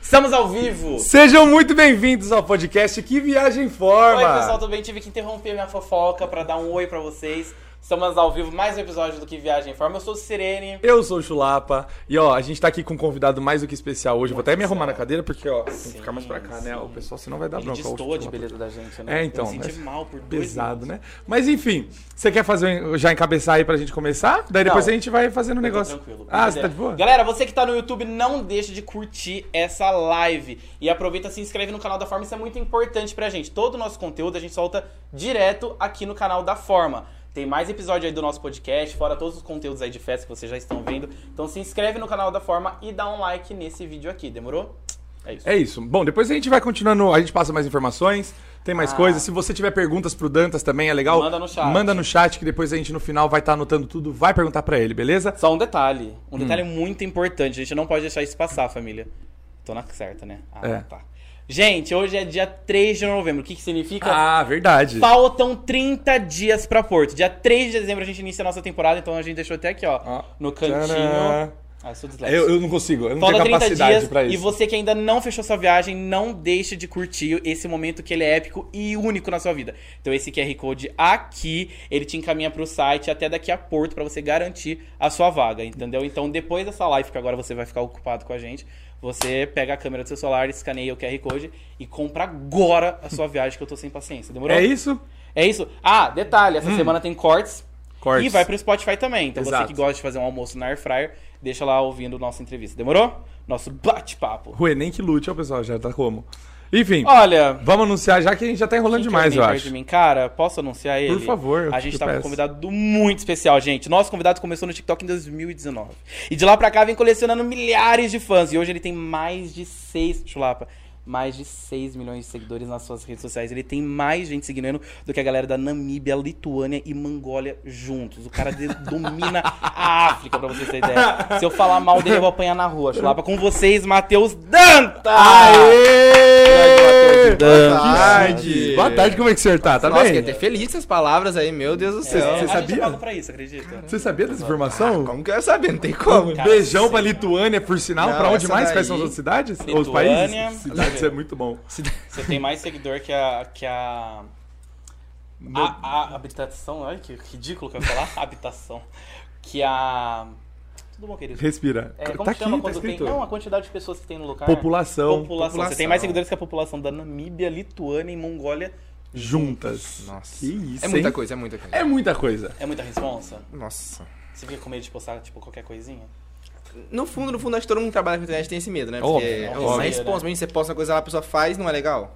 Estamos ao vivo! Sejam muito bem-vindos ao podcast Que Viagem Forma. Oi, pessoal, tudo bem? Tive que interromper minha fofoca pra dar um oi pra vocês. Estamos ao vivo, mais um episódio do Que Viagem Forma. Eu sou o Sirene. Eu sou o Chulapa e ó, a gente tá aqui com um convidado mais do que especial hoje. Vou até me arrumar na cadeira porque ó, tem Sim, que ficar mais pra cá, né? sim. O pessoal senão vai dar Ele bronca. ó, o destoa de Chulapa. beleza da gente, né? É, então, Eu me senti mas- mal por dois Pesado, minutos. né? Mas enfim, você quer fazer já encabeçar aí pra gente começar? Daí depois Não. a gente vai fazendo o Eu tô negócio. Tranquilo. ah, Brincadeira. você tá de boa? Galera, você que tá no YouTube, não deixa de curtir essa live. E aproveita, se inscreve no canal da Forma, isso é muito importante pra gente. Todo o nosso conteúdo a gente solta direto aqui no canal da Forma. Tem mais episódio aí do nosso podcast, fora todos os conteúdos aí de festa que vocês já estão vendo. Então se inscreve no canal da Forma e dá um like nesse vídeo aqui, demorou? É isso. É isso. Bom, depois a gente vai continuando, a gente passa mais informações, tem mais Ah. coisas. Se você tiver perguntas pro Dantas também, é legal. Manda no chat. Manda no chat que depois a gente no final vai estar anotando tudo, vai perguntar pra ele, beleza? Só um detalhe. Hum. Um detalhe muito importante. A gente não pode deixar isso passar, família. Tô na certa, né? Ah, É. tá. Gente, hoje é dia 3 de novembro. O que, que significa? Ah, verdade. Faltam 30 dias pra Porto. Dia 3 de dezembro a gente inicia a nossa temporada, então a gente deixou até aqui, ó. Ó. No cantinho. Ah, Tcharam. Ah, eu sou dislexo. É, Eu, eu não consigo, eu não Falta tenho 30 capacidade dias pra e isso. você que ainda não fechou sua viagem, não deixe de curtir esse momento que ele é épico e único na sua vida. Então esse QR Code aqui, ele te encaminha pro site até daqui a Porto pra você garantir a sua vaga, entendeu? Então depois dessa live, que agora você vai ficar ocupado com a gente, você pega a câmera do seu celular, escaneia o QR Code e compra agora a sua viagem que eu tô sem paciência, demorou? É isso? É isso. Ah, detalhe, essa semana tem cortes. Hum. Cortes. E vai pro Spotify também. Então você Exato. que gosta de fazer um almoço na Air Fryer, deixa lá ouvindo nossa entrevista. Demorou? Nosso bate-papo. Ruê, nem que lute, ó, pessoal, já tá como. Enfim, Olha. vamos anunciar já que a gente já tá enrolando quem que demais, vem eu perto acho. de mim? Cara, posso anunciar ele? favor, eu A te gente tá com um peço. convidado muito especial, gente. Nosso convidado começou no TikTok em 2019. E de lá pra cá vem colecionando milhares de fãs. E hoje ele tem mais de 6. Chulapa. Mais de 6 milhões de seguidores nas suas redes sociais. Ele tem mais gente seguindo ele do que a galera da Namíbia, Lituânia e Mongólia juntos. O cara de- domina a África, pra vocês terem ideia. Se eu falar mal dele, eu vou apanhar na rua, Chulapa. Com vocês, Matheus Danta! Aê! Ah! Boa tarde. Tarde. Boa tarde, como é que o senhor tá? Tá Nossa, bem? fiquei até feliz com essas palavras aí, meu Deus do céu. É, Você a gente sabia? é pago pra isso, acredita? Você sabia dessa informação? Ah, Como que eu ia saber? Não tem como. Cara, Beijão pra Lituânia, por sinal. Não, pra onde essa mais? Quais daí- são as outras cidades? Ou os Lituânia, países? deixa eu Cidades ver. é muito bom. Você tem mais seguidor que a. que a. A, a habitação, olha que ridículo que eu ia falar. habitação. Que a. Tudo bom, querido? Respira. É, como tá chama aqui, tá quando tem. escrito. Não, é. a quantidade de pessoas que tem no lugar. População. População. Você tem População. mais seguidores que a população da Namíbia, Lituânia e Mongólia. Juntas. Nossa. Que isso, É muita hein? coisa, é muita coisa. É muita coisa. É muita responsa? Nossa. Você fica com medo de postar, tipo, qualquer coisinha? No fundo, no fundo, acho que todo mundo que trabalha com internet tem esse medo, né? Óbvio, Porque é óbvio. uma responsa, né? você posta uma coisa lá, a pessoa faz, não é legal.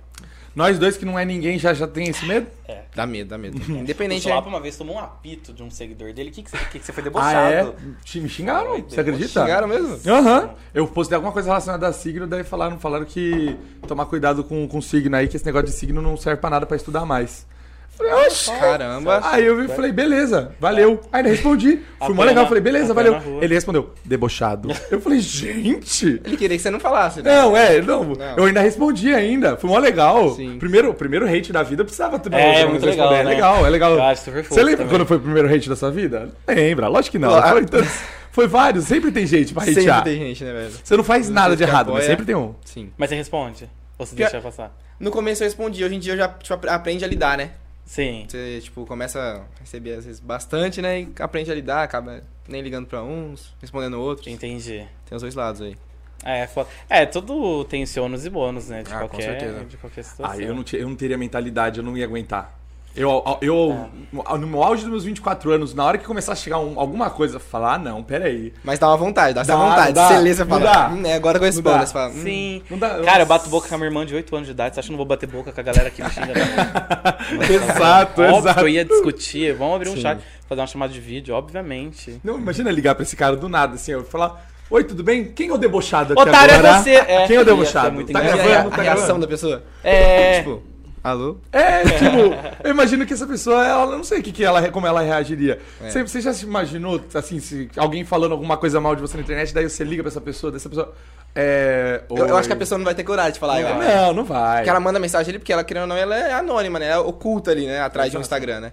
Nós dois que não é ninguém já, já tem esse medo? É. Dá medo, dá medo. O Independente, Solapa né? uma vez tomou um apito de um seguidor dele. O que, que, você, que que você foi Ah, é? debochado? Te- Me xingaram, Ai, você acredita? Xingaram mesmo? Aham. Eu postei alguma coisa relacionada a signo, daí falaram, falaram que tomar cuidado com, com signo aí, que esse negócio de signo não serve pra nada pra estudar mais. Falei, oxe! Caramba. Aí eu vi e falei, beleza, valeu. Aí eu respondi. Fui mó Apanha legal, na- falei, beleza, apanha valeu. na rua. Ele respondeu, debochado. Eu falei, gente! Ele queria que você não falasse, né? Não, é, não, Não. eu ainda respondi ainda. Foi mó legal. Sim. Primeiro, primeiro hate da vida precisava ter É, outra muito vez legal, responder. né? É legal, é legal. Eu acho super fofo Você lembra também. quando foi o primeiro hate da sua vida? Lembra, lógico que não. Claro. Foi, tantos- foi vários, sempre tem gente pra Sempre hatear. tem gente, né, velho? Você não faz nada de que errado, mas apoia. sempre tem um. Sim. Mas você responde? Ou você Pior- deixa passar? No começo eu respondi, hoje em dia eu já tipo, apre- aprende a lidar, né? Sim. Você, tipo, começa a receber às vezes bastante, né? E aprende a lidar, acaba nem ligando pra uns, respondendo outros. Entendi. Tem os dois lados aí. É, foda. É, tudo tem seu ônus e bônus, né? De, Ah, com qualquer, certeza. de qualquer situação. Ah, eu não, ti- eu não teria mentalidade, eu não ia aguentar. Eu, eu, É. no meu auge dos meus 24 anos, na hora que começar a chegar um- alguma coisa, falar, ah, não, peraí. Mas dá uma vontade, dá essa Dá, vontade. dá. você lê, você Não fala. dá. Hum, é agora que eu Não respondo. dá. Você fala, hum, Sim. Não dá- Cara, eu bato boca com a minha irmã de 8 anos de idade. Você acha que eu não vou bater boca com a galera que me xinga? Não? Exato, Óbvio exato. que eu ia discutir. Vamos abrir um Sim. chat, fazer uma chamada de vídeo, obviamente. Não, imagina ligar pra esse cara do nada, assim, eu falar, oi, tudo bem? Quem é o debochado aqui Otário é agora? você! É, Quem é ia ser o debochado? muito Tá E aí, engraçado. gravando, a, tá a reação gravando. da pessoa. É. Tipo, alô? É, tipo, eu imagino que essa pessoa, ela eu não sei o que, que ela, como ela reagiria. É. Você, você já se imaginou, assim, se alguém falando alguma coisa mal de você na internet, daí você liga pra essa pessoa, dessa pessoa. É. Eu, eu oi. acho que a pessoa não vai ter coragem de falar. eu acho. Não, é não vai. Porque ela manda mensagem ali, porque ela, querendo ou não, ela é anônima, né? Ela É oculta ali, né? Atrás de um Instagram, né?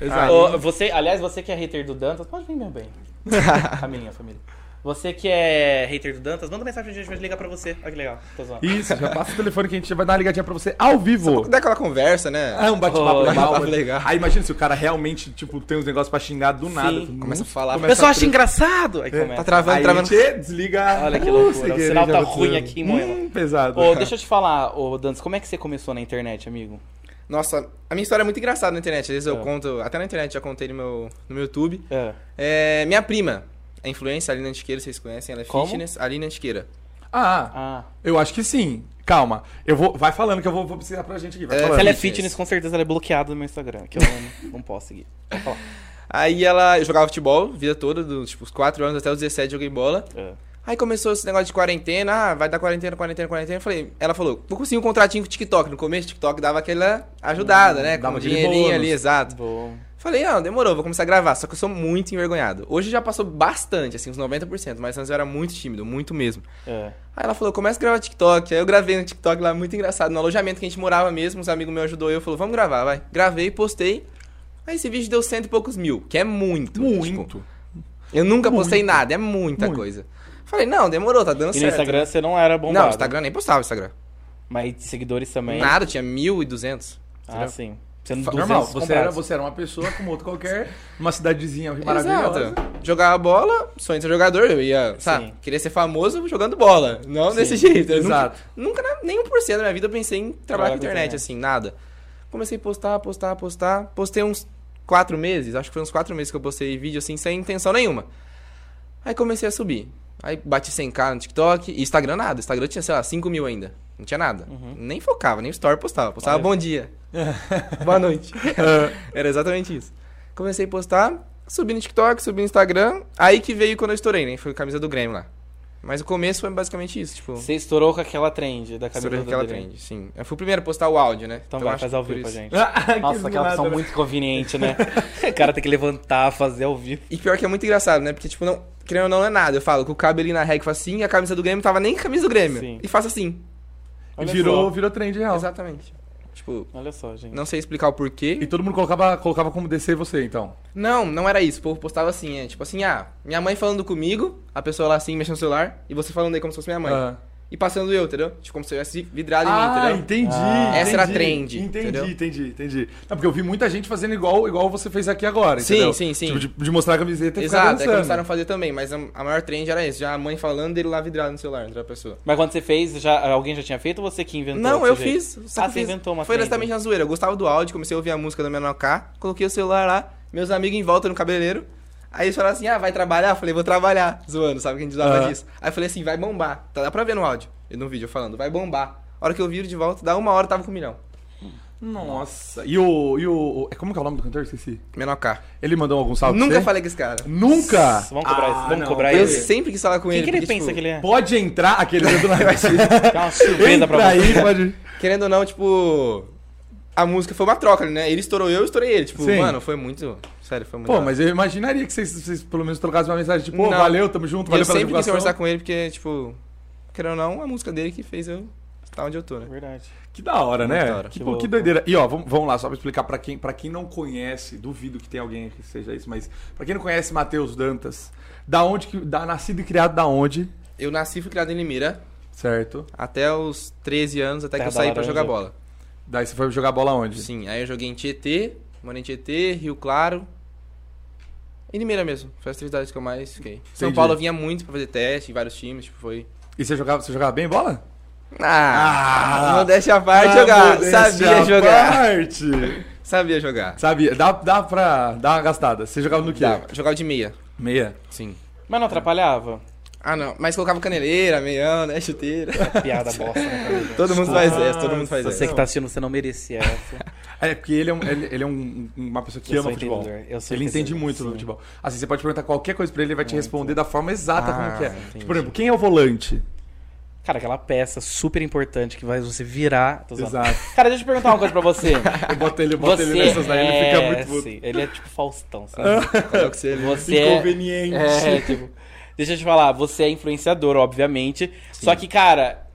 Exato. Ô, você, aliás, você que é hater do Dantas, pode vir, meu bem. Camilinha, família. Você que é hater do Dantas, manda mensagem pra gente, a gente liga pra você. Olha que legal. Tô zoando. Isso, já passa o telefone que a gente vai dar uma ligadinha pra você ao vivo. Daquela conversa, né? É um bate-papo Oh, legal. bate-papo legal. Aí imagina se o cara realmente, tipo, tem uns negócios pra xingar do nada. Sim. Começa a falar. O pessoal a acha engraçado. Aí Tá começa. travando, Aí travando. tchê, desliga. Olha que Uh, loucura. sem O querer, sinal já tá aconteceu. ruim aqui em Moema. Hum, pesado. Ô, deixa eu te falar, ô Dantas, como é que você começou na internet, amigo? Nossa, a minha história é muito engraçada na internet. Às vezes eu É. conto, até na internet já contei no meu, no meu YouTube. É. É, minha prima, é a influência Alina Antiqueira, vocês conhecem, ela é Como? fitness, Alina Antiqueira. Ah, Ah. eu acho que sim. Calma. Eu vou, vai falando que eu vou, vou precisar pra gente aqui. Vai É, falando. Se ela é fitness. fitness, com certeza ela é bloqueada no meu Instagram, que eu não, não posso seguir. Pode falar. Aí ela eu jogava futebol, vida toda, dos tipo, 4 anos até os 17 joguei bola. É. Aí começou esse negócio de quarentena, ah, vai dar quarentena, quarentena, quarentena. Eu falei, ela falou, vou conseguir um contratinho com o TikTok. No começo, o TikTok dava aquela ajudada, né? Hum, dava Com um aquele dinheirinho bônus. ali, exato. Tá Bom. Falei, não, demorou, vou começar a gravar. Só que eu sou muito envergonhado. Hoje já passou bastante, assim, uns 90%, mas antes eu era muito tímido, muito mesmo. É. Aí ela falou, começa a gravar TikTok. Aí eu gravei no TikTok lá, muito engraçado. No alojamento que a gente morava mesmo, uns amigos meus ajudou eu, falou, vamos gravar, vai. Gravei, postei. Aí esse vídeo deu cento e poucos mil, que é muito. tipo, Muito. eu nunca postei Muito. nada, é muita Muito. coisa. Falei, não, demorou, tá dando E no certo. Instagram você não era bombado. Não, no Instagram nem postava no Instagram. Mas de seguidores também. Nada, tinha 1.200. Ah, sim. Você não Normal, você era, você era uma pessoa como outra qualquer, uma cidadezinha maravilhosa. Exato. tá? Jogava bola, sonho de ser jogador, eu ia, sabe? Sim. Queria ser famoso jogando bola, não Sim. desse jeito. Eu Exato. Nunca, nunca, na- nem 1% da minha vida eu pensei em trabalhar com internet, assim, nada. Comecei a postar, postar, postar. Postei uns quatro meses, acho que foi uns quatro meses que eu postei vídeo, assim, sem intenção nenhuma. Aí comecei a subir. Aí bati 100k no TikTok e Instagram nada. Instagram tinha, sei lá, 5 mil ainda. Não tinha nada. Nem focava, nem story postava. Postava Olha. bom dia. Boa noite. Era exatamente isso. Comecei a postar, subi no TikTok, subi no Instagram. Aí que veio quando eu estourei, né? Foi a camisa do Grêmio lá. Mas o começo foi basicamente isso, tipo... Você estourou com aquela trend da camisa Estourei do aquela Adriano. trend, sim. Eu fui o primeiro a postar o áudio, né? Então, acho vai, que faz ao por vivo pra isso. gente. Que Nossa, aquela zoada, opção né? muito conveniente, né? o cara tem que levantar, fazer ao vivo. E pior que é muito engraçado, né? Porque, tipo, não, querendo ou não é nada. Eu falo que o cabelinho na reg faz assim e a camisa do Grêmio tava nem camisa do Grêmio. Sim. E faço assim. Olha Virou, só. virou trend real. Exatamente. Tipo, Olha só, gente. não sei explicar o E porquê. todo mundo colocava, colocava como descer você, então. Não, não era isso. O povo postava assim, é tipo assim, ah, minha mãe falando comigo, a pessoa lá assim, mexendo no celular, e você falando aí como se fosse minha mãe. Ah. E passando eu, entendeu? Tipo, como se eu tivesse vidrado Ah, em mim, entendeu? entendi. Ah. Essa era a entendi, trend, Entendi, entendeu? entendi, entendi. Não, porque eu vi muita gente fazendo igual, igual você fez aqui agora, Sim, entendeu? sim, sim. Tipo, de, de mostrar a camiseta e ficar Exato, aí dançando. começaram a fazer também, mas a, a maior trend era esse, já a mãe falando dele lá vidrado no celular, entendeu? A pessoa. Mas quando você fez, já, alguém já tinha feito ou você que inventou? Não, desse eu jeito? fiz. Só Ah, que você fiz- inventou uma Foi trend. honestamente na zoeira. Eu gostava do áudio, comecei a ouvir a música da Menor K, coloquei o celular lá, meus amigos em volta no cabeleireiro. Aí eles falaram assim: ah, vai trabalhar? Eu falei, vou trabalhar. Zoando, sabe que a gente usava Ah. disso. Aí eu falei assim: vai bombar. Tá, dá pra ver no áudio, e no vídeo eu falando, vai bombar. A hora que eu viro de volta, dá uma hora, eu tava com um milhão. Nossa. E o, e o. é, Como que é o nome do cantor? Esqueci. Menor K. Ele mandou algum salve pra Nunca você? falei com esse cara. Nunca? Vamos cobrar isso, vamos não. cobrar Ah, Eu ele. sempre quis falar com Quem ele. que ele porque, pensa tipo, que ele é? Pode entrar aquele dedo na Dá uma surpresa pra Entra você. aí, pode. Querendo ou não, tipo. A música foi uma troca, né? Ele estourou eu, eu estourei ele. Tipo, Sim. mano, foi muito. Sério, foi muito. Pô, da- mas eu imaginaria que vocês, vocês pelo menos trocassem uma mensagem tipo, pô, Não. valeu, tamo junto, valeu eu pela sempre quis divulgação. conversar com ele porque, tipo, querendo ou não, a música dele que fez eu estar onde eu tô, né? Verdade. Que da hora, né? Muito da hora. Que, Que pô, que louco. doideira. E ó, vamos, vamos lá, só pra explicar pra quem, pra quem não conhece, duvido que tenha alguém que seja isso, mas pra quem não conhece Matheus Dantas, da onde que. Da, nascido e criado da onde? Eu nasci e fui criado em Limeira Certo. até os 13 anos, até Terra que eu da saí pra laranja. jogar bola. Daí você foi jogar bola onde? Sim, aí eu joguei em Tietê, morei em Tietê, Rio Claro. Em Limeira mesmo, foi as três cidades que eu mais fiquei. São Entendi. Paulo eu vinha muito pra fazer teste em vários times, tipo, foi. E você jogava, você jogava bem bola? Ah! Ah! modéstia à parte, Ah, jogar! modéstia Sabia à jogar! Parte. Sabia jogar! Sabia, dá, dá pra dar uma gastada. Você jogava no quê? Dava. Jogava de meia. Meia. é? Sim. Mas não atrapalhava? Ah, não. Mas colocava caneleira, meião, né? Chuteira. Piada bosta, né? cara? todo mundo faz essa, todo mundo faz Você né? essa. que tá assistindo, você não merecia essa. É, porque ele é, um- ele- ele é um- uma pessoa que Eu ama sou futebol. entendedor, eu sou ele entende entendedor, muito do sim. futebol. Assim, você pode perguntar qualquer coisa pra ele, ele vai te responder da forma exata Ah, como que é. Tipo, entendi. por exemplo, quem é o volante? Cara, aquela peça super importante que vai você virar. Tô zoando. Exato. Cara, deixa eu perguntar uma coisa pra você. Eu boto ele, eu boto Você ele nessas daí, é... ele fica muito puto. Ah, sim, ele é tipo Faustão, sabe? Coloca você ali. Você é... Inconveniente. É, tipo, deixa eu te falar, você é influenciador, obviamente. Só que, cara,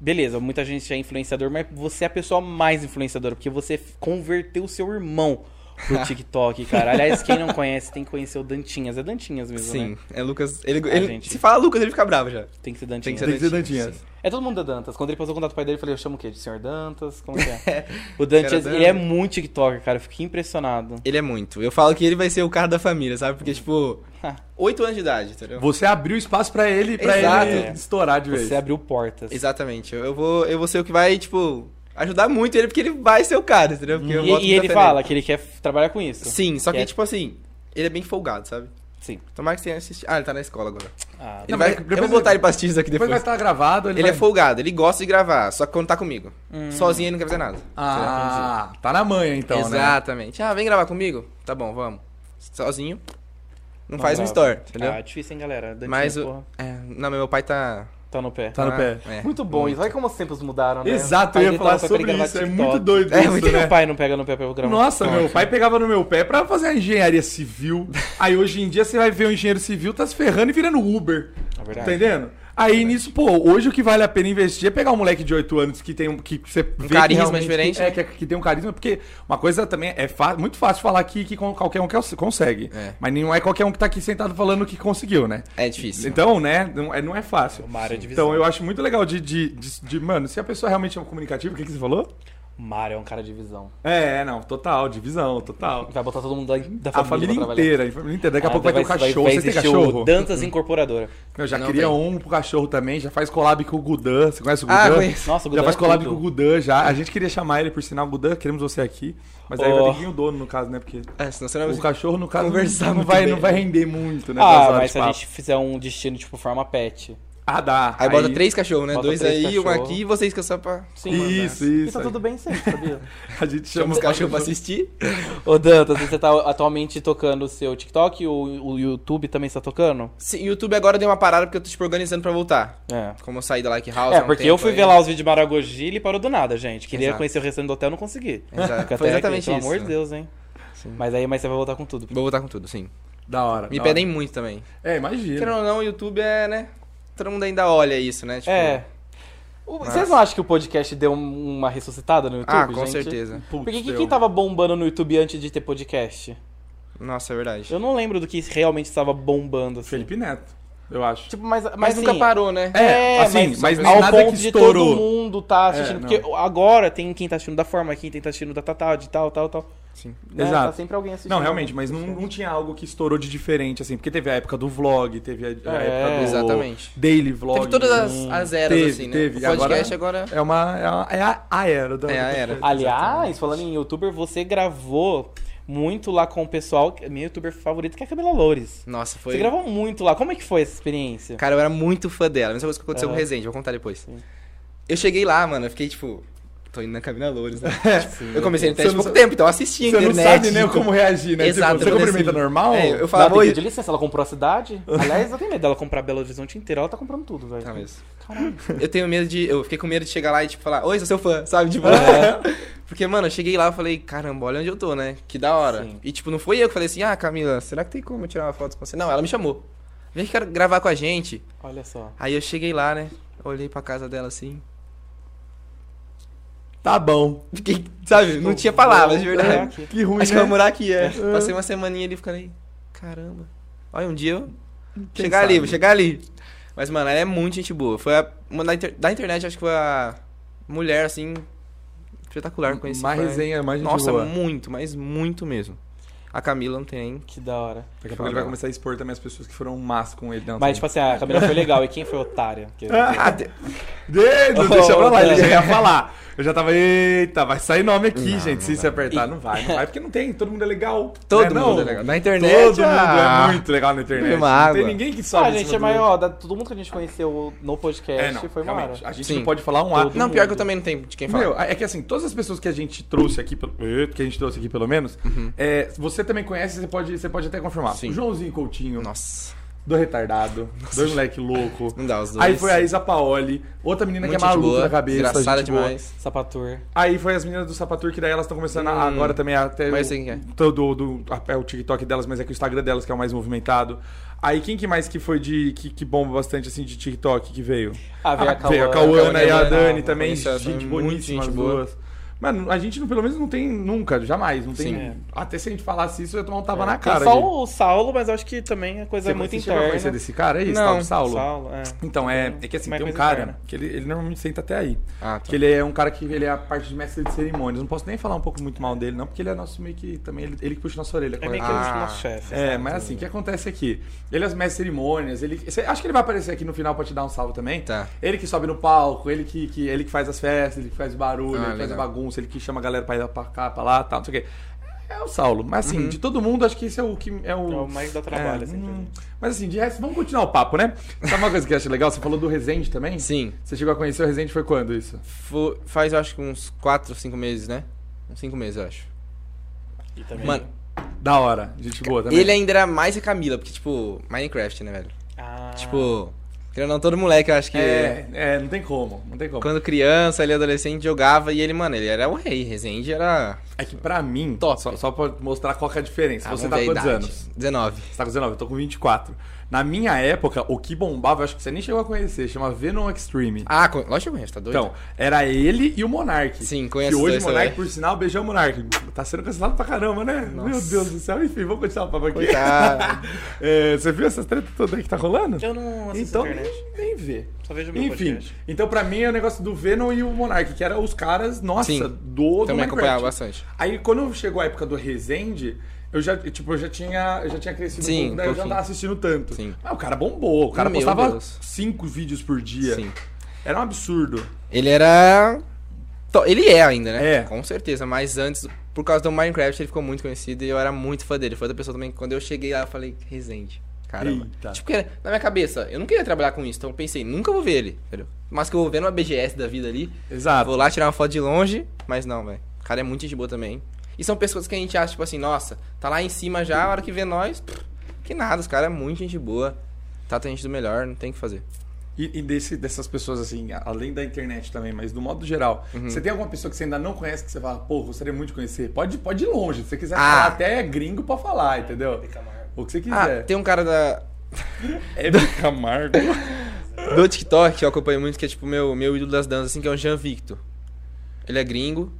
beleza, muita gente é influenciador, mas você é a pessoa mais influenciadora, porque você f- converteu o seu irmão pro TikTok, cara. Aliás, quem não conhece tem que conhecer o Dantinhas. É Dantinhas mesmo, Sim, né? é Lucas. Ele, Ah, ele- gente. se fala Lucas, ele fica bravo já. Tem que ser Dantinhas. ser Tem que ser Dantinhas, Dantinhas. É todo mundo da Dantas. Quando ele passou o contato do pai dele, eu falei, eu chamo o quê? De senhor Dantas? Como que é? O Dantas, Cara, ele é Dan- muito TikToker, cara. Eu fiquei impressionado. Ele é muito. Eu falo que ele vai ser o cara da família, sabe? Porque, tipo, Ah. 8 anos de idade, entendeu? Você abriu espaço pra ele, pra Exato. ele estourar de vez. Você abriu portas. Exatamente. Eu, eu vou, eu vou ser o que vai, tipo, ajudar muito ele, porque ele vai ser o cara, entendeu? Porque eu boto E, e muita ele fé fala que ele quer f- trabalhar com isso. nele. Sim, só que, Que é- tipo assim, ele é bem folgado, sabe? Sim. Tomara que você assistir. Ah, ele tá na escola agora. Ah, Ele Não, vai... mas depois Eu vou ele- botar ele pra assistir isso aqui Depois depois. vai estar gravado, ele, Ele é vai- Hum. folgado, ele gosta de gravar, só que quando tá comigo. Sozinho ele não quer fazer nada. Ah, tá na manha então, né? Exatamente. Ah, vem gravar comigo? Tá bom, vamos. Sozinho. Não, faz um grava. story, entendeu? Ah, difícil, hein, galera. Dantinhas, Mas o. porra, É, não, meu pai tá. tá no pé. Tá no ah, pé. é. Muito bom. isso. Olha como os tempos mudaram, né? Exato, Aí eu ele ia tava falar pra ele sobre gravar isso. É TikTok. muito doido É, isso, Por que né? meu pai não pega no pé pra eu gravar um Nossa, TikTok? meu pai pegava no meu pé pra fazer a engenharia civil. Aí hoje em dia você vai ver o engenheiro civil tá se ferrando e virando Uber. É Tá verdade. entendendo? Aí nisso, pô, hoje o que vale a pena investir é pegar um moleque de 8 anos que tem um. Que você vê que carisma realmente- diferente, É, que, que tem um carisma, porque uma coisa também é fa- muito fácil falar que, que com- qualquer um que cons- consegue. É. Mas não é qualquer um que tá aqui sentado falando que conseguiu, né? É difícil. Então, né, não é, não é fácil. Uma área de visão. Então eu acho muito legal de, de, de- de- Mano, se a pessoa realmente é um comunicativo, o que, que você falou? Mário é um cara de visão. É, é, não, total, divisão, total. Vai botar todo mundo da, da A família, família pra trabalhar. inteira, a família inteira. Daqui a Ah, pouco vai, ter um vai- cachorro. vai Vocês têm existir o cachorro? Dantas Incorporadora. Eu já Não queria tem. um pro cachorro também, já faz collab com o Gudan. Você conhece o Gudan? Ah, conheço. Nossa, o já Gudan faz é collab tudo. com o Gudan já. A gente queria chamar ele, por sinal, Gudan, queremos você aqui. Mas aí Ó. Então, vai ter que vir o dono, no caso, né? Porque É, senão você não o cachorro, no caso, Conversar não, muito vai, bem. não vai render muito, né? Ah, das horas mas de se a papo. gente fizer um destino tipo forma pet. Ah, dá. Aí bota três cachorros, né? bota Dois três aí, um cachorro. aqui e vocês que só pra. Sim, Isso, E isso tá aí. tudo bem sempre, sabia? A gente Chama chama os cachorros pra assistir. Ô Dantas, você tá atualmente tocando o seu TikTok e o, o YouTube também está tocando? Sim, YouTube agora deu uma parada porque eu tô tipo organizando pra voltar. É. Como eu saí da Like House. É, há um porque tempo eu fui aí. ver lá os vídeos de Maragogi e ele parou do nada, gente. Queria Exato. conhecer o restaurante do hotel, não consegui. Exato. Fica Foi até aqui, exatamente Pelo isso. amor de Deus, hein? Sim. Mas aí mas você vai voltar com tudo. Vou voltar com tudo, sim. Da hora. Me da pedem muito também. hora. É, imagina. Querendo ou não, o YouTube é, né? Todo mundo ainda olha isso, né? Tipo, É. O- Vocês não acham que o podcast deu um- uma ressuscitada no YouTube, Ah, com gente? certeza. Putz, Porque que, tá- deu. que tava bombando no YouTube antes de ter podcast? Nossa, é verdade. Eu não lembro do que realmente estava bombando, assim. Felipe Neto, eu acho. Tipo, mas, mas, Mas nunca assim, parou, né? É, É, assim, mas, mas ao nada ponto que de estourou. todo mundo tá assistindo. É, não. porque agora tem quem tá assistindo da forma, quem tá assistindo da Tatá, de tal, tal, tal. Sim. Né? Exato. Tá sempre alguém assistindo. Não, realmente, mas não, não tinha algo que estourou de diferente, assim. Porque teve a época do vlog, teve a, a É, época do exatamente. daily vlog. Teve todas as, as eras, Teve, assim, né? teve. O podcast agora. É uma. É, uma, é a, a era da. É a era. Aliás, falando em youtuber, você gravou muito lá com o pessoal, que- minha youtuber favorita, que é a Camila Loures. Nossa, foi. Você gravou muito lá. Como é que foi essa experiência? Cara, eu era muito fã dela. Mesma coisa que aconteceu com Aham. o Resende, vou contar depois. Eu cheguei lá, mano, eu fiquei tipo. Tô indo na Camila Loures, né? eu comecei Você a internet há não pouco sabe- tempo, então eu assisti a Você não internet. sabe nem tipo- como reagir, né? Exato, Tipo, eu você falei cumprimenta assim, normal? É, eu Ela falava, tem que oi. pedir licença, ela comprou a cidade. Aliás, eu tenho medo dela comprar Belo Horizonte inteira. Ela tá comprando tudo, velho. Talvez. Caralho. Eu tenho medo de. Eu fiquei com medo de chegar lá e, tipo, falar, oi, sou seu fã, sabe? Tipo. Porque, mano, eu cheguei lá e falei, caramba, olha onde eu tô, né? Que da hora. Sim. E, tipo, não foi eu que falei assim, ah, Camila, será que tem como eu tirar uma foto com você? Não, ela me chamou. Vem aqui gra- gravar com a gente. Olha só. Aí eu cheguei lá, né? Olhei pra casa dela assim. Tá bom. Fiquei, sabe? Tipo, Não tinha palavras, de verdade. Aqui. Que ruim, Acho que né? eu vou morar aqui, é. Passei uma semaninha ali e fiquei, caramba. Olha, um dia eu Quem chegar sabe? ali, vou chegar ali. Mas, mano, ela é muito gente boa. Foi a, uma da, inter- da internet, acho que foi a mulher, assim, espetacular que eu conheci. Mais Foi- resenha, mais gente Nossa, boa. muito, mas muito mesmo. A Camila não tem nem... Que da hora. Daqui a pouco ele vai começar a expor também as pessoas que foram más com ele. né? Não, Mas, tipo assim, a Camila foi legal. E quem foi a otária? Que- Ah, de- Dedo, Oh, Ô, deixa pra lá, ele Deus. já ia falar. Eu já tava, eita, vai sair nome aqui, gente, se se apertar. E- Não vai, não vai, porque não tem, todo mundo é legal. todo Não é, mundo não? é legal. Na Todo internet, mundo ah, é muito legal na internet. Uma não tem água. ninguém que sobe Ah, em cima gente, do é maior. Da, todo mundo que a gente conheceu no podcast É, não, foi maior. realmente, a gente Sim. não pode falar um A. Todo Não, pior que eu mundo. também não tenho de quem falar. Meu, é que assim, todas as pessoas que a gente trouxe aqui, pelo- eh, que a gente trouxe aqui pelo menos, é, você também conhece, você pode, você pode até confirmar. Uhum. Sim. O Joãozinho Coutinho, Nossa, do retardado, dois moleque louco. não dá os dois. Aí foi a Isa Paoli, outra menina Muito que é gente maluca boa, da cabeça. engraçada gente boa. demais. Sapatur. Aí foi as meninas do Sapatur, que daí elas estão começando a- Hum. agora também até. Mas eu sei quem é. Todo, do, a- é o TikTok delas, mas é que o Instagram delas que é o mais movimentado. Aí quem que mais que foi de. que, que bomba bastante assim de TikTok que veio? Ah, veio a veio Cauana. né? a Cauana e a Cauana, Dani eu também, conheço elas, gente muito boníssima gente as boa. duas. Mano, a gente não- pelo menos não tem nunca, jamais. Não tem. Sim. É. Até se a gente falasse isso, eu ia tomar um tapa na Tem É. cara. só gente. o Saulo, mas acho que também é coisa Você muito você chegou a interna. conhecer desse cara aí, esse Não. tal de Saulo? Saulo, é. Então, é, é que assim, Mas tem um coisa cara interna. que ele, ele normalmente senta até aí. Ah, tá. Que ele é um cara que ele é a parte de mestre de cerimônias. Não posso nem falar um pouco muito mal dele, não, porque ele é nosso meio que. Também ele, ele que puxa nossa orelha. É correto? meio que Ah. o nosso chefe. É, mas assim, o que acontece aqui? Ele é os mestres de cerimônias, ele. Você acha que ele vai aparecer aqui no final pra te dar um salve também? Tá. Ele que sobe no palco, ele que, que- ele que faz as festas, ele que faz barulho, Ah, ele que faz legal. bagunça, ele que chama a galera pra ir pra cá, pra lá, tal, não sei o quê. É o Saulo. Mas Uhum. assim, de todo mundo, acho que esse é o que. É É o, o mais da trabalho, é, assim, pra hum. gente. Mas assim, de resto, vamos continuar o papo, né? Sabe uma coisa que eu acho legal? Você falou do Resende também? Sim. Você chegou a conhecer o Resende foi quando isso? Fo- Faz, eu acho que uns 4, 5 meses, né? Uns 5 meses, eu acho. E também- Mano, Da hora. Gente boa também. ele é ainda era mais que a Camila, porque, tipo, Minecraft, né, velho? Ah. Tipo, querendo ou não, todo moleque, eu acho que. É, é, não tem como, não tem como. Quando criança, ele adolescente, jogava e ele, mano, ele era o rei. Resende era. É que pra mim, Top. só, só pra mostrar qual que é a diferença. Ah, Você vamos tá ver com a quantos idade. anos? 19. Você tá com 19, eu tô com 24. Na minha época, o que bombava, eu acho que você nem chegou a conhecer, chama Venom Extreme. Ah, con... lógico que eu conheço, tá doido? Então, era ele e o Monark. Sim, E conheço os hoje dois o Monark, também. por sinal, beijou o Monark. Tá sendo cancelado pra caramba, né? Meu Deus do céu. Enfim, vamos continuar o papo aqui. Coitado. É, você viu essa treta toda aí que tá rolando? Eu não assisto Então, nem, internet. nem vê. Só vejo meu Enfim, podcast. então pra mim é o negócio do Venom e o Monark, que eram os caras, nossa, Sim. do, do Também acompanhava Minecraft. bastante. Aí quando chegou a época do Resende, eu já, tipo, eu já tinha, eu já tinha crescido Sim, um pouco, daí eu já não pouquinho. tava assistindo tanto. Sim. Mas o cara bombou, o cara Meu postava Deus. cinco vídeos por dia. Sim. Era um absurdo. Ele era. to- Ele é ainda, né? É. Com certeza, mas antes, por causa do Minecraft, ele ficou muito conhecido e eu era muito fã dele. Foi outra pessoa também que quando eu cheguei lá, eu falei, Resende. Caramba. Eita. Tipo, que era- na minha cabeça, eu não queria trabalhar com isso, então eu pensei, nunca vou ver ele, entendeu? Mas que eu vou ver numa BGS da vida ali, Exato. Vou lá tirar uma foto de longe, mas não, velho. O cara é muito gente boa também. E são pessoas que a gente acha, tipo assim, nossa, tá lá em cima já, a hora que vê nós, pff, que nada, os caras é muito gente boa. Trata a gente do melhor, não tem o que fazer. E, e desse- dessas pessoas, assim, a- além da internet também, mas do modo geral, Uhum. você tem alguma pessoa que você ainda não conhece que você fala, pô, gostaria muito de conhecer? Pode, pode ir longe. Se você quiser Ah. falar até gringo pra falar, entendeu? O que você Ah, quiser. tem um cara da, É do Camargo. do TikTok que eu acompanho muito, que é tipo meu, meu ídolo das danças, assim, que é o Jean Victor. Ele é gringo.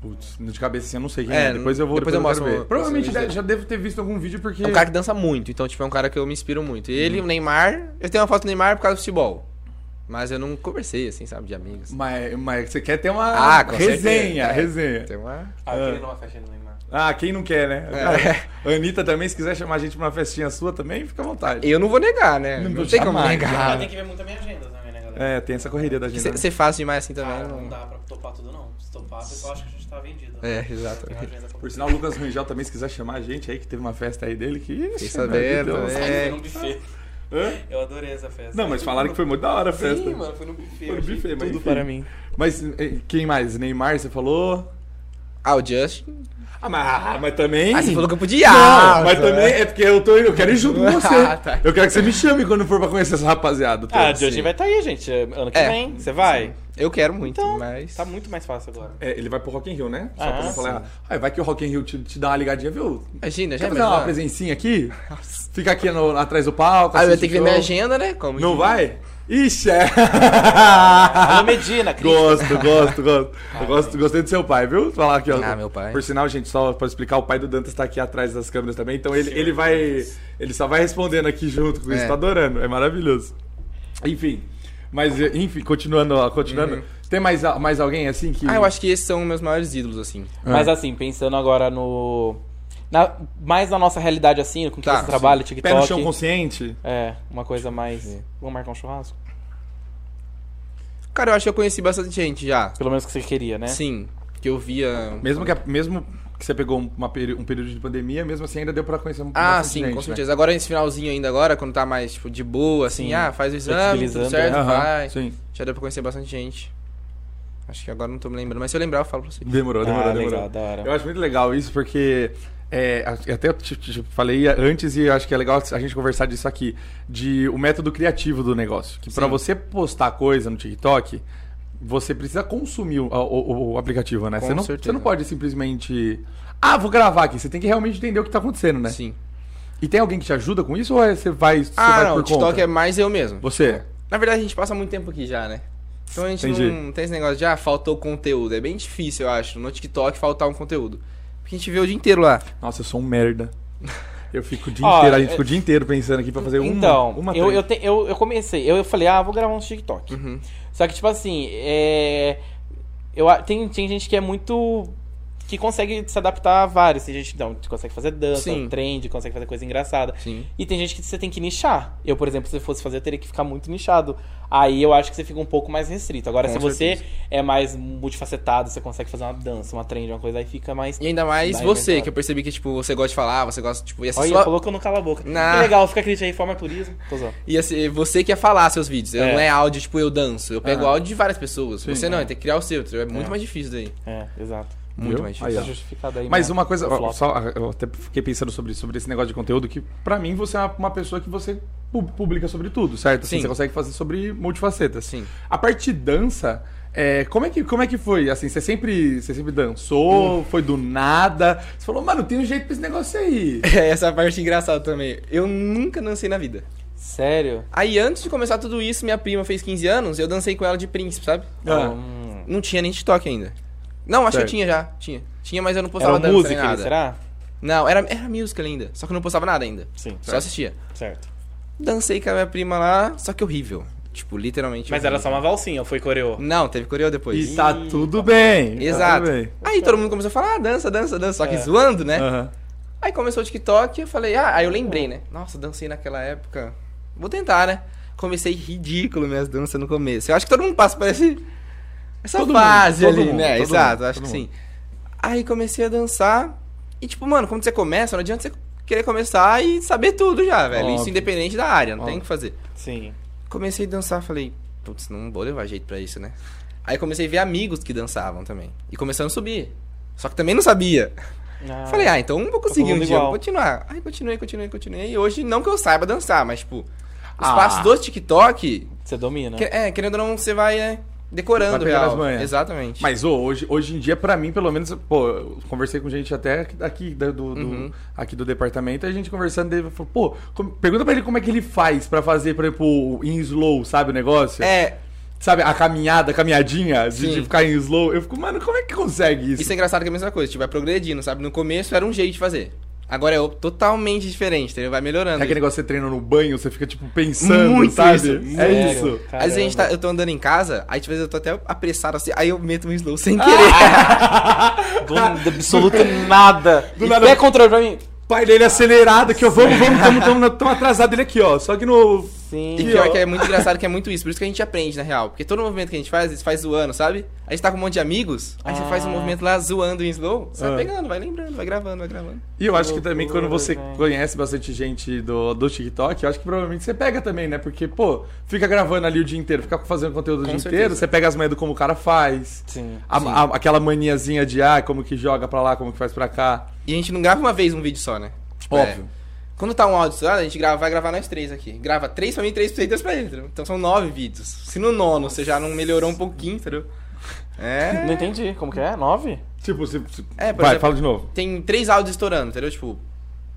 Putz, de cabeça assim eu não sei quem é. É, Depois eu vou depois eu mostro quero o- ver. Provavelmente o vídeo já, já devo ter visto algum vídeo porque. É um cara que dança muito, então, tipo, é um cara que eu me inspiro muito. E Uhum. Ele, o Neymar, eu tenho uma foto do Neymar por causa do futebol. Mas eu não conversei, assim, sabe, de amigos. Mas, mas você quer ter uma Ah, com resenha, certeza. É. resenha. Tem uma. Ah, É. eu queria numa festa do Neymar. Ah, quem não quer, né? É. Anitta também, se quiser chamar a gente pra uma festinha sua também, fica à vontade. Eu não vou negar, né? Não Não, vou tem como jamais. né? Ah, negar. tem que ver muito a minha agenda também, né, galera? É, tem essa correria da gente. Você faz demais assim também. Ah, Cara, não- não dá pra topar tudo, não. Se topar, o pessoal acha que a gente tá vendido. É, exato. Tem uma agenda pra- Por sinal, o Lucas Rangel também, se quiser chamar a gente aí, que teve uma festa aí dele, que. Ixi, sabendo, meu Deus. né? Ai, É. foi num buffet. Hã? Eu adorei essa festa. Não, mas falaram que foi muito da hora a festa. Sim, mano, foi no buffet. Foi no eu achei buffet, mas Tudo enfim. para mim. Mas eh, quem mais? Neymar, você falou? Ah, o Justin. Ah, mas, mas também. Ah, você falou que eu podia. Não, Ah, mas tá. também é porque eu, tô, eu quero ir junto com você. Ah, tá. Eu quero que você me chame quando for pra conhecer essa rapaziada. toda. assim. Ah, Justin sim. vai estar aí, gente. Ano que É. vem. Você vai? Eu quero muito, Então, mas. tá muito mais fácil agora. É, ele vai pro Rock in Rio, né? Só Ah, pra não falar sim. errado. Ah, vai que o Rock in Rio te, te dá uma ligadinha, viu? Imagina, já Quer fazer uma imaginou? presencinha aqui? Fica aqui no- atrás do palco. né?" Ah, eu ia assiste ter que ver o minha show. agenda, né? Como Não que- vai? Ixi, é. Ah. Alô, Medina, Cris. Gosto, gosto, gosto. Eu gosto. Gostei do seu pai, viu? Falar aqui, ó. Ah, meu pai. Por sinal, gente, só pra explicar, o pai do Dantas tá aqui atrás das câmeras também, então ele, ele vai. Ele só vai respondendo aqui junto com isso, É. tá adorando. É maravilhoso. Enfim. Mas, enfim, continuando, ó, continuando. Tem mais, a- mais alguém assim que. Uhum. Ah, eu acho que esses são meus maiores ídolos, assim. É. Mas assim, pensando agora no. na- mais na nossa realidade, assim, com que Tá, você trabalha, Pé no chão TikTok. consciente? É, uma coisa mais. Vamos marcar um churrasco? Cara, eu acho que eu conheci bastante gente já. Pelo menos que você queria, né? Sim. Que eu via. É? Mesmo que, a- mesmo que você pegou uma peri- um período de pandemia, mesmo assim ainda deu pra conhecer um Ah, bastante sim, gente, com né? certeza. Agora nesse finalzinho ainda agora, quando tá mais, tipo, de boa, assim, Sim. ah, faz o exame, tudo Flexibilizando, certo, né? Aham, vai. Sim. Já deu pra conhecer bastante gente. Acho que agora não tô me lembrando, mas se eu lembrar, eu falo pra você. Demorou, demorou, Ah, demorou. legal, da Então. hora. Eu acho muito legal isso, porque. é, eu até te, te falei antes e eu acho que é legal a gente conversar disso aqui. De o método criativo do negócio. Que pra Sim. você postar coisa no TikTok, você precisa consumir o, o- o aplicativo, né? Com você, não, certeza. você não pode simplesmente. Ah, vou gravar aqui. Você tem que realmente entender o que tá acontecendo, né? Sim. E tem alguém que te ajuda com isso ou é, você vai, você Ah, vai não, o por TikTok conta? é mais eu mesmo. Você? Na verdade, a gente passa muito tempo aqui já, né? Então a gente Entendi. não tem esse negócio de, ah, faltou conteúdo. É bem difícil, eu acho, no TikTok faltar um conteúdo. Porque a gente vê o dia inteiro lá. Nossa, eu sou um merda. Eu fico o dia Ó, inteiro, a gente é- fica o dia inteiro pensando aqui pra fazer uma, então, uma eu, trend. eu, te- eu, eu comecei, eu, eu falei, ah, vou gravar um TikTok. Uhum. Só que, tipo assim, é, eu, a- tem, tem gente que é muito. que consegue se adaptar a vários. Tem gente que não, que consegue fazer dança, Sim. trend, consegue fazer coisa engraçada. Sim. E tem gente que você tem que nichar. Eu, por exemplo, se eu fosse fazer, eu teria que ficar muito nichado. Aí eu acho que você fica um pouco mais restrito. Agora, Com se você é mais multifacetado, você consegue fazer uma dança, uma trend, uma coisa, aí fica mais. E ainda mais Dá você, inventado. que eu percebi que, tipo, você gosta de falar, você gosta, tipo, ia ser, Olha, sua- falou que eu não cala a boca. Nah. Que legal, fica crítica aí, forma turismo. Tô zoando. ia ser assim, você que ia falar seus vídeos. Eu- É. Não é áudio, tipo, eu danço. Eu pego Aham. áudio de várias pessoas. Sim. você não, tem que criar o seu, entendeu? é muito É. mais difícil daí. É, exato. Muito Viu? Aí, mais difícil. Tá ó. justificado aí. Mas né? uma coisa, O flop. só, ah, eu até fiquei pensando sobre, sobre esse negócio de conteúdo, que pra mim você é uma- uma pessoa que você pu- publica sobre tudo, certo? Assim, Sim. Você consegue fazer sobre multifacetas. Sim. A parte de dança, é, como, é que, como é que foi? Assim, você sempre, você sempre Hum. dançou, foi do nada. Você falou, mano, tem um jeito pra esse negócio aí. É Essa parte engraçada também. Eu nunca dancei na vida. Sério? Aí, antes de começar tudo isso, minha prima fez 15 anos, eu dancei com ela de príncipe, sabe? Ah. Então, Hum. Não tinha nem TikTok ainda. Não, acho Certo. que eu tinha já. Tinha. Tinha, mas eu não postava Era dança nem música, nada. é será? Não, era, era música ainda. Só que eu não postava nada ainda. Sim, Só Tipo assistia. certo. Dancei com a minha prima lá, só que horrível. Tipo, literalmente. Mas horrível. era só uma valsinha, ou foi coreô? Não, teve coreo depois. E tá tudo bem. tá então. Exato. tudo bem. Aí todo mundo começou a falar, ah, dança, dança, dança. Só que É. zoando, né? Aham. Aí começou o TikTok, eu falei, ah, aí eu lembrei, né? Nossa, dancei naquela época. Vou tentar, né? Comecei ridículo minhas danças no começo. Eu acho que todo mundo passa por esse, essa Todo fase mundo, todo ali, mundo, né? todo Exato, mundo, acho que todo sim. Aí comecei a dançar. E tipo, mano, quando você começa, não adianta você querer começar e saber tudo já, velho. Isso Óbvio. independente da área, não tem o Óbvio. que fazer. Sim. Comecei a dançar, falei, putz, não vou levar jeito pra isso, né? Aí comecei a ver amigos que dançavam também. E começando a subir. Só que também não sabia. Ah, Falei, ah, então vou conseguir todo um mundo dia, vou igual. continuar. Aí continuei, continuei, continuei. E hoje, não que eu saiba dançar, mas, tipo, os Ah. passos do TikTok, Você domina. que- é, querendo ou não, você vai é, decorando Vai pegando já. as manhas. Exatamente. Mas ô, hoje, hoje em dia, pra mim, pelo menos, pô, eu conversei com gente até aqui- aqui da- do, do- Uhum. aqui do departamento, a gente conversando, ele falou, pô, como- pergunta pra ele como é que ele faz pra fazer, por exemplo, em slow, sabe o negócio? É, Sabe, a caminhada, a caminhadinha, de, Sim. de ficar em slow. Eu fico, mano, como é que consegue isso? isso é engraçado que é a mesma coisa, tipo, vai progredindo, sabe? No começo era um jeito de fazer. Agora é o- totalmente diferente, entendeu? Vai melhorando. É aquele negócio que você treina no banho, você fica, tipo, pensando, Muito sabe? isso. É Sério, isso. caramba. Às vezes a gente tá, eu tô andando em casa, aí tipo, às vezes eu tô até apressado assim, aí eu meto um slow Ah, sem querer. Do, do absoluto nada. Do e nada. pé controle pra mim. O pai dele acelerado, que eu, vamos, vamos, tamo, tamo, tamo atrasado ele aqui, ó. Só que no... Sim. E pior que é muito engraçado que é muito isso, por isso que a gente aprende, na real. Porque todo movimento que a gente faz, a gente faz zoando, sabe? A gente tá com um monte de amigos, aí você Ah. faz um movimento lá zoando em slow, você Ah. vai pegando, vai lembrando, vai gravando, vai gravando. E eu acho que também loucura, quando você velho. conhece bastante gente do, do TikTok, eu acho que provavelmente você pega também, né? Porque, pô, fica gravando ali o dia inteiro, fica fazendo conteúdo o Com dia certeza. inteiro, você pega as manhas do como o cara faz. Sim. A- a- aquela maniazinha de, ah, como que joga pra lá, como que faz pra cá. E a gente não grava uma vez um vídeo só, né? Tipo, é, Óbvio. quando tá um áudio só, a gente grava, vai gravar nós três aqui. Grava três pra mim, três pra você e dois pra ele. entendeu? Então são nove vídeos. Se no nono você já não melhorou um pouquinho, entendeu? É. Não entendi. Como que é? Nove? Tipo, se, se- É, por vai, exemplo- fala de novo. Tem três áudios estourando, entendeu? Tipo,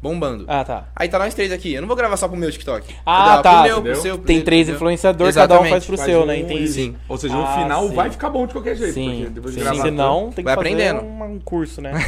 bombando. Ah, tá. Aí tá nós três aqui. Eu não vou gravar só pro meu TikTok. Vou Ah, gravar tá. Pro meu, pro Entendeu? seu, pro Tem dele, três entendeu? influenciadores, cada um Exatamente, faz pro faz seu, um né? e- Entendi. Sim. Ou seja, Ah, no final sim. vai ficar bom de qualquer jeito. Sim, porque depois de sim. gravar se não, tem que Vai fazer aprendendo. um, um curso, né?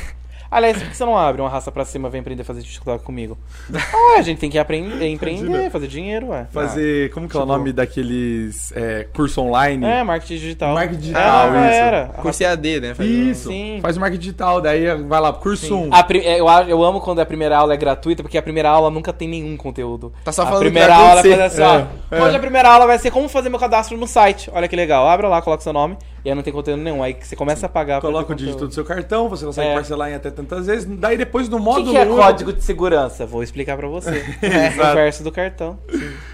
Aliás, por que você não abre uma raça pra cima vem aprender a fazer TikTok comigo? Ah, a gente tem que aprender, empreender, Imagina. fazer dinheiro, ué. Fazer, como que é o nome daqueles é, curso online? Ah. Tipo- É, marketing digital. Marketing é, a digital, nova isso. era. A Curso EAD, né? Faz- Isso, Sim. faz o marketing digital, daí vai lá, curso 1. A pri- é, eu, a- eu amo quando a primeira aula é gratuita, porque a primeira aula nunca tem nenhum conteúdo. Tá só a falando o que primeira vai aula acontecer. é assim, ó. É, Hoje é. a primeira aula vai ser como fazer meu cadastro no site. Olha que legal. Abra lá, coloca seu nome, e aí não tem conteúdo nenhum. Aí você começa a pagar pra Coloca ter o dígito conteúdo. do seu cartão, você consegue É. parcelar em até tantas vezes. Daí depois no O que módulo. que é um- código de segurança? Vou explicar pra você. é o verso do cartão.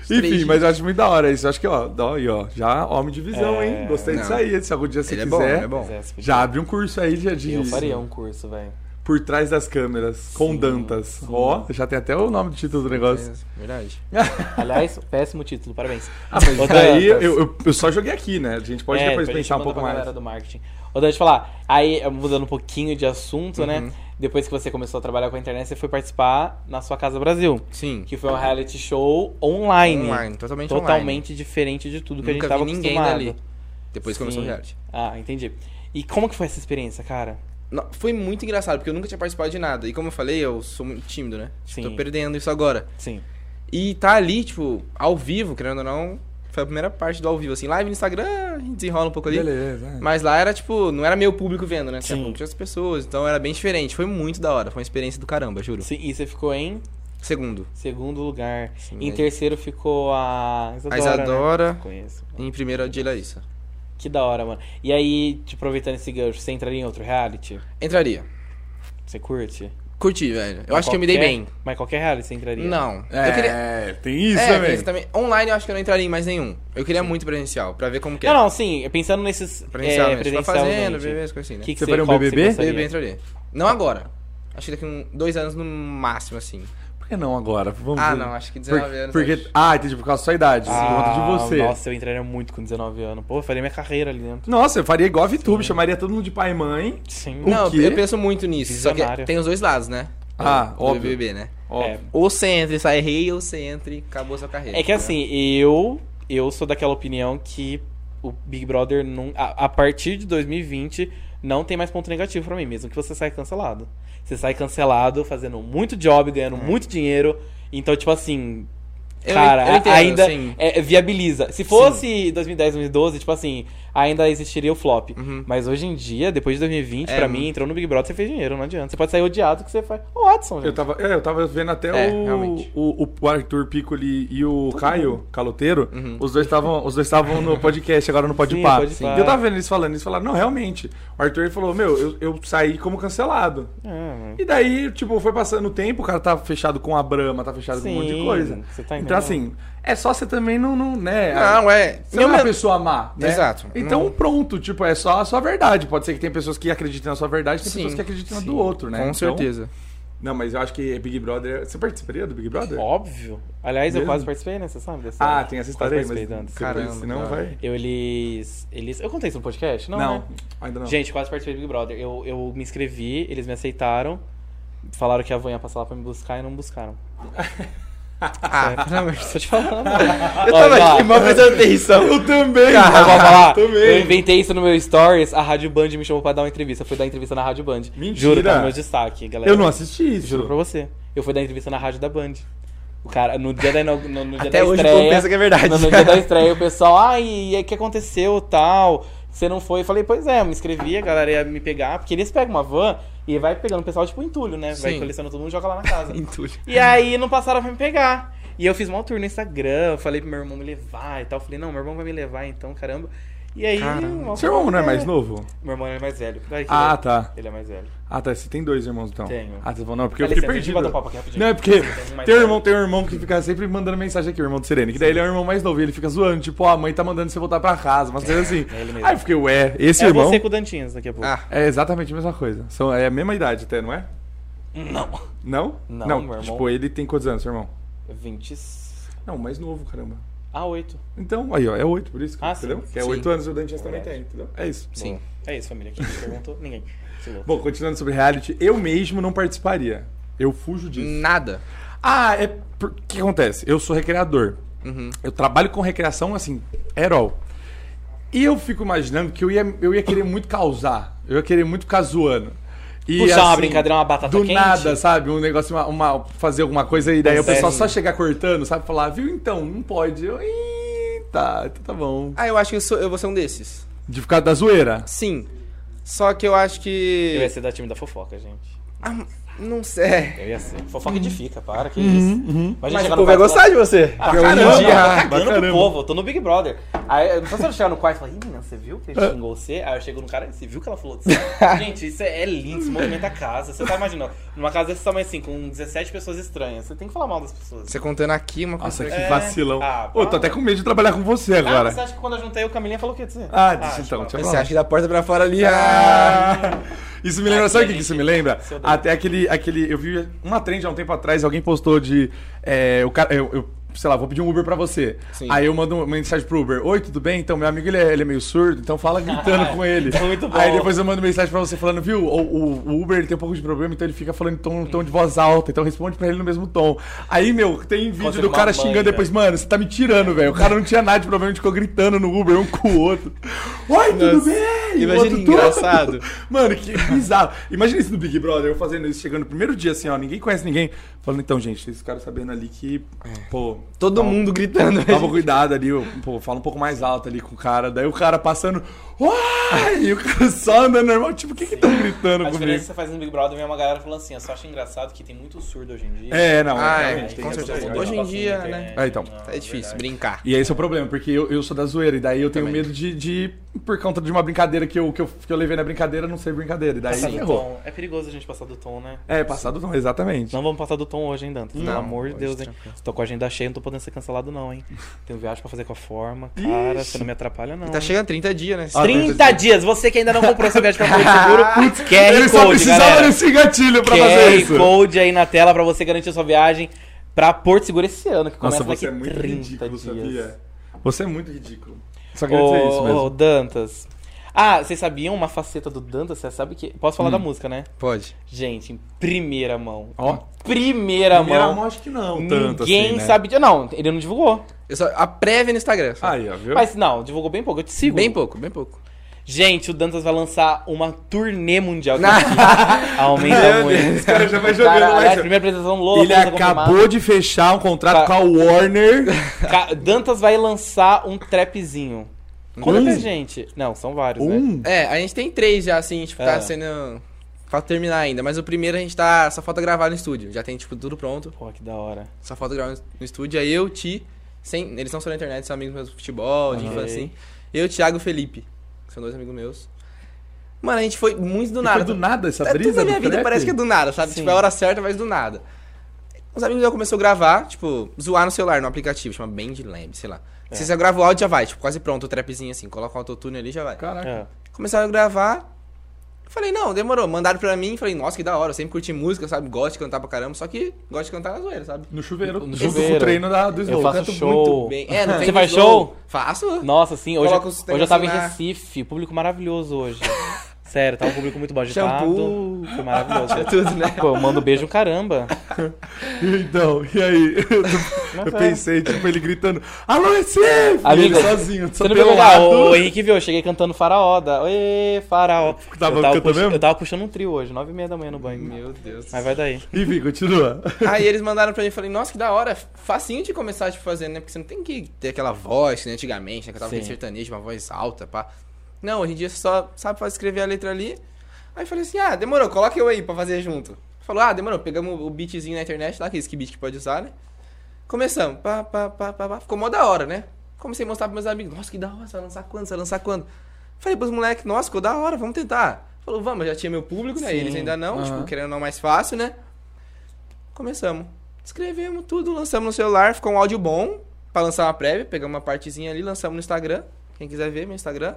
Enfim, mas eu acho muito da hora isso. Eu acho que, ó, dó aí, ó. Já homem de É. visão, hein? Gostei Não. disso aí. Se algum dia você Ele é bom, quiser, ele é bom. Mas é, se podia- já abre um curso aí já de Eu faria um curso, velho. por trás das câmeras, com Sim, Dantas. sim. Ó, já tem até o nome do título do assim. negócio. É, Verdade. Aliás, péssimo título, parabéns. Ah, mas Ô, daí eu, Dantas. eu, eu só joguei aqui, né? A gente pode É, depois pra gente pensar um mandar pouco pra mais. galera do marketing. Ô, Dan, deixa eu falar. Aí, mudando um pouquinho de assunto, né? Uhum. Depois que você começou a trabalhar com a internet, você foi participar na sua Casa Brasil. Sim. Que foi um reality show online. Online, totalmente Totalmente diferente de tudo que a Nunca gente tava vi ninguém acostumado. dali. Depois começou o Sim. reality. Ah, entendi. E como que foi essa experiência, cara? Não, foi muito engraçado, porque eu nunca tinha participado de nada. E como eu falei, eu sou muito tímido, né? Sim. Tô perdendo isso agora. Sim. E tá ali, tipo, ao vivo, querendo ou não, foi a primeira parte do ao vivo, assim. Live no Instagram, a gente desenrola um pouco ali. Beleza. é. Mas lá era, tipo, não era meu público vendo, né? Tinha Sim. público de outras pessoas, então era bem diferente. Foi muito da hora, foi uma experiência do caramba, juro. Sim, E você ficou em Segundo, segundo lugar. Sim, em é. terceiro ficou a Isadora. a Isadora. Né? Conheço. Em primeiro, é a de Larissa. Que da hora, mano. E aí, te aproveitando esse gancho, você entraria em outro reality? Entraria. Você curte? Curti, velho. Eu Mas acho que eu me dei qualquer- bem. Mas qualquer reality você entraria? Não. É, eu queria... tem isso é, tem também. isso também. Online eu acho que eu não entraria em mais nenhum. Eu queria muito presencial, pra ver como que é. Não, não, sim, pensando nesses. Presencial, é, né? Tipo, a presencial, Fazenda, gente. BBB, as coisas assim, né? Que que Você você faria um qual que você BBB? gostaria? BBB entraria. Não agora. Acho que daqui um, dois anos no máximo, assim. Por que não agora? Vamos Ah, ver. não, acho que 19 anos, Porque... acho. Ah, entendi, por causa da sua idade. por Ah, conta de você. Nossa. Nossa, eu entraria muito com 19 anos. Pô, eu faria minha carreira ali dentro. eu faria igual a VTube, chamaria todo mundo de pai e mãe. Sim. O não, quê? eu penso muito nisso. Só que Visionário. tem os dois lados, né? Ah, do óbvio. BBB, né? Ó, É. Ou você entra e sai rei, ou você entra e acabou sua carreira. É que assim, eu eu sou daquela opinião que o Big Brother não, a, a partir de 2020 não tem mais ponto negativo pra mim, mesmo que você saia cancelado. Você sai cancelado, fazendo muito job, É. ganhando muito dinheiro. Então, tipo assim, Eu- cara, eu entendo, assim. ainda sim. é, viabiliza. Se fosse 2010, 2012, tipo assim, ainda existiria o flop. Uhum. Uhum. Mas hoje em dia, depois de 2020, É, pra mu- mim, entrou no Big Brother, você fez dinheiro, não adianta. Você pode sair odiado que você faz. O Watson, gente. eu tava, é, eu tava vendo até É, o, realmente. o, o Arthur Piccoli e o Caio Caloteiro. Os dois estavam os dois estavam no podcast, agora no Pode Uhum. Sim, Pá. Pode Pá. Eu tava vendo eles falando, eles falaram, não, realmente. O Arthur ele falou, meu, eu, eu saí como cancelado. É, E daí, tipo, foi passando o tempo, o cara tá fechado com a Brahma, tá fechado com um monte de Sim, coisa. você tá entendendo? então, assim, é só você também não, não né? Não, é. Você não, é uma mas- pessoa má, né? Exato. Então, Não. pronto, tipo, é só a sua verdade. Pode ser que tem pessoas que acreditem na sua verdade, tem Sim, pessoas que acreditem na sim. do outro, né? Com Então- certeza. Não, mas eu acho que Big Brother... Você participaria do Big Brother? Óbvio. Aliás, eu Mesmo? quase participei, né? Você sabe dessa? ah, tem Quase essa história aí, mas participei da antes. depois, Caramba, senão cara. vai... Eu, eles, eles... Eu contei isso no podcast? Não, né? ainda não. Gente, quase participei do Big Brother. Eu, eu me inscrevi, eles me aceitaram. Falaram que a van ia passar lá pra me buscar e não buscaram. É, Ah, não, mas- Tô te falando. Ah, eu tava aqui, mal prestando atenção. eu também! Eu vou falar, Também. eu inventei isso no meu stories, a Rádio Band me chamou pra dar uma entrevista. Eu fui dar entrevista na Rádio Band. Mentira. Juro, tá no meu destaque, galera. Eu não assisti isso. Juro pra você. Eu fui dar entrevista na Rádio da Band. O cara, no dia da, ino- no, no dia Até da hoje estreia... compensa que é verdade. No, no dia da estreia, o pessoal, ai, e aí, o que aconteceu, tal? Você não foi? Eu falei, pois é, eu me inscrevi, a galera ia me pegar, porque eles pegam uma van e vai pegando o pessoal tipo entulho, né? Vai Sim. colecionando todo mundo e joga lá na casa. Entulho. e aí não passaram pra me pegar. E eu fiz uma tour no Instagram, falei pro meu irmão me levar e tal. Falei, não, meu irmão vai me levar então, caramba. E aí. Caramba. Seu irmão não é mais novo? Meu irmão é mais velho. Ai, que Ah, velho. tá. Ele é mais velho. Ah, tá. Você tem dois irmãos, então? Tenho. Ah, você falou, não, porque eu Dá fiquei licença, deixa eu perdido. bater um papo aqui rapidinho. não, é porque Tem um mais tem um, velho. irmão, tem um irmão que fica sempre mandando mensagem aqui, o irmão do Serene. Que daí ele é o irmão mais novo e ele fica zoando, tipo, ó, a mãe tá mandando você voltar pra casa, mas coisa assim. é ele mesmo. Aí eu fiquei, ué, esse é irmão você com o Dantinhas daqui a pouco. Ah, é exatamente a mesma coisa. São, é a mesma idade até, não é? Não. Não? Não, meu irmão. Tipo, ele tem quantos anos, seu irmão? 20. Não, mais novo, caramba. Ah, 8. Então, aí, ó, é oito, por isso, Ah, entendeu? sim. Que é Sim. oito anos o Dantinhas também tem, Verdade. entendeu? É isso. sim. É isso, família. Quem perguntou? Ninguém. Que louco. Bom, continuando sobre reality, eu mesmo não participaria. Eu fujo disso. Nada. Ah, é. por- O que acontece? Eu sou recreador. Uhum. Eu trabalho com recreação, assim, herol. E eu fico imaginando que eu ia, eu ia querer muito causar. Eu ia querer muito ficar zoando. E, assim, Puxar uma brincadeira, uma batata do quente? Tá nada, sabe? Um negócio, uma, uma- fazer alguma coisa e daí o Sério? pessoal só chegar cortando, sabe? Falar, viu? Então, não pode. Eu, "Ih, tá, então tá bom. Ah, eu acho que eu, sou, eu vou ser um desses. De ficar da zoeira. Sim. Só que eu acho que. assim. Eu ia ser da time da fofoca, gente. Ah, não sei. É, Eu ia ser. Fofoca Uhum. edifica, para, que isso. Mas Mas o povo vai gostar de você. Ah, Porque é caramba, hoje em eu dia- tô cagando Pra pro um né? caramba. povo, eu tô no Big Brother. Aí, eu- só se eu chegar no quarto e falar, ih, menina, você viu É. que ele xingou você? Aí eu chego no cara, você viu que ela falou disso? Gente, isso é, é lindo, isso movimenta a casa. Você tá imaginando, numa casa desse tamanho assim, com 17 pessoas estranhas, você tem que falar mal das pessoas. Você contando aqui uma coisa. Nossa, que É. vacilão. Ah, Ô, tô para. até com medo de trabalhar com você agora. Ah, você acha que quando eu juntei o Camilinha falou o quê? de você? Ah, deixa então, tipo, tchau. Você acha que da porta pra fora ali. ah, Ah! Isso me lembra, sabe o que que isso me lembra? Seu Deus. Até aquele, aquele. Eu vi uma trend há um tempo atrás, alguém postou de. é, o cara, eu, eu sei lá, vou pedir um Uber pra você. Sim. Aí eu mando uma mensagem pro Uber. Oi, tudo bem? Então, meu amigo, ele é, ele é meio surdo, então fala gritando com ele. Então, Muito bom. Aí depois eu mando mensagem pra você falando, viu, o, o- o Uber ele tem um pouco de problema, então ele fica falando em tom, tom de voz alta, então responde pra ele no mesmo tom. Aí, meu, tem vídeo Consigo do uma cara mãe, xingando né? depois, mano, você tá me tirando, velho. O cara não tinha nada de problema, a gente ficou gritando no Uber um com o outro. Oi, tudo Nossa. bem? E o Imagina um outro, que engraçado. Mano, que bizarro. Imagina isso do Big Brother, eu fazendo isso, chegando no primeiro dia assim, ó, ninguém conhece ninguém. Falando, então, gente, vocês ficaram sabendo ali que, É. pô... Todo tava- mundo gritando. Tava cuidado ali, eu, pô, fala um pouco mais alto ali com o cara. Daí o cara passando, uai, e o cara só andando normal. Tipo, o que que tão gritando A diferença que comigo? você faz no Big Brother é uma galera falando assim, eu só acho engraçado que tem muito surdo hoje em dia. É, não, Ah, Aí, é, realmente tem com essa certeza. coisa, razão. Hoje em negócio de dia, internet. né? Ah, então. Não, É difícil verdade. brincar. E esse é o problema, porque eu, eu sou da zoeira, e daí eu tenho Também. medo de, de, por conta de uma brincadeira que eu, que eu, que eu levei na brincadeira, não ser brincadeira. E daí Passar do errou. tom. É perigoso a gente passar do tom, né? É, passado não, exatamente. Não vamos passar do tom hoje, hein, Dantas? Pelo Não, amor de hoje tá Deus, hein? Tô com a agenda cheia, não tô podendo ser cancelado, não, hein? Tenho viagem pra fazer com a forma. Cara, Ixi. você não me atrapalha, não. E tá hein? chegando 30 dias, né? Ah, 30 dias! Você que ainda não comprou essa viagem pra Porto Putz, Seguro, QR ele só Code, precisava galera. desse gatilho pra fazer QR isso. Code aí na tela pra você garantir a sua viagem pra Porto Seguro esse ano, que começa Nossa, você é daqui muito 30 ridículo, dias. sabia? Você é muito ridículo. Só queria dizer isso Ô, mesmo. ô, Dantas. Ah, vocês sabiam uma faceta do Dantas? Você sabe que. Posso Hum. falar da música, né? Pode. Gente, em primeira mão. Ó. Primeira, Primeira mão. mão, acho que não, tanto Ninguém assim, né? sabe. de- Não, ele não divulgou. Eu só, a prévia no Instagram. só. Aí, ó, viu? Mas não, divulgou bem pouco. Eu te sigo. bem pouco, bem pouco. Gente, o Dantas vai lançar uma turnê mundial. Na- Aumenta Meu muito. é Deus, o É, cara já vai jogando Cara, aliás, mais. primeira apresentação Lola Ele acabou de fechar um contrato Tá. com a Warner. Dantas vai lançar um trapzinho. Conta Um? pra gente. Não, são vários, né? Um. É, a gente tem três já, assim, tipo, tá É. Ah. sendo. Falta terminar ainda, mas o primeiro a gente tá. Só falta gravar no estúdio. Já tem, tipo, tudo pronto. Pô, que da hora. Só falta gravar no estúdio. Aí eu, Ti, sem. Eles não são da internet, são amigos meus do futebol, de Aham. infância, assim. Eu, Thiago e Felipe. que São dois amigos meus. Mano, a gente foi muito do E nada. Foi do nada É essa Tá, brisa? tudo na minha do vida trap? parece que é do nada, sabe? Sim. Tipo, é a hora certa, mas do nada. Os amigos já começou a gravar, tipo, zoar no celular, no aplicativo, chama Bandlab, sei lá. É. Você já grava o áudio, já vai, tipo, quase pronto o trapzinho assim, coloca o autotune ali, já vai. Caraca. É. Começaram a gravar. Falei, não, demorou. Mandaram pra mim, falei, nossa, que da hora, eu sempre curti música, sabe? Gosto de cantar pra caramba, só que gosto de cantar na zoeira, sabe? No chuveiro. No junto com o chuveiro. treino da, do Slow. Eu faço Canto show. muito. Pô. Bem, é, não tem Você faz slow. show? Faço. Nossa, sim, hoje, Coloca os hoje eu negócios tava em na- Recife, público maravilhoso hoje. Sério, tava um público muito bom agitado. Shampoo. Foi maravilhoso. É tudo, né? Pô, eu mando beijo caramba. Então, e aí? Eu, é. pensei, tipo, ele gritando, alô, Recife! E Amigo, ele sozinho, Você não me pelado. o, o Henrique viu, eu cheguei cantando faraó da. Oi, faraó. Tava eu, tava cantando mesmo? eu tava puxando um trio hoje, nove e meia da manhã no banho. Meu Deus. Mas vai daí. Enfim, continua. Aí eles mandaram pra mim e falei, nossa, que da hora, facinho de começar, tipo, fazendo, né? Porque você não tem que ter aquela voz, né? Antigamente, né? Que eu tava Sim. aquele sertanejo, uma voz alta, pá. Não, hoje em dia você só sabe fazer- escrever a letra ali. Aí eu falei assim, ah, demorou, coloca eu aí pra fazer junto. Falou, ah, demorou, pegamos o beatzinho na internet lá, que diz que beat que pode usar, né? Começamos, pá, pá, pá, pá, pá. Ficou mó da hora, né? Comecei a mostrar pros meus amigos, nossa, que da hora, você vai lançar quando, você vai lançar quando? Falei pros moleques, nossa, ficou da hora, vamos tentar. Falou, vamos, eu já tinha meu público, né? Sim. Eles ainda não, Aham. tipo, querendo ou não mais fácil, né? Começamos. Escrevemos tudo, lançamos no celular, ficou um áudio bom pra lançar uma prévia, pegamos uma partezinha ali, lançamos no Instagram. Quem quiser ver, meu Instagram.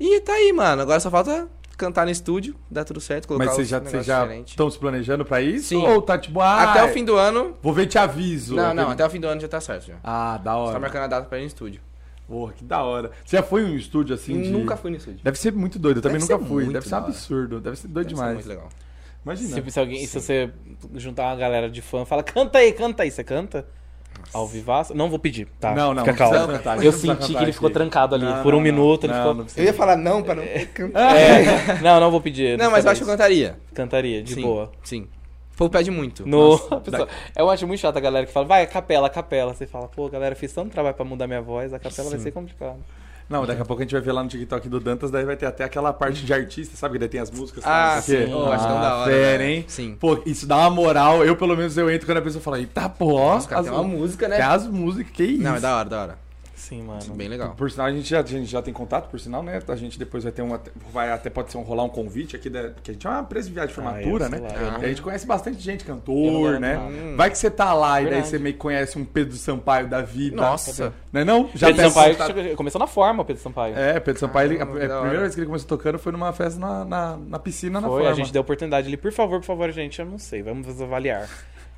E tá aí, mano. Agora só falta cantar no estúdio, dar tudo certo, colocar Mas os vocês já negócios diferentes. estão se planejando pra isso? Sim. Ou tá tipo, ah, Até o fim do ano. vou ver e te aviso. Não, não, até o fim do ano já tá certo já. Ah, da Só hora. marcando a data pra ir no estúdio. Porra, que da hora. Você já foi em um estúdio assim? de- Nunca fui no estúdio. Deve ser muito doido, eu também Deve nunca ser fui. muito Deve ser um da hora. absurdo, deve ser doido Deve ser demais. Muito legal. Imagina. Se, se alguém, se você juntar uma galera de fã, fala, canta aí, canta aí, você canta? Ao vivaço? Não vou pedir, tá? Não, não, Fica não calmo. precisa cantar, eu não precisa senti que cantar ele ficou aqui. trancado ali. Não, por um não, não. minuto ele Não, ficou. não Não, precisa. Eu ia falar não pra não cantar. é, não, não vou pedir. Não, mas dessa eu acho que eu vez. cantaria. cantaria, de Sim, boa. Sim. O povo pede muito. No... Nossa, a pessoa- Eu é um acho muito chato a galera que fala, vai, a capela, a capela. Você fala, pô, galera, fiz tanto trabalho pra mudar minha voz, a capela vai ser complicado. Não, daqui a pouco a gente vai ver lá no TikTok do Dantas, daí vai ter até aquela parte de artista, sabe? Que daí tem as músicas. tem Ah, não sei o sim. quê. Oh, acho tão da hora, fera, né? hein? Sim. Pô, isso dá uma moral. Eu, pelo menos, eu entro quando a pessoa fala, eita, pô, ó, Os caras as- têm uma música, né? tem as músicas, que isso. Não, é da hora, da hora. Sim, mano. Bem legal. Por sinal, a gente, já, a gente já tem contato, por sinal, né? A gente depois vai ter um. até- Vai até pode ser um rolar um convite aqui, da, porque a gente é uma empresa de viagem de Ah, formatura, eu né? sei lá, eu E não- a gente conhece bastante gente, Eu não cantor, quero né? Hum. nada. Vai que você tá lá e daí Verdade. você meio que conhece um Pedro Sampaio da vida. tá Nossa. Não é não? Já Pedro tem Sampaio contato. chegou- tá- começou na forma, Pedro Sampaio. tipo, É, Pedro Sampaio, ele- a, a Caramba, Ah, da hora. primeira vez que ele começou tocando foi numa festa na, na, na piscina, na Foi, forma. a gente deu a oportunidade ali, por favor, por favor, gente, eu não sei, vamos avaliar.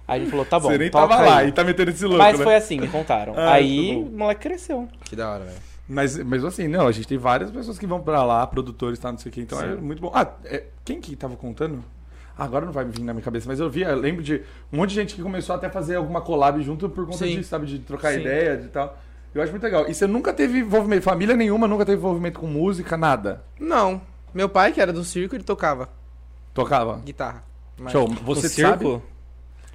Aí a gente falou, tá bom, Você nem toca tava lá aí. e tá metendo esse louco, Mas né? foi assim, me contaram. Ah, aí tá bom. o moleque cresceu. Que da hora, velho. Mas mesmo assim, não, a gente tem várias pessoas que vão pra lá, produtores, tá, não sei o que, então é muito bom. Ah, é, quem que tava contando? Ah, Agora não vai me vir na minha cabeça, mas eu vi, eu lembro de um monte de gente que começou até a fazer alguma collab junto por conta Sim. disso, sabe? De trocar Sim. ideia, de tal. Eu acho muito legal. E você nunca teve envolvimento, família nenhuma nunca teve envolvimento com música, nada? Não. Meu pai, que era do circo, ele tocava Tocava? guitarra. Mas- Show, você o circo? É, sabe?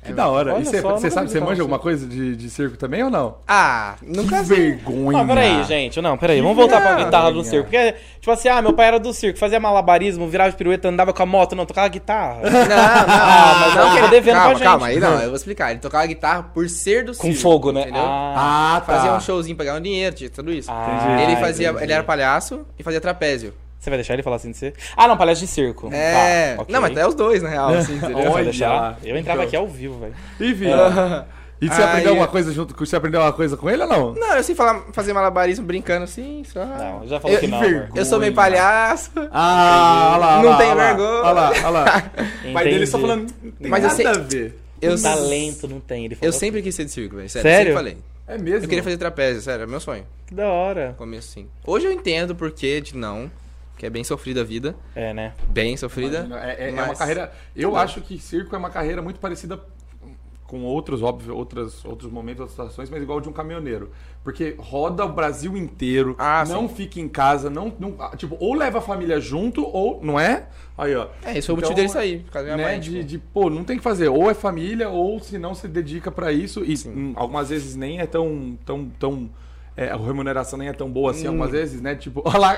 Que da hora. Olha E você, só, eu você nunca sabe, vi você tocar manja um alguma coisa de, de circo também ou não? Ah, nunca que vi. vergonha. Não, Ah, peraí, gente. Não, peraí. Vamos voltar pra guitarra do circo. Porque, tipo assim, ah, meu pai era do circo, fazia malabarismo, virava de pirueta, andava com a moto, não, tocava guitarra. Não, não, Ah, mas não, que tá devendo calma, pra gente. Calma, aí não, eu vou explicar. Ele tocava guitarra por ser do circo. com fogo, né? Entendeu? Ah, Ah, tá. Fazia um showzinho, pagava um dinheiro, tinha tudo isso. ah, ele fazia, entendi. ele era palhaço e fazia trapézio. Você vai deixar ele falar assim de você? Ah, não, palhaço de circo. É. Tá, ok. Então. Não, mas até os dois, na real, assim, entendeu? Vai Olha. deixar? Eu entrava aqui ao vivo, velho. Enfim. E você Aí- aprendeu alguma coisa junto com você aprendeu alguma coisa com ele ou não? Não, eu sei falar, fazer malabarismo brincando assim, só. Não, já falou Eu- que não. vergonha. amor. Eu sou meio palhaço. Ah, olha lá. Não olha tem lá, vergonha. Olha lá, olha lá. O pai dele só Entendi. falando. Não tem Mas eu nada sei- a ver. Eu, O Um talento não tem. Ele falou, eu sempre quis ser de circo, velho. Sério? Sério? Sempre falei. É mesmo. Eu queria fazer trapézio, sério, é meu sonho. Que da hora. Começo sim. Hoje eu entendo o porquê de não, que é bem sofrida a vida. É, né? Bem sofrida. É, é- é uma né? mas- carreira. Eu acho que circo é uma carreira muito parecida com outros, óbvio, outras, outros momentos, outras situações, mas igual de um caminhoneiro. Porque roda o Brasil inteiro, Ah, não fica em casa, não, não- ah, Tipo, ou leva a família junto, ou. Não é? Aí, ó. É, esse Então, foi o motivo dele sair, por causa da minha né, mãe. de, tipo. de, pô, não tem o que fazer. Ou é família, ou se não se dedica pra isso. E hum, algumas vezes nem é tão. tão, tão é, a remuneração nem é tão boa Hum. assim, algumas vezes, né? Tipo, olha lá.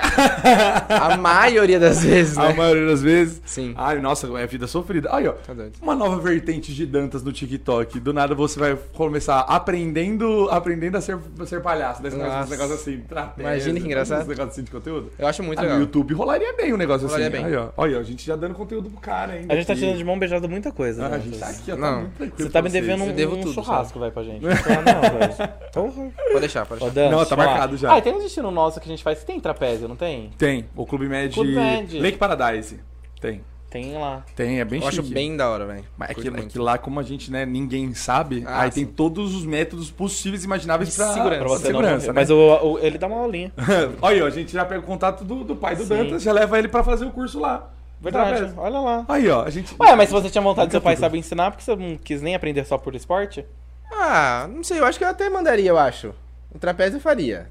A maioria das vezes, né? A maioria das vezes. Sim. Ai, nossa, é vida sofrida. Aí, ó. Tá doido. Uma nova vertente de dantas no TikTok. Do nada você vai começar aprendendo, aprendendo a ser, a ser palhaço. Daí você começa com uns Nossa. negócios assim, trapézio, Imagina que engraçado. Esse negócio assim de conteúdo. Eu acho muito Ah, legal. no YouTube rolaria bem um negócio Rolaria assim. bem. Aí, ó. Olha, a gente já dando conteúdo pro cara ainda. A gente tá aqui. tirando de mão beijada muita coisa. Ah, né? a gente tá aqui, ó. Tá Não. muito tranquilo. Você tá me pra vocês. devendo um, Eu devo um tudo, churrasco, vai, pra gente. Não sei lá não, velho. Porra. Pode deixar, pode Ô, deixar. Dante, Não, tá vamos lá. marcado já. Ah, e tem um destino nosso que a gente faz. Tem trapézio, não tem? Tem. O Clube Med. Clube Med. Lake Paradise. Tem. Tem lá. Tem, é bem Eu acho chique. bem da hora, velho. Mas é que, Curto é muito. que lá, como a gente, né, ninguém sabe, Ah, aí sim. tem todos os métodos possíveis e imagináveis De pra segurança. Pra você segurança, não. né? Mas o- o- ele dá uma aulinha. Olha aí, ó, a gente já pega o contato do, do pai do Sim. Dantas, já leva ele pra fazer o curso lá. Verdade. Através. Olha lá. Aí, ó, a gente... Ué, mas se você tinha vontade do seu pai saber ensinar, por que você não quis nem aprender só por esporte? Ah, não sei, eu acho que eu até mandaria, eu acho. O trapézio eu faria.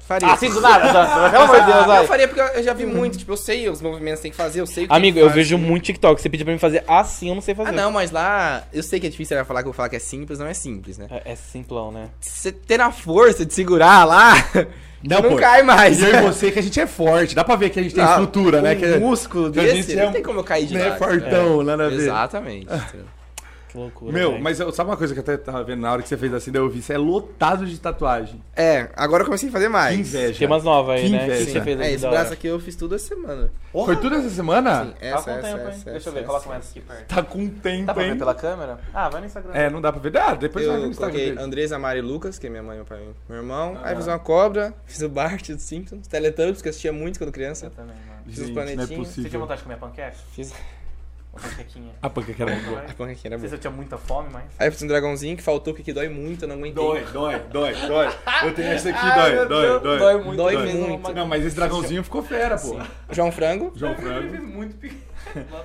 Faria. Ah, sim, do nada, Dantas. Pelo amor de Deus, Ah, eu vai. faria porque eu já vi muito, tipo, eu sei os movimentos que tem que fazer, eu sei o que Amigo, tem que eu fazer. vejo muito TikTok. Você pediu pra mim fazer assim, eu não sei fazer. Ah, não, mas lá, eu sei que é difícil ela falar que eu vou falar que é simples, não é simples, né? É, é simplão, né? Você ter a força de segurar lá, não, pô, cai mais. E eu e você, que a gente é forte. Dá pra ver que a gente tem Ah, estrutura, né? um Que é, músculo que a desse, gente é não tem como eu cair de né, lado. fortão, Ah. nada a ver. Exatamente. Que né? loucura. Meu, velho. mas eu- sabe uma coisa que eu até tava vendo na hora que você fez assim, daí eu vi? Você é lotado de tatuagem. é, agora eu comecei a fazer Que mais. inveja. Tem umas novas aí, Que né? inveja. Que você fez É, aí esse da hora. braço aqui eu fiz tudo essa semana. Foi tudo essa semana? Sim, Tá essa, com essa, tempo, hein? essa, Deixa eu essa, ver, essa. coloca mais aqui perto. Tá com tempo, Dá pra ver hein? pela câmera? Ah, vai no Instagram. É, não dá pra ver. Ah, depois vai ver no Eu Instagram coloquei dele. Andresa, Mari e Lucas, que é minha mãe, meu pai e meu irmão. Ah. Aí fiz uma cobra, fiz o Bart dos Simpsons, Teletubbies, que eu assistia muito quando criança. Eu também, mano. Fiz os Gente, não é planetinhos. Você tinha possível. Ah, vontade de comer a panqueca? Fiz. Uma panquequinha. A panqueca era boa. A panquequinha era Não sei boa. se eu tinha muita fome, mas. Aí eu fiz um dragãozinho que faltou, porque dói muito, eu não aguentei. Dói, dói, dói, dói. Eu tenho esse aqui, Ai, dói, meu dói, Deus, dói. dói é muito. Dói Dói. muito. muito. Não, mas esse dragãozinho ficou fera, pô. João Frango. João Frango. Fiz muito pequeno.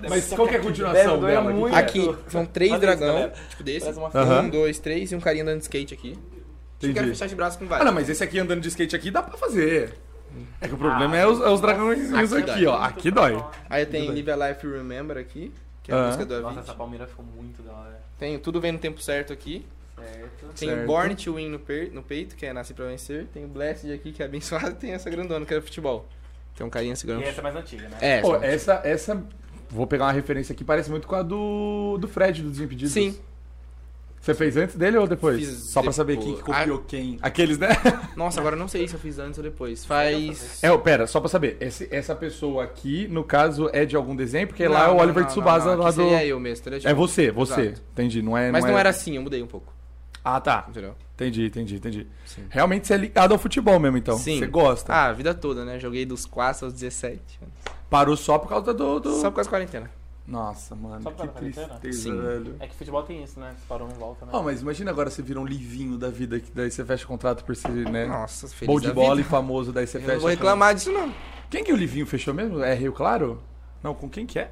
Mas qual que é a continuação é, Dói dela? muito. Aqui. Aqui, são três Olha isso, dragão, galera. tipo desse. Parece uma Aham. Um, dois, três e um carinha andando de skate aqui. Eu quero Entendi. fechar de braço com Ah, vários. não, mas esse aqui andando de skate aqui dá pra fazer. É que o problema é, os, é os dragõezinhos Aqui aqui, dói. ó. Aqui dói. Aí tem Live a Life Remember aqui, que é Ah. a música do Nossa, Avicii. essa palmeira ficou muito da hora. Tem Tudo Vem no Tempo Certo aqui. Certo. Tem Certo. Born to Win no, per- no peito, que é Nasci Pra Vencer. Tem o Blessed aqui, que é abençoado. E tem essa grandona, que é futebol. Tem um carinha E segurando. essa é mais antiga, né? É, Pô, essa. essa, essa. Vou pegar uma referência aqui, parece muito com a do, do Fred, do Desimpedidos. Sim. Você fez antes dele ou depois? Fiz Só pra saber quem depois. Ah, que copiou quem. Aqueles, né? Nossa, agora eu não sei se eu fiz antes ou depois. Faz. É, ô, pera, só pra saber. Esse- essa pessoa aqui, no caso, é de algum desenho, porque lá é Não, o não, Oliver não, Tsubasa não, não. lá Aqui do. Seria eu mesmo, entendeu? É Tipo, você, você. Exato. Entendi. Não é. Mas não é- era assim, eu mudei um pouco. Ah, tá. Entendeu? Entendi, entendi, entendi. Sim. Realmente você é ligado ao futebol mesmo, então. Sim. Você gosta. Ah, a vida toda, né? Joguei dos 4 aos 17. anos. Parou só por causa do. do- Só por causa da quarentena. Nossa, mano, Só por que causa da quarentena? tristeza, Sim. velho. É que futebol tem isso, né? Se parou, não volta, né? Ó, mas imagina agora você vira um livinho da vida, que daí você fecha o contrato por ser, né? Nossa, feliz Bom de da bola e vida. famoso, daí você Eu fecha. não vou reclamar disso, não. Quem que o Livinho fechou mesmo? É Rio Claro? Não, com quem que é?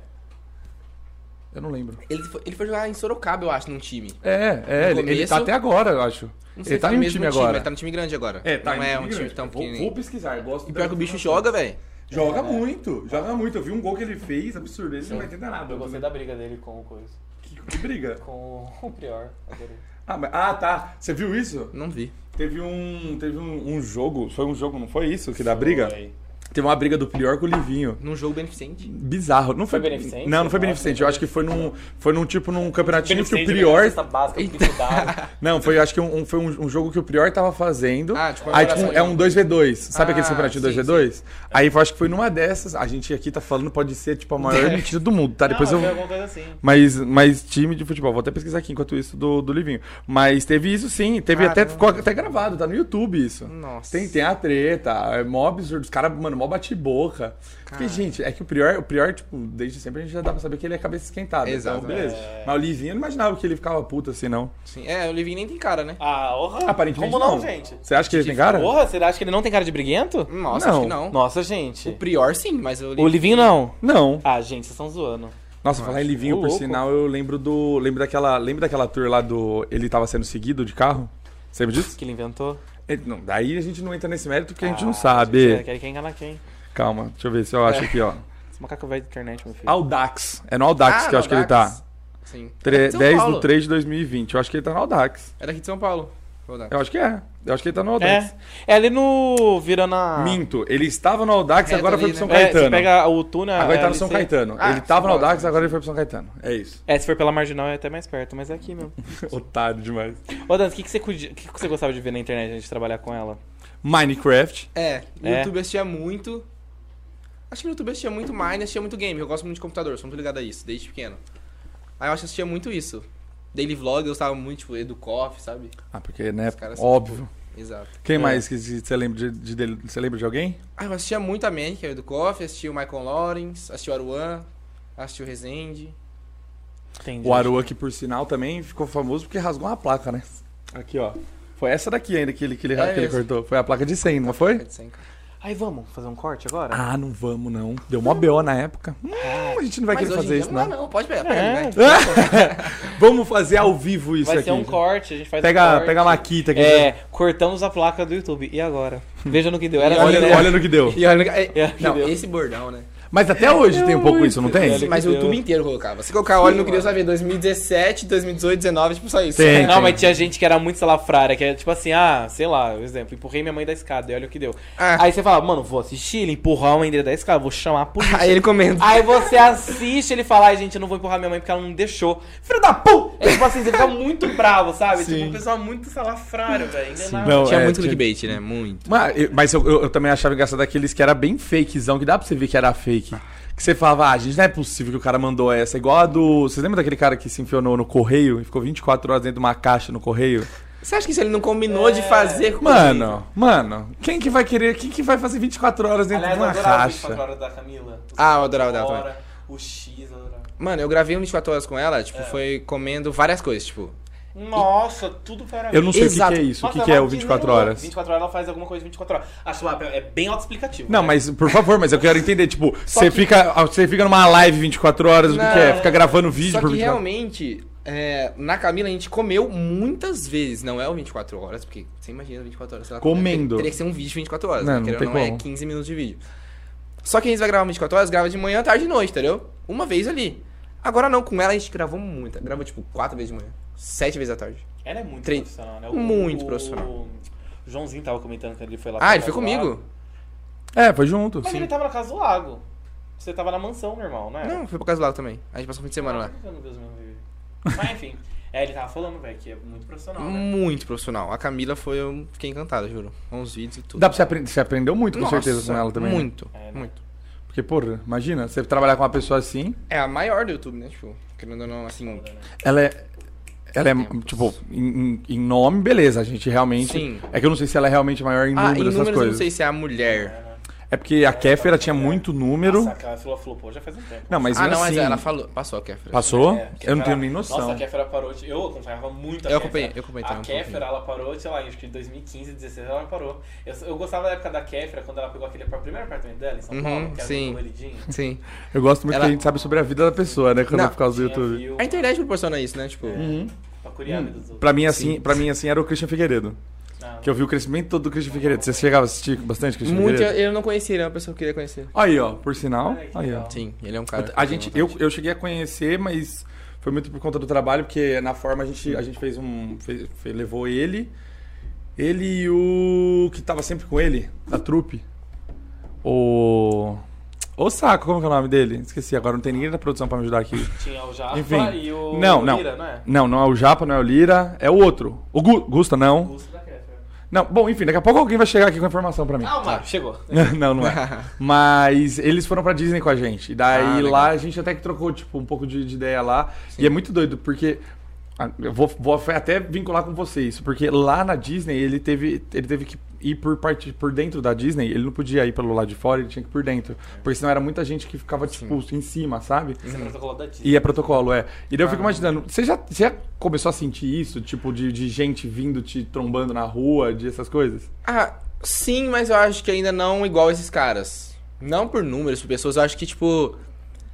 Eu não lembro. Ele foi, ele foi jogar em Sorocaba, eu acho, num time. É, é, No ele, ele tá começo- até agora, eu acho. Não ele se tá foi em um mesmo time agora. Ele tá no time grande agora. Não é um time tão tipo, vou, pequenininho. pesquisar, eu gosto E pior que o bicho joga, É. velho. Joga muito, joga muito. Eu vi um gol que ele fez, absurdo, esse não vai entender nada. Eu gostei da briga dele com o Coisa. Que, que briga. Com o Prior. adorei. Ah, mas- ah, tá. Você viu isso? Não vi. Teve um. Teve um, um jogo. Foi um jogo, não foi isso? Que da briga? Foi. Teve uma briga do Prior com o Livinho. Num jogo beneficente. Bizarro. Não foi, Foi beneficente? Não, não Nossa, foi beneficente. Eu acho que foi num, foi num tipo num campeonatinho que o Beneficente, Prior. beneficência Básica, dificuldade. Não, foi acho que um, um- foi um, um jogo que o Prior tava fazendo. Ah, tipo, aí agora tipo, saiu. é um 2v2. Sabe aquele Ah, campeonatinho sim, 2v2? Aí eu acho que foi numa dessas. A gente aqui tá falando, pode ser tipo a maior É. mentira do mundo, tá? Depois não, eu. foi alguma coisa assim. Mas, mas time de futebol, vou até pesquisar aqui enquanto isso do, do Livinho. Mas teve isso sim, teve até, Caramba. ficou até gravado, tá no YouTube isso. Nossa. Tem, tem a treta, é mó absurdo, os caras, mano, mó bate-boca. Porque, Cara. gente, é que o Prior, o Prior, tipo, desde sempre a gente já dá pra saber que ele é cabeça esquentada. Exato. Exato, beleza. é. Mas o Livinho eu não imaginava que ele ficava puto assim, não. Sim. É, o Livinho nem tem cara, né? Ah, orra. Aparentemente Como não, não. gente? Você acha que ele tem cara? Porra, você acha que ele não tem cara de briguento? Nossa, Não. acho que não. Nossa, gente. O Prior sim, mas o O Livinho... Livinho não. Não. Ah, gente, vocês estão zoando. Nossa, falar em Livinho, Ô, por louco. sinal, eu lembro do. Lembro daquela. Lembro daquela tour lá do. Ele tava sendo seguido de carro? Você Lembra disso? Que ele inventou. É, não, daí a gente não entra nesse mérito porque a gente não Ah, sabe. gente, é, Quer enganar quem? Calma, deixa eu ver se eu acho aqui, ó. Esse macaco vai da internet, meu filho. Aldax. É no Aldax Ah, que eu acho que ele Aldax. tá. Sim. Tre- É de São 10 Paulo. do 3 de 2020. Eu acho que ele tá no Aldax. É daqui de São Paulo. Vou dar. Eu acho que é. Eu acho que ele tá no Aldax. É. É ali no. Virando a. Minto, ele estava no Aldax, Reto agora foi ali, pro São né? É, você Caetano. pega o túnel. Agora ele é, tá no ali São você- Caetano. Ah, ele tava no São Paulo. Aldax, agora ele foi pro São Caetano. É isso. É, se for pela marginal é até mais perto, mas é aqui mesmo. Otário demais. Ô, Dan, o que, que, você, cuidi- o que, que você gostava de ver na internet antes de trabalhar com ela? Minecraft. É, no É. YouTube eu assistia muito. Acho que no YouTube eu assistia muito Mine, assistia muito game. Eu gosto muito de computador, sou muito ligado a isso, desde pequeno. Aí eu acho que assistia muito isso. Daily vlog, eu gostava muito, tipo, EduCoff, sabe? Ah, porque, né? Os caras são Óbvio. Exato. Quem É. mais que que você lembra de, de, dele- Você lembra de alguém? Ah, eu assistia muito a Man, que é o EduCoff, assistia o Michael Lawrence, assistia o Aruan, assistia o Rezende. Entendi. O Aroa, que por sinal também ficou famoso porque rasgou uma placa, né? Aqui, ó. Foi essa daqui ainda que ele, que ele, É que ele mesmo. cortou. Foi a placa de 100, não foi? É de 100, cara. Aí vamos fazer um corte agora? Ah, não vamos não. Deu mó BO na época. Hum, a gente não vai Mas querer hoje em fazer dia isso, não. não. dá, não, pode pegar, É. pega, né? Vamos fazer ao vivo isso Vai aqui. ser um corte, a gente faz um Pega, corte. pega a maquita aqui. né? É, cortamos a placa do YouTube. E agora? Veja no que deu. Era olha, assim, né? olha no que deu. E olha, é- É, que não, deu. esse bordão, né? Mas até hoje tem um pouco isso, não Olha tem? que Mas o deu. YouTube inteiro colocava. Se colocar óleo, não queria saber. 2017, 2018, 2019, tipo, só isso. Tem. Não, mas tinha gente que era muito salafrária, que era tipo assim, ah, sei lá, por exemplo, empurrei minha mãe da escada e olha o que deu. Ah. Aí você fala, mano, vou assistir ele empurrar uma mãe da escada, vou chamar a polícia. Aí ele comenta. Aí você assiste ele falar, ai gente, eu não vou empurrar minha mãe porque ela não deixou. Filho da pu! É tipo assim, você fica muito bravo, sabe? Sim. Tipo, um pessoal muito salafrário, velho. enganado. Não, Tinha é, muito tinha- clickbait, né? Muito. Mas, eu- mas eu, eu- eu também achava engraçado daqueles que era bem fakezão, que dá pra você ver que era fake. Que você falava, ah, gente, não é possível que o cara mandou essa. Igual a do. Vocês lembram daquele cara que se enfiou no, no correio e ficou 24 horas dentro de uma caixa no correio? Você acha que isso ele não combinou de fazer com Mano, mano, quem que vai querer. Quem que vai fazer 24 horas dentro Aliás, eu de uma adorava 24 caixa? horas da Camila. Ah, eu adorava dela também. Hora, O X, eu adorava. Mano, eu gravei um 24 horas com ela, tipo, É. foi comendo várias coisas, tipo. Nossa, tudo para Eu não sei o Exato. que que, é isso. Nossa, o que, que é ela o 24 desenrolou. horas? 24 horas ela faz alguma coisa de 24 horas. Acho lá, é bem autoexplicativo. Não, né? mas por favor, mas eu quero entender, tipo, você que- fica, você fica numa live 24 horas, o que Não. que é? Fica gravando vídeo Só por que 24 realmente, é, na Camila a gente comeu muitas vezes. Não é o 24 horas, porque você imagina 24 horas. sei lá, Comendo. ter- Teria que ser um vídeo de 24 horas. Não, né? não Querendo tem ou não é como. 15 minutos de vídeo. Só que a gente vai gravar um 24 horas, grava de manhã, tarde e noite, entendeu? Uma vez ali. Agora não, com ela a gente gravou muito. Gravou tipo quatro vezes de manhã, sete vezes à tarde. Ela é muito Tre- profissional, né? muito profissional. O Joãozinho tava comentando que ele foi lá. pra Ah, ele foi Casa do comigo. Lago. É, foi junto. Mas Sim. ele tava na casa do lago. Você tava na mansão, meu irmão, né? Não, foi pra casa do lago também. A gente passou o fim de semana lá. Eu não vi os mesmos vídeos. Mas enfim, é, ele tava falando, velho, que é muito profissional, né? Muito profissional. A Camila foi, eu fiquei encantado, juro. Com os vídeos e tudo. Dá pra você aprender, você aprendeu muito com Nossa, certeza com ela também. né? Muito, É, né? muito. Porque, porra, imagina, você trabalhar com uma pessoa assim, É a maior do YouTube, né? Tipo, querendo ou não, assim. né? ela é ela é, tipo, em, em- em nome, beleza, a gente realmente. Sim. É que eu não sei se ela é realmente maior em Ah, número, em essas números eu não coisas. sei se é a mulher. É porque a Kéfera tinha muito número. né? Nossa, aquela fila flopou já faz um tempo. Não, mas Ah, mesmo não, mas assim, ela falou. Passou a Kéfera. Passou? É, eu não Kéfera- tenho nem noção. Nossa, a Kéfera parou de. Eu acompanhava muito a Eu Kéfera. acompanhei- eu acompanhei A também um Kéfera, ela parou, sei lá, acho que em 2015, 2016 ela parou. Eu, eu gostava da época da Kéfera, quando ela pegou aquele par- primeiro apartamento dela em São Uhum, Paulo, que era sim. bem coloridinho. Sim. Eu gosto muito Ela- que a gente sabe sobre a vida da pessoa, né? Quando Não, é por causa do Tinha YouTube. Uhum. view A internet proporciona isso, né? Tipo. pra curiar dos outros. Pra mim, assim, pra mim, assim, era o Christian Figueiredo. Ah, Que eu vi o crescimento todo do Christian Figueiredo. Você chegava a assistir bastante Christian Muito. Eu, Figueiredo? eu não conhecia, ele é uma pessoa que eu queria conhecer. Aí, ó, por sinal. Ai, que Aí, ó. legal. Sim, ele é um cara. que A eu gente, tenho eu, vontade. eu cheguei a conhecer, mas foi muito por conta do trabalho, porque na forma a gente, a gente fez um. fe- fe- levou ele. Ele e o. que tava sempre com ele, da trupe. O. O Saco, como que é o nome dele? Esqueci, agora não tem ninguém da produção pra me ajudar aqui. Tinha o Japa Enfim. e o Não, não. Lira, não é? Não, não é o Japa, não é o Lira, é o outro. O Gu- Gusta, O não. Gusto da Kéfera. Não, bom, enfim, daqui a pouco alguém vai chegar aqui com a informação pra mim. Calma, chegou. não, não é. Mas eles foram pra Disney com a gente. E Ah, daí legal. lá a gente até que trocou, tipo, um pouco de, de ideia lá. E é muito doido, porque. ah, Eu vou, vou até vincular com vocês, porque lá na Disney ele teve, ele teve que ir por parte por dentro da Disney, ele não podia ir pelo lado de fora, ele tinha que ir por dentro. Porque senão era muita gente que ficava tipo em cima, sabe? Esse é Uhum. o protocolo da Disney. E é protocolo, é. E daí eu Ah. fico imaginando, você já, você já começou a sentir isso? Tipo, de, de gente vindo te trombando na rua, de essas coisas? Ah, sim, mas eu acho que ainda não igual esses caras. Não por números, por pessoas. Eu acho que, tipo.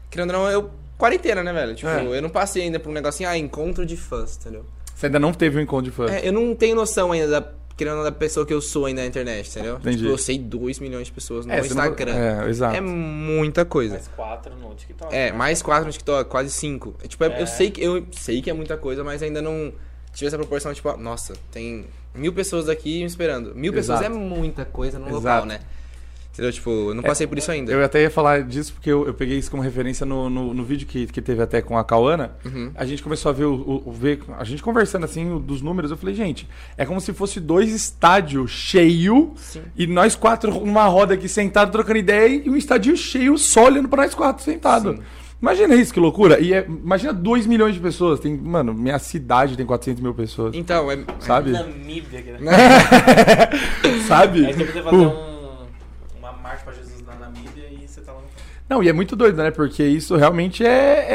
Querendo ou não, eu. Quarentena, né, velho? Tipo, É. eu não passei ainda por um negocinho. Ah, encontro de fãs, entendeu? Você ainda não teve um encontro de fã. É, eu não tenho noção ainda da. Querendo ou não, da pessoa que eu sou ainda na internet, entendeu? Entendi. Tipo, eu sei 2 milhões de pessoas no É, você não- Instagram. É, exato. É muita coisa. Mais quatro no TikTok. É, né? mais quatro no TikTok, quase cinco. É, Tipo, é- É. eu sei que eu sei que é muita coisa, mas ainda não tive essa proporção, tipo, ó, nossa, tem mil pessoas daqui me esperando. Mil pessoas é Exato. muita coisa no local, Exato. É. né? Entendeu? Tipo, eu não passei por isso ainda. Eu até ia falar disso porque eu, eu peguei isso como referência no, no, no vídeo que, que teve até com a Cauana. A gente começou a ver, o, o- o ver- a gente conversando assim o- dos números. Eu falei, gente, é como se fosse dois estádios cheio Sim. e nós quatro numa roda aqui sentado trocando ideia e um estádio cheio só olhando pra nós quatro sentado. Imagina isso, que loucura. E é- imagina 2 milhões de pessoas. Tem, mano, minha cidade tem 400 mil pessoas. Então, é. Sabe? Namíbia. que- Sabe? Aí tem que você fazer Uh. um, uma marcha pra Jesus na Namíbia e você tá lá no Não, e é muito doido, né? Porque isso realmente é.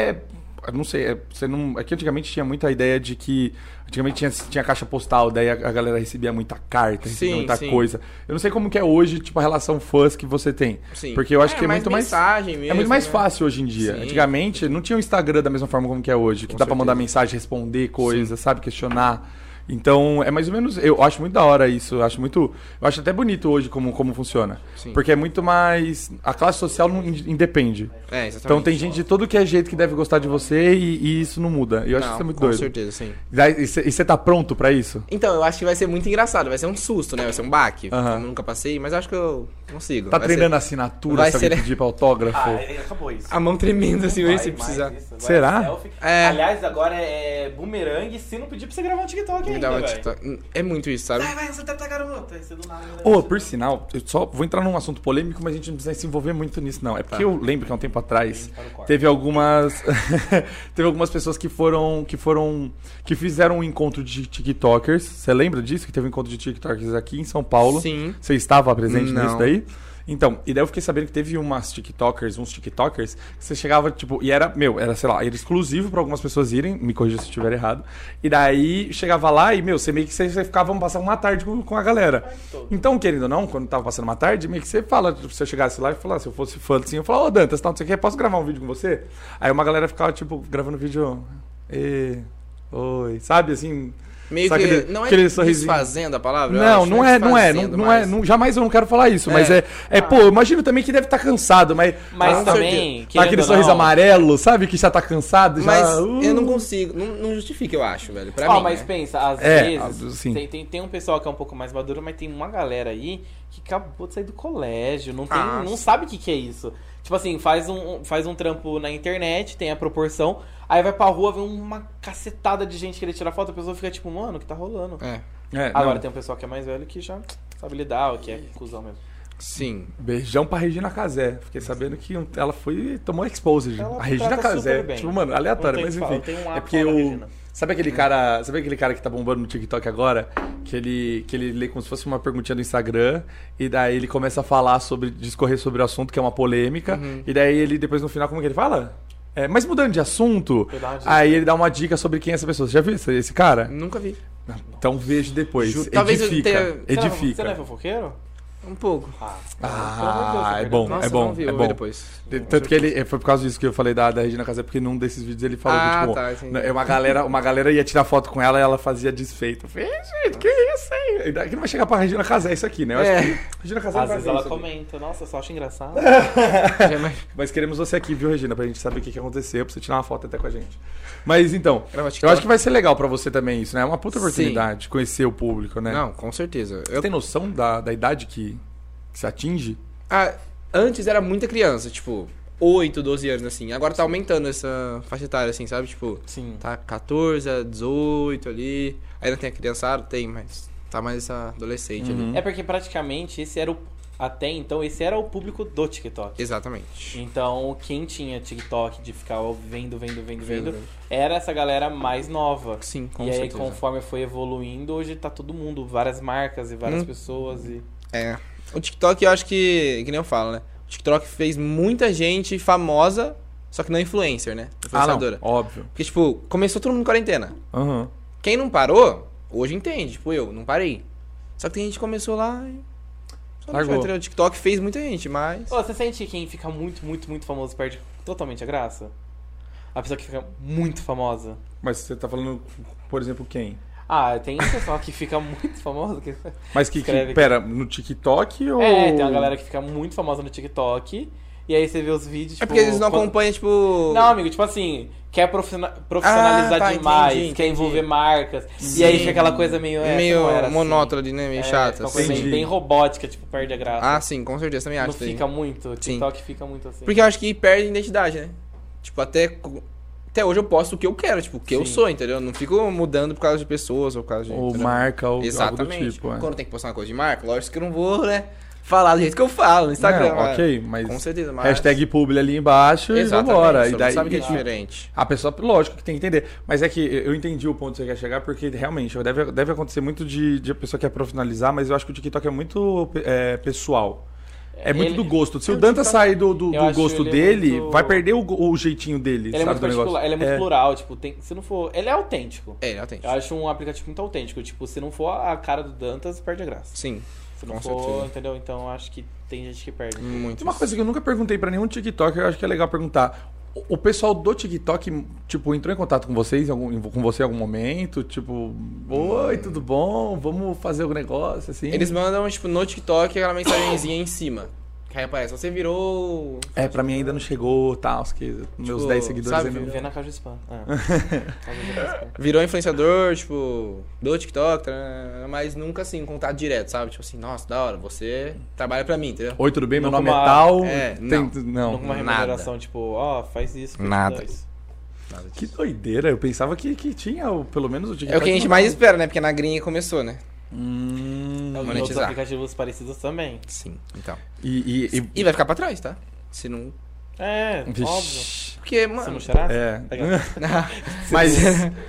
é- eu não sei, é, você não. É que antigamente tinha muita ideia de que. Antigamente tinha, tinha caixa postal, daí a, a galera recebia muita carta, recebia Sim, muita sim. coisa. Eu não sei como que é hoje, tipo, a relação fãs que você tem. Sim. Porque eu acho que é muito mais. mensagem mesmo, É muito mais né? fácil hoje em dia. Sim. Antigamente não tinha o Instagram da mesma forma como que é hoje, que Com dá pra mandar certeza. mensagem, responder coisa, sabe, questionar. Então, é mais ou menos, eu acho muito da hora isso, eu acho muito, eu acho até bonito hoje como como funciona. Sim. Porque é muito mais a classe social não in- independe. É, exatamente. Então tem gente de todo que é jeito que deve gostar de você e, e isso não muda. E Eu acho que isso é muito com doido. certeza, sim. Daí- E você tá pronto pra isso? Então, eu acho que vai ser muito engraçado, vai ser um susto, né? Vai ser um baque. Aham. Como eu nunca passei, mas eu acho que eu consigo. Tá Vai ser treinando assinatura, vai se alguém ser- pedir pra autógrafo? Ah, ele acabou isso. A mão tremenda assim, Não vai se mais precisar. isso, agora Será? é selfie. É. Aliás, agora é bumerangue se não pedir pra você gravar um TikTok Me ainda, dá uma velho. TikTok. É muito isso, sabe? Vai, vai, você tá garota. Aí você do nada... Ô, por sinal, eu só vou entrar num assunto polêmico, mas a gente não precisa se envolver muito nisso, não. É porque eu lembro que há um tempo atrás Para o corte. teve algumas. teve algumas pessoas que foram. que foram. que fizeram um encontro de TikTokers. Você lembra disso? Que teve um encontro de TikTokers aqui em São Paulo. Sim. Você estava presente Não. nisso daí? Então, e daí eu fiquei sabendo que teve umas TikTokers, uns TikTokers, que você chegava, tipo, e era, meu, era, sei lá, era exclusivo pra algumas pessoas irem, me corrija se eu estiver errado. E daí chegava lá e, meu, você meio que você, você ficava, passando uma tarde com, com a galera. Então, querendo ou não, quando tava passando uma tarde, meio que você fala, tipo, se eu chegasse lá e falasse, se eu fosse fã assim, eu falava, ô Dantas, tal, não sei o que, posso gravar um vídeo com você? Aí uma galera ficava, tipo, gravando vídeo. E, oi, sabe assim. Meio sabe que. aquele- não é aquele sorrisinho? desfazendo a palavra? eu Não, acho, não é, não é, não, desfazendo, não é, mas- não- jamais eu não quero falar isso, mas É. é, é pô, eu imagino também que deve estar cansado, mas Mas Ah, também, tá querendo aquele ou sorriso não- amarelo, sabe, que já tá cansado, já Mas uh. eu não consigo, não, não justifica, eu acho, velho. Pra Ó, mim. mas né? pensa, às É, vezes ah, sim. tem, tem, tem um pessoal que é um pouco mais maduro, mas tem uma galera aí que acabou de sair do colégio, não, tem, Ah, não sim. sabe o que, que é isso. Tipo assim, faz um, faz um trampo na internet, tem a proporção, aí vai pra rua, vê uma cacetada de gente querer tirar foto, a pessoa fica tipo, mano, o que tá rolando? É. É, não. Agora tem um pessoal que é mais velho que já sabe lidar, o que é cuzão mesmo. Sim. Beijão pra Regina Casé. Fiquei sabendo que um, ela foi tomou exposed. Ela a Regina trata super Casé. bem. Tipo, mano, Não aleatório, tem o mas que enfim. falar, eu tenho um é apo porque na o Regina. Sabe aquele cara, sabe aquele cara que tá bombando no TikTok agora, que ele que ele lê como se fosse uma perguntinha do Instagram e daí ele começa a falar sobre discorrer sobre o assunto que é uma polêmica Uhum. e daí ele depois no final como que ele fala? É, mas mudando de assunto, Vou dar né? uma dica. aí ele dá uma dica sobre quem é essa pessoa. Você já viu esse, esse cara? Nunca vi. Então vejo depois. Hum. Ju- edifica. talvez eu tenha- Você não é fofo- Você Edifica. não é fofoqueiro? Um pouco. Ah, pelo amor de Ah, é Deus, bom, Nossa, é bom, não vi, é eu vou bom. ver depois. De- Tanto que ele, é, foi por causa disso que eu falei da, da Regina Casé, porque num desses vídeos ele falou Ah, que, tipo, tá, entendi. é uma galera, uma galera ia tirar foto com ela e ela fazia desfeita. Eu falei, "Ei, gente, que isso aí? E daí que não vai chegar pra Regina Casé isso aqui, né? Eu acho É. que Regina Casé não Às vai vezes ver ela isso aqui. comenta. Nossa, eu só acho engraçado. Já é imag- Mas queremos você aqui, viu, Regina? Pra gente saber o que, que aconteceu, pra você tirar uma foto até com a gente. Mas então, Grava eu TikTok. acho que vai ser legal pra você também isso, né? É uma puta Sim. oportunidade conhecer o público, né? Não, com certeza. Eu- Você tem noção da, da idade que, que se atinge? Ah, antes era muita criança, tipo, 8, 12 anos, assim. Agora tá aumentando essa faixa etária, assim, sabe? Tipo, Sim. tá 14, a 18 ali. Ainda tem a criançada? Tem, mas tá mais essa adolescente Uhum. ali. É porque praticamente esse era o. Até então, esse era o público do TikTok. Exatamente. Então, quem tinha TikTok de ficar vendo, vendo, vendo, Vendo, vendo, vendo. era essa galera mais nova. Sim, com e aí, certeza. conforme foi evoluindo, hoje tá todo mundo, várias marcas e várias Hum. pessoas. E... É. O TikTok, eu acho que, que nem eu falo, né? O TikTok fez muita gente famosa, só que não influencer, né? Ah, Influenciadora. Ah, óbvio. Porque, tipo, começou todo mundo em quarentena. Aham. Quem não parou, hoje entende. Tipo, eu não parei. Só que tem gente que começou lá e. Só não Largou. foi entrar no TikTok, fez muita gente, mas. Ô, você sente que quem fica muito, muito, muito famoso perde totalmente a graça? A pessoa que fica muito famosa. Mas você tá falando, por exemplo, quem? Ah, tem pessoal que fica muito famoso. que- Mas que, Escreve que aqui. pera, no TikTok ou. É, tem uma Oh. galera que fica muito famosa no TikTok. E aí você vê os vídeos. é Tipo, porque eles não quando- acompanham, tipo. Não, amigo, tipo assim, quer profissiona- profissionalizar Ah, tá, demais, entendi, quer entendi. envolver marcas. E aí fica aquela coisa meio. é, não era meio assim. monótona ali, né? Meio É, chata. Uma coisa assim. meio Entendi. bem robótica, tipo, perde a graça. Ah, sim, com certeza também não acho. isso aí. fica muito. O TikTok fica muito assim. Porque eu acho que perde a identidade, né? Tipo, até. co- Até hoje eu posto o que eu quero, tipo, o que eu Sim. sou, entendeu? Eu Não fico mudando por causa de pessoas ou por causa de. Ou né? entendeu? marca ou Exatamente. algo do tipo. é. Quando tem que postar uma coisa de marca, lógico que eu não vou, né? Falar do jeito que eu falo no Instagram. é. Não, mas- ok, mas. Com certeza, mas. Hashtag publi ali embaixo Exatamente, e vambora. só E não daí, sabe que é e- diferente. A pessoa, lógico que tem que entender. Mas é que eu entendi o ponto que você quer chegar, porque realmente deve, deve acontecer muito de, de a pessoa quer profissionalizar, mas eu acho que o TikTok é muito é, pessoal. É muito Ele- do gosto. Se É, o o Danta TikTok- sair do, do, Eu do acho gosto ele é dele, muito- vai perder o, go- o jeitinho dele, Ele é sabe? muito do negócio. particular, ele é muito plural, tipo, tem- se não for. Ele é autêntico. É, ele atende. Eu acho um aplicativo muito autêntico. Tipo, se não for a cara do Dantas, perde a graça. Sim, Se não com for, certeza. entendeu? Então eu acho que tem gente que perde. muito. Uma coisa que eu nunca perguntei pra nenhum TikTok, eu acho que é legal perguntar. O- O pessoal do TikTok, tipo, entrou em contato com vocês, em algum- em- com você em algum momento? Tipo, oi, tudo bom? Vamos fazer algum negócio, assim? Eles mandam, tipo, no TikTok aquela mensagenzinha em cima. Que aí aparece, você virou. É, pra mim ainda não chegou, tal, os que meus Tipo, 10 seguidores sabe, ainda Vê não... na caixa de spam. Ah. Casa de spam. Virou influenciador, tipo, do TikTok, tarará, mas nunca assim, em contato direto, sabe? Tipo assim, nossa, da hora, você trabalha pra mim, entendeu? Oi, tudo bem? Meu Não nome é com uma- tal. É, tem- não. não. Alguma nada. remuneração, tipo, ó, faz isso. faz Nada. isso. Nada Que disso. doideira, eu pensava que, que tinha, o- pelo menos o TikTok. É o que a gente não- mais espera, né? Porque na gringa começou, né? Hum, Alguns outros monetizar. aplicativos parecidos também. Sim, então. e... e, e... E vai ficar pra trás, tá? Se não. É, óbvio. Vixe. Porque, Você não tá mano. cheirar? É. Ah, Mas,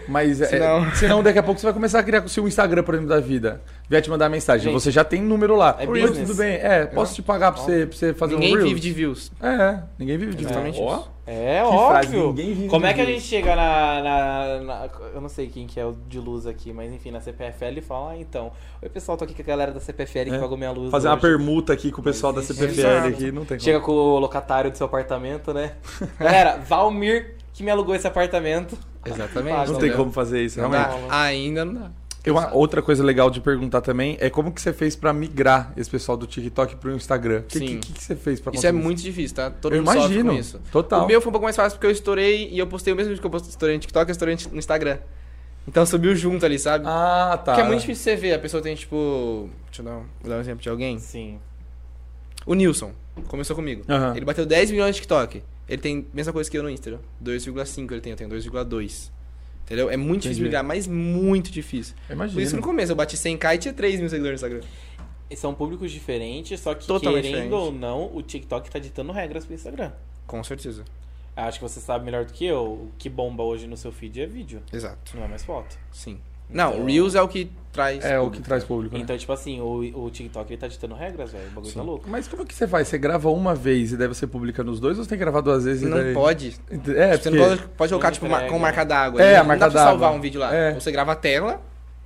mas é, Senão- senão daqui a pouco você vai começar a criar o seu Instagram, por exemplo, da vida. Vier te mandar mensagem. Gente, você já tem número lá. é Oi, business. tudo bem. É, posso te pagar pra você, pra você fazer ninguém um reel? vive de views. É, ninguém vive de Exatamente Ó, isso. É, Que frase, óbvio. ninguém vive Como é de que a luz. gente chega na, na- na- Eu não sei quem que é o de luz aqui, mas enfim, na CPFL e fala, ah, então. Oi, pessoal, tô aqui com a galera da CPFL que É. pagou minha luz. Fazer uma hoje." permuta aqui com o pessoal da existe. CPFL Exato. aqui, não tem Chega com o locatário do seu apartamento, né? Galera, Valmir que me alugou esse apartamento. Exatamente. como. Não Não tem entendeu? como fazer isso, Não realmente. dá. Ainda não dá. E uma outra coisa legal de perguntar também é como que você fez pra migrar esse pessoal do TikTok pro Instagram? O que, Sim. que, que que você fez pra Isso é conseguir muito difícil, tá? Todo Eu mundo sofre imagino. com isso. Total. O meu foi um pouco mais fácil porque eu estourei e eu postei o mesmo vídeo que eu postei, estourei no TikTok, eu estourei no Instagram. Então subiu junto ali, sabe? Ah, tá. Porque é muito difícil você ver. A pessoa tem, tipo. Deixa eu dar um, vou dar um exemplo de alguém. Sim. O Nilson. Começou comigo. Aham. Ele bateu 10 milhões de TikTok. Ele tem a mesma coisa que eu no Instagram. 2,5 ele tem, eu tenho 2,2. Entendeu? É muito Entendi. difícil migrar, mas muito difícil. Imagina. Por isso no começo eu bati 100k e tinha 3 mil seguidores no Instagram. São públicos diferentes, só que Totalmente querendo diferente. ou não, o TikTok tá ditando regras pro Instagram. Com certeza. Acho que você sabe melhor do que eu. O que bomba hoje no seu feed é vídeo, Exato. não é mais foto. Sim. Então- Não, Reels é o que traz. É o que traz Uhum. público, né? Então, tipo assim, o, o TikTok ele tá ditando regras, velho. O bagulho tá louco. Mas como é que você faz? Você grava uma vez e deve você publica nos dois ou você tem que gravar duas vezes e Não daí... pode. É, porque... Você não pode, pode colocar, Não tipo, mar- entrega. com marca d'água. É, Não- a marca Não dá pra salvar d'água. um vídeo lá. É. Ah. Você grava a tela,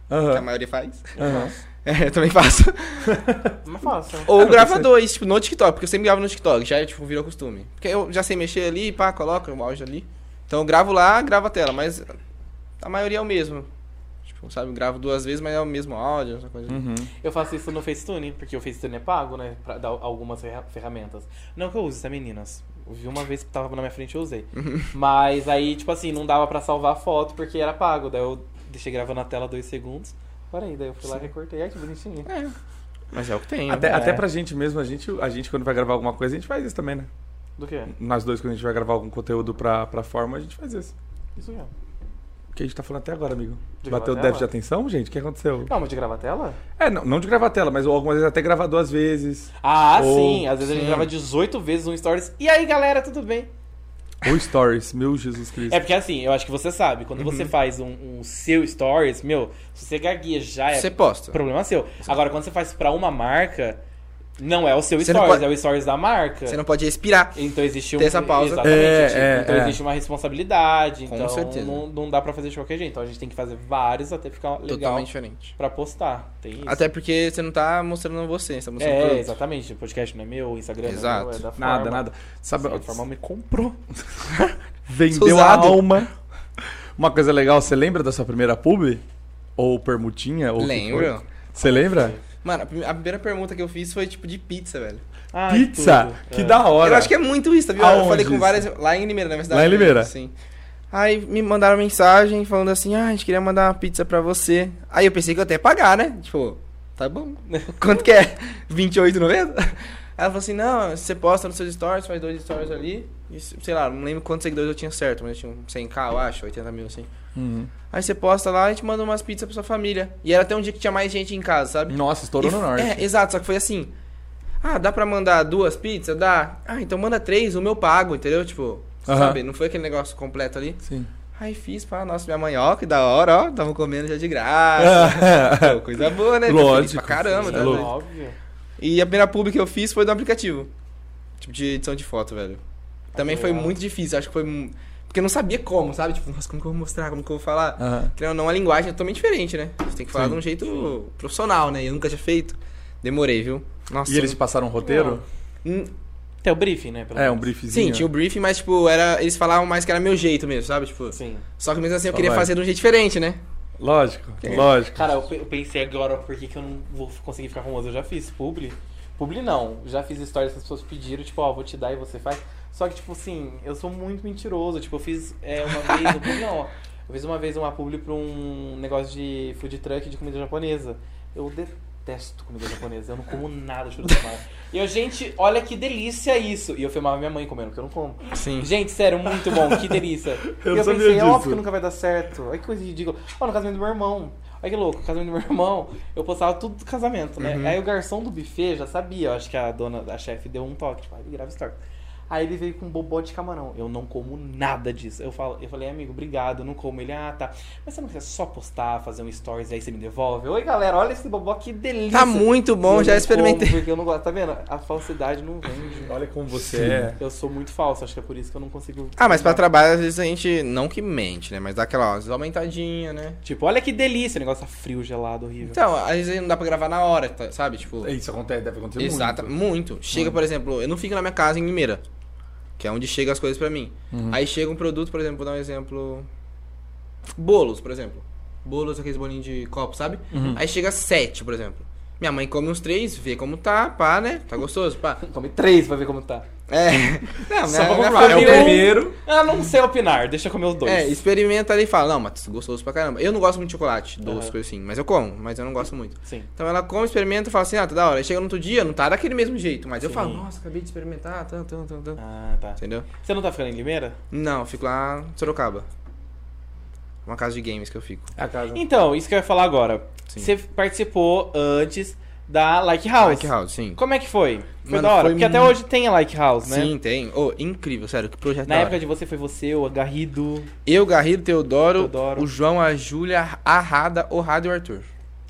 que a Aham, maioria faz. aham. É, eu também faço. Mas faça. Ou grava dois, tipo, no TikTok, porque eu sempre gravo no TikTok, já tipo, virou costume. Porque eu já sei mexer ali, pá, coloca o áudio ali. Então eu gravo lá, gravo a tela, mas a maioria é o mesmo. Tipo, sabe, eu gravo duas vezes, mas é o mesmo áudio, essa coisa. Uhum. Eu faço isso no Facetune, porque o Facetune é pago, né? Pra dar algumas ferra- ferramentas. Não que eu use, tá, meninas? Eu vi uma vez que tava na minha frente eu usei. Mas aí, tipo assim, não dava pra salvar a foto porque era pago. Daí eu deixei gravando na tela dois segundos. Parei, daí eu fui lá e recortei. Ai, que bonitinho. Mas é o que tem. Até, É. até pra gente mesmo, a gente, a gente quando vai gravar alguma coisa, a gente faz isso também, né? Do que? Nós dois, quando a gente vai gravar algum conteúdo pra, pra forma, a gente faz isso. Isso já. O que a gente tá falando até agora, amigo? De gravar Bateu tela? déficit de atenção, gente? O que aconteceu? Não, mas de gravar tela? É, não, não de gravar tela, mas algumas vezes até gravar duas vezes. Ah, Ou- sim. Às vezes a gente sim. grava 18 vezes um Stories. E aí, galera, tudo bem? Ou stories, meu Jesus Cristo. É porque assim, eu acho que você sabe. Quando você faz um, um seu Stories, meu, se você gagueja já é Você posta. Problema seu. Agora, quando você faz pra uma marca, não é o seu Você não stories, pode- é o stories da marca. Você não pode respirar. Então existe um. Tem essa pausa. Exatamente. É, tipo, é, então é. existe uma responsabilidade. Com então certeza. Não, não dá pra fazer de qualquer jeito. Então a gente tem que fazer vários até ficar legal Totalmente diferente. pra postar. Tem isso. Até porque você não tá mostrando você, você tá mostrando o é, produto. exatamente. O podcast não é meu, o Instagram não é meu, é Exato. da forma. Nada, nada. Sabe, Assim, a forma me comprou. vendeu a Ousado. alma. Uma coisa legal, você lembra da sua primeira pub? Ou permutinha? Ou o que Lembro. for? Você lembra? Mano, a prime- a primeira pergunta que eu fiz foi tipo de pizza, velho. Ai, Pizza! tudo. Que É. da hora! Eu acho que é muito isso, tá viu? Aonde eu falei com isso? várias. Lá em Limeira, na verdade. Lá em Limeira? Sim. Aí me mandaram mensagem falando assim: ah, a gente queria mandar uma pizza pra você. Aí eu pensei que eu até ia pagar, né? Tipo, tá bom. Quanto que é? 28,90? Aí Ela falou assim: não, você posta nos seus stories, faz dois stories ali. E, sei lá, não lembro quantos seguidores eu tinha certo, mas eu tinha um 100k, eu acho, 80 mil assim. Uhum. Aí você posta lá e te manda umas pizzas pra sua família. E era até um dia que tinha mais gente em casa, sabe? Nossa, estourou E- no norte. É, exato, só que foi assim. Ah, dá pra mandar duas pizzas? Dá. Ah, então manda três, o meu pago, entendeu? Tipo, Aham. sabe? Não foi aquele negócio completo ali. Sim. Aí fiz, pá, nossa, minha mãe, ó, que da hora, ó, tamo comendo já de Ah, graça. Pô, Coisa boa, né? Tô feliz Lógico, Pra caramba, sim, tá? é louco. Óbvio. E a primeira pub que eu fiz foi do aplicativo. Tipo, de edição de foto, velho. Também que foi legal. muito difícil, acho que foi. mu- Porque eu não sabia como, sabe? Tipo, nossa, como que eu vou mostrar, como que eu vou falar? Aham. Querendo ou não, a linguagem é totalmente diferente, né? Você tem que falar Sim. de um jeito profissional, né? Eu nunca tinha feito. Demorei, viu? Nossa. E eles te passaram um roteiro? Hum, Tem o briefing, né? pelo É, um menos. briefzinho. Sim, tinha o briefing, mas, tipo, era, eles falavam mais que era meu jeito mesmo, sabe? Tipo, Sim. só que mesmo assim eu Só queria vai. fazer de um jeito diferente, né? Lógico, É. lógico. Cara, eu, pe- eu pensei agora por que, que eu não vou f- conseguir ficar famoso. Eu já fiz publi. Publi não. Já fiz stories que as pessoas pediram, tipo, ó, vou te dar e você faz. Só que, tipo assim, eu sou muito mentiroso. Tipo, eu fiz é, uma vez. eu publi- não, ó. Eu fiz uma vez uma publi pra um negócio de food truck de comida japonesa. Eu detesto comida japonesa. Eu não como nada, juro do mar. E eu, gente, olha que delícia isso. E eu filmava minha mãe comendo, porque eu não como. Sim. Gente, sério, muito bom, que delícia. Eu e eu sabia pensei, disso. óbvio que nunca vai dar certo. Olha que coisa ridícula. Ó, no casamento do meu irmão. Olha que louco, no casamento do meu irmão, eu postava tudo do casamento, né? Uhum. Aí o garçom do buffet já sabia, eu acho que a dona, a chefe deu um toque, tipo, ah, ele grava story. Aí ele veio com um bobó de camarão. Eu não como nada disso. Eu, falo, eu falei, amigo, obrigado, eu não como. Ele, ah, tá. Mas você não quer só postar, fazer um stories e aí você me devolve? Oi, galera, olha esse bobó, que delícia. Tá muito bom, Eu já não experimentei. como, porque eu não gosto. Tá vendo? A falsidade não vende. Olha como você Sim. é. Eu sou muito falso, acho que é por isso que eu não consigo. Ah, mas pra trabalho, às vezes a gente. Não que mente, né? Mas dá aquela ó, às vezes aumentadinha, né? Tipo, olha que delícia, o negócio tá frio, gelado, horrível. Então, às vezes não dá pra gravar na hora, tá- sabe? Tipo. é. Isso acontece, deve acontecer Exato, muito. muito. Chega, por exemplo, eu não fico na minha casa em Limeira, que é onde chegam as coisas pra mim. Aí chega um produto, por exemplo, vou dar um exemplo. Bolos, por exemplo. Bolos, aqueles bolinhos de copo, sabe? Aí chega sete, por exemplo. Minha mãe come uns três, vê como tá, pá, né? Tá gostoso, pá. Come três pra ver como tá. É. Não, Só pra minha, minha comprovar. É o Primeiro- família. primeiro. Ah, não sei opinar, deixa eu comer os dois. É, experimenta ali e fala, não, mas gostoso pra caramba. Eu não gosto muito de chocolate, doce, Aham. coisa assim, mas eu como, mas eu não gosto muito. Sim. Então ela come, experimenta e fala assim, ah, tá da hora. Aí chega no outro dia, não tá daquele mesmo jeito, mas eu Sim. falo, nossa, acabei de experimentar, tan, tan, tan, tan. Ah, tá. Entendeu? Você não tá ficando em Limeira? Não, eu fico lá em Sorocaba. Uma casa de games que eu fico. A casa. Então, isso que eu ia falar agora. Sim. Você participou antes da Like House. Like House, sim. Como é que foi? Foi Mano, da hora? foi Porque até mu- hoje tem a Like House, né? Sim, tem. Ô, incrível, sério, que projeto Na da hora. época de você foi você, o Garrido. Eu, Garrido, Teodoro, Teodoro. o João, a Júlia, a Rada, o Rado e o Arthur.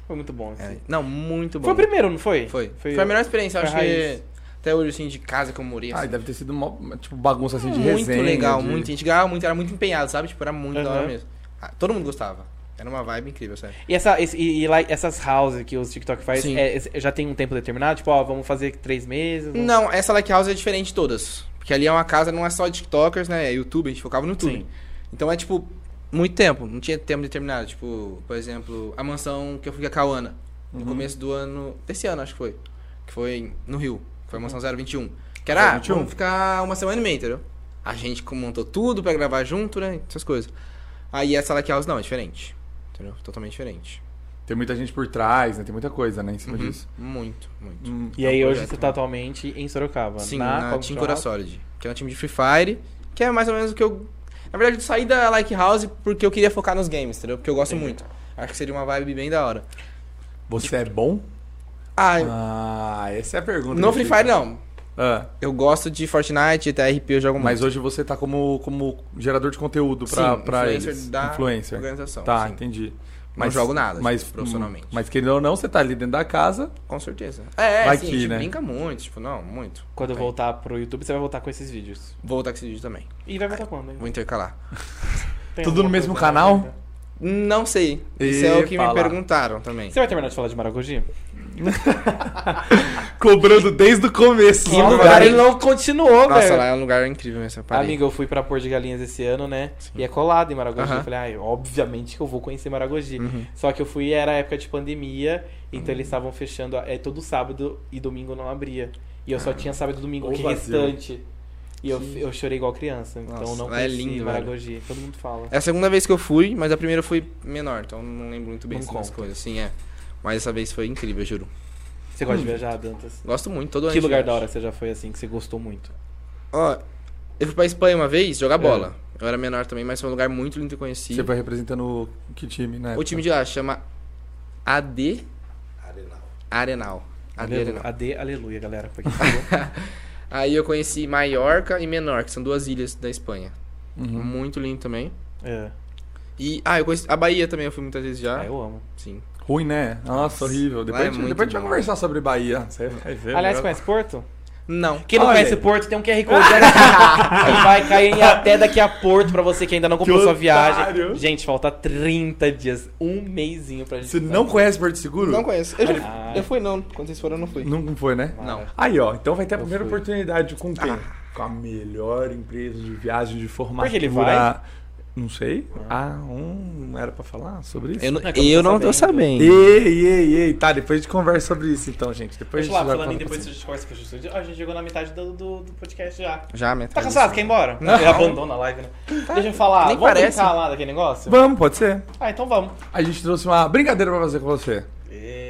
Foi muito bom. Assim. É, não, muito bom. Foi o primeiro, não foi? Foi. Foi, a melhor experiência, eu foi acho a que raiz. até hoje, assim, de casa que eu morei. Ah, assim, deve ter sido uma tipo, bagunça assim de muito resenha, legal, de- muito. A gente ganhava muito, era muito empenhado, sabe? Tipo, era muito da hora Aham. mesmo. Ah, todo mundo gostava. Era uma vibe incrível, sério. E, essa, esse- e, e lá- essas houses que os TikTok faz, Sim. é- é- já tem um tempo determinado? Tipo, ó, vamos fazer três meses? vamos- Não, essa Like House é diferente de todas. Porque ali é uma casa, não é só de TikTokers, né? É YouTube, a gente focava no YouTube. Sim. Então é tipo, muito tempo, não tinha tempo determinado. Tipo, por exemplo, a mansão que eu fui com a Cauana. No começo do ano. Desse ano, acho que foi. Que foi no Rio. Que foi a mansão 021. Que era, ah, 021? vamos ficar uma semana e meia, entendeu? A gente montou tudo pra gravar junto, né? Essas coisas. Aí essa Like House não, é diferente. Entendeu? Totalmente diferente. Tem muita gente por trás, né? Tem muita coisa, né, em cima Uhum. disso. Muito, muito. Hum, E aí É um hoje projeto, você tá atualmente em Sorocaba. Sim, na, qual que Team chama? Cura Solid, que é um time de Free Fire, que é mais ou menos o que eu. Na verdade, eu saí da Like House porque eu queria focar nos games, entendeu? Porque eu gosto muito. Acho que seria uma vibe bem da hora. Você é bom? Ah, Ah, essa é a pergunta. no que eu Free Fire fico. não. Ah, Eu gosto de Fortnite, GTA RP, eu jogo mas muito. hoje você tá como, como gerador de conteúdo pra, Sim, pra influencer eles. da influencer. organização, Tá, sim. entendi. jogo nada, mas, hum, tipo, profissionalmente. Mas querendo ou não, você tá ali dentro da casa. Com certeza. É, Vai sim, que, a gente né? brinca muito, tipo, não, muito. Quando eu Aí. voltar pro YouTube, você vai voltar com esses vídeos. Vou voltar com esse vídeo também. E vai voltar quando? hein? Vou intercalar. Tem Tudo no alguma mesmo coisa na canal? meta? Não sei. Isso é o que Epa me lá. perguntaram também. Você vai terminar de falar de Maragogi? Cobrando desde o começo. Que lugar ele não continuou, Nossa, velho. lá é um lugar incrível essa parede. Amigo, eu fui pra Porto de Galinhas esse ano, né? E é colado em Maragogi. Aham. Hum. Eu falei, ah, obviamente que eu vou conhecer Maragogi. Uhum. Só que eu fui, era época de pandemia, então eles estavam fechando é, todo sábado e domingo não abria. E eu só tinha sábado e domingo, Ou que vazio. restante. E eu, eu chorei igual criança, então Nossa, eu não lá é conheci lindo, Maragogi. Todo mundo fala. É a segunda vez que eu fui, mas a primeira foi menor, então não lembro muito bem Não essas conta. coisas, assim, é. Mas essa vez foi incrível, juro. Você gosta de viajar, Dantas? Gosto muito, todo ano. Que a gente lugar da viaja. hora você já foi assim, que você gostou muito? Ó, eu fui pra Espanha uma vez É. jogar bola. Eu era menor também, mas foi um lugar muito lindo e Você conhecido. vai representando que time, né? O time de lá chama AD Arenal. AD Aleluia, Arenal. AD, aleluia, galera. Pra quem falou. Aí eu conheci Maiorca e Menor, que são duas ilhas da Espanha. Uhum. Muito lindo também. é. E, ah, eu conheci a Bahia também, eu fui muitas vezes já. Ah, eu amo. Sim. Ruim, né? Nossa, horrível. Depois, lá é a gente- muito depois a gente vai bom. conversar sobre Bahia. Você vai ver, Aliás, né? conhece Porto? Não. Quem não Olha conhece aí. Porto tem um QR Code aqui, que vai cair em até daqui a Porto pra você que ainda não comprou Que sua otário. viagem. Gente, falta 30 dias, um mêsinho pra gente. Você não conhece Porto Seguro? Não conheço. Eu, já- Ah. eu fui não, quando vocês foram eu não fui. Nunca foi, né? Não. Aí, ó, então vai ter a primeira fui. Ah. oportunidade com quem? Com a melhor empresa de viagem de formatura. que ele vai? Não sei. Ah, um era pra falar sobre isso? Eu, não- É que eu não tô eu não tô sabendo. Ei, ei, ei. Tá, depois a gente conversa sobre isso então, gente. Depois Deixa lá, a gente falando em vai falar depois do discurso que eu a gente chegou na metade do, do, do podcast já. Já, minha Tá cansado? Quer ir embora? Não. Abandona a live, né? Deixa eu falar, nem vamos parece. brincar lá daquele negócio? Vamos, pode ser. Ah, então vamos. A gente trouxe uma brincadeira pra fazer com você.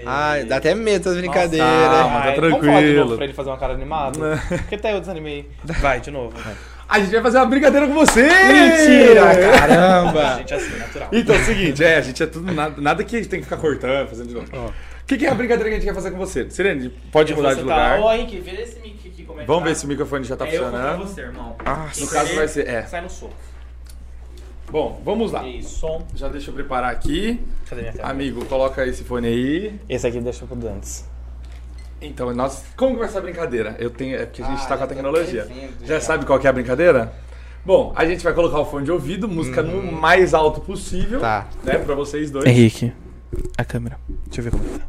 Ai, dá até medo essas brincadeiras. Nossa. Ah, Vamos falar tá de novo tranquilo. pra ele fazer uma cara animada? Porque até eu desanimei. Vai, de novo. vai. A gente vai fazer uma brincadeira com você! Mentira, caramba. Gente, é assim, natural. Então é o seguinte, é, a gente é tudo nada, nada que a gente tem que ficar cortando, fazendo de novo. O que, que é a brincadeira que a gente quer fazer com você? Serene, pode mudar de Você tá- lugar. Ô, Henrique, vê esse mic aqui como é que Vamos tá. ver se o microfone já tá É eu contra funcionando. você, irmão. Nossa. No caso vai ser, é. Sai no soco. Bom, vamos lá. E som. Já deixa eu preparar aqui. Cadê minha tela? Amigo, coloca esse fone aí. Esse aqui deixa pro Dantes. Então, nós. Como que vai ser a brincadeira? Eu tenho. É porque a gente Ah, tá com a eu tô tecnologia. prevendo Já já. sabe qual que é a brincadeira? Bom, a gente vai colocar o fone de ouvido, música no mais alto possível. Tá. Né? Pra vocês dois. Hum. Henrique, a câmera. Deixa eu ver como tá.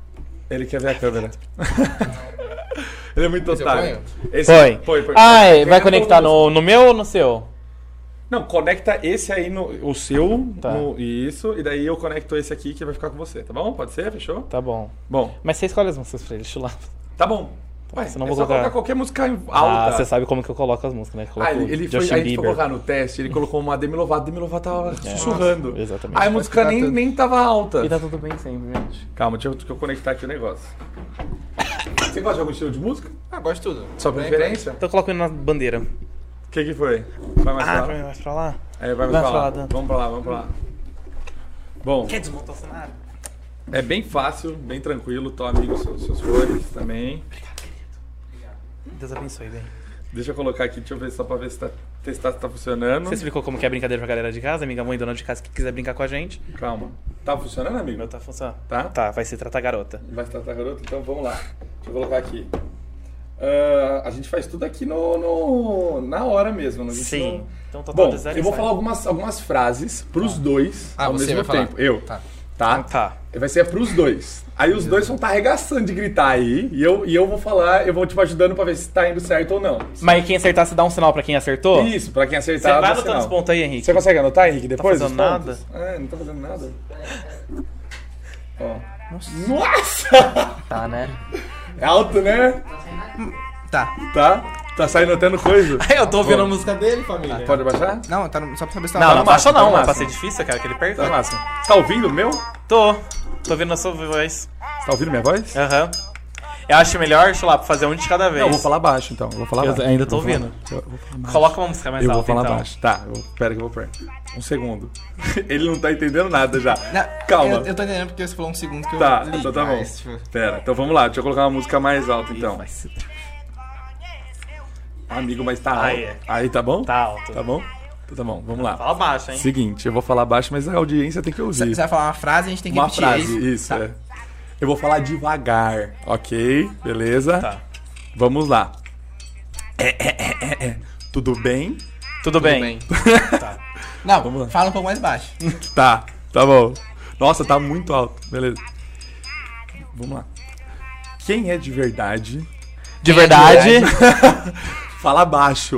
Ele quer ver a câmera. Ele é muito Esse eu otário. Esse Põe. Põe, põe. Ah, é, vai Pega conectar todo no, mundo. no meu ou no seu? Não, conecta esse aí no. O seu. Tá. no- isso. E daí eu conecto esse aqui que vai ficar com você, tá bom? Pode ser? Fechou? Tá bom. Bom, Mas você escolhe as músicas pra ele, chulapa. tá bom. Ué, Você não é vou só colocar- colocar qualquer música em Ah, alta. você sabe como que eu coloco as músicas, né? Eu Coloco tá. Ah, ele, ele foi, Justin a gente foi Bieber. É. colocar no teste, ele colocou uma Demi Lovato, Demi Lovato tava sussurrando. exatamente. Aí a música ficar nem, tudo. nem tava alta. E tá tudo bem sempre, gente. Calma, deixa eu, deixa eu conectar aqui o negócio. Você gosta de algum estilo de música? Ah, gosto de tudo. Só preferência? Então eu coloco ele na bandeira. O que que foi? Vai mais pra lá? mais pra lá? É, vai mais Ah, vai pra falar, lá. Dan. Vamos pra lá, vamos pra lá. Bom, Quer desmontar o cenário? É bem fácil, bem tranquilo. Tô amigo seus, seus flores também. Deus abençoe, bem. Deixa eu colocar aqui, deixa eu ver só pra ver se tá, testar se tá funcionando. Você explicou como que é a brincadeira pra galera de casa, amiga mãe, dona de casa que quiser brincar com a gente. Calma. Tá funcionando, O amigo? meu tá funcionando. Tá? Tá, vai se tratar garota. Vai se tratar garoto? Então vamos lá. Deixa eu colocar aqui. Ah, a gente faz tudo aqui no, no- na hora mesmo. Não, A gente Sim. não- Então Bom, total de zero Tá. eu vou insight. falar algumas, algumas frases pros dois Ah, ao você mesmo vai falar. tempo. Eu. Tá. Tá? Então Tá. Vai ser pros dois. Aí os dois vão estar arregaçando de gritar aí. E eu, e eu vou falar, eu vou tipo ajudando pra ver se tá indo certo ou não. Mas quem acertar, você dá um sinal pra quem acertou? Isso, pra quem Você vai acertar. dá anotando sinal. os pontos aí, Henrique. tá, Você consegue anotar, Henrique, depois? Tá fazendo os pontos? Ah, não tá fazendo nada. Ó. Nossa! Tá, né? É alto, né? Tá. Tá? Tá saindo notando coisa? É, Eu tô ouvindo a música dele, família. Pode abaixar? Não, tá no- só pra saber se tá Não, não máximo, baixa tá não, no mas pra máximo. ser difícil, cara, que ele Tá perde. máximo. Tá ouvindo o meu? Tô. Tô vendo a sua voz. Tá ouvindo minha voz? Aham. Eu acho melhor, deixa eu lá, fazer um de cada vez. Não, eu vou falar baixo então. Eu vou falar Eu baixo. ainda tô Eu vou falar ouvindo. baixo. Eu, eu vou falar baixo. Coloca uma música mais Eu vou alta, falar então. baixo. Tá, eu, pera que eu vou pôr. Um segundo. Ele não tá entendendo nada já. Não, Calma. Eu, eu tô entendendo porque você falou um segundo que eu Tá, li, então tá bom. mas, tipo, Pera, então vamos lá, deixa eu colocar uma música mais alta então. Amigo, mas tá alto. Aí é. Aí tá bom? Tá alto. Tá bom? Então tá bom, vamos lá. Fala baixo, hein? Seguinte, eu vou falar baixo, mas a audiência tem que Você ouvir. vai falar uma frase e a gente tem que Uma repetir. é frase, isso, Tá. é. Eu vou falar devagar, ok? Beleza? Tá. Vamos lá. É, é, é, é, é. Tudo bem? Tudo, bem. Tá. Não, Vamos lá. fala um pouco mais baixo. Tá, tá bom. Nossa, tá muito alto. Beleza. Vamos lá. Quem é de verdade? De verdade, Fala baixo.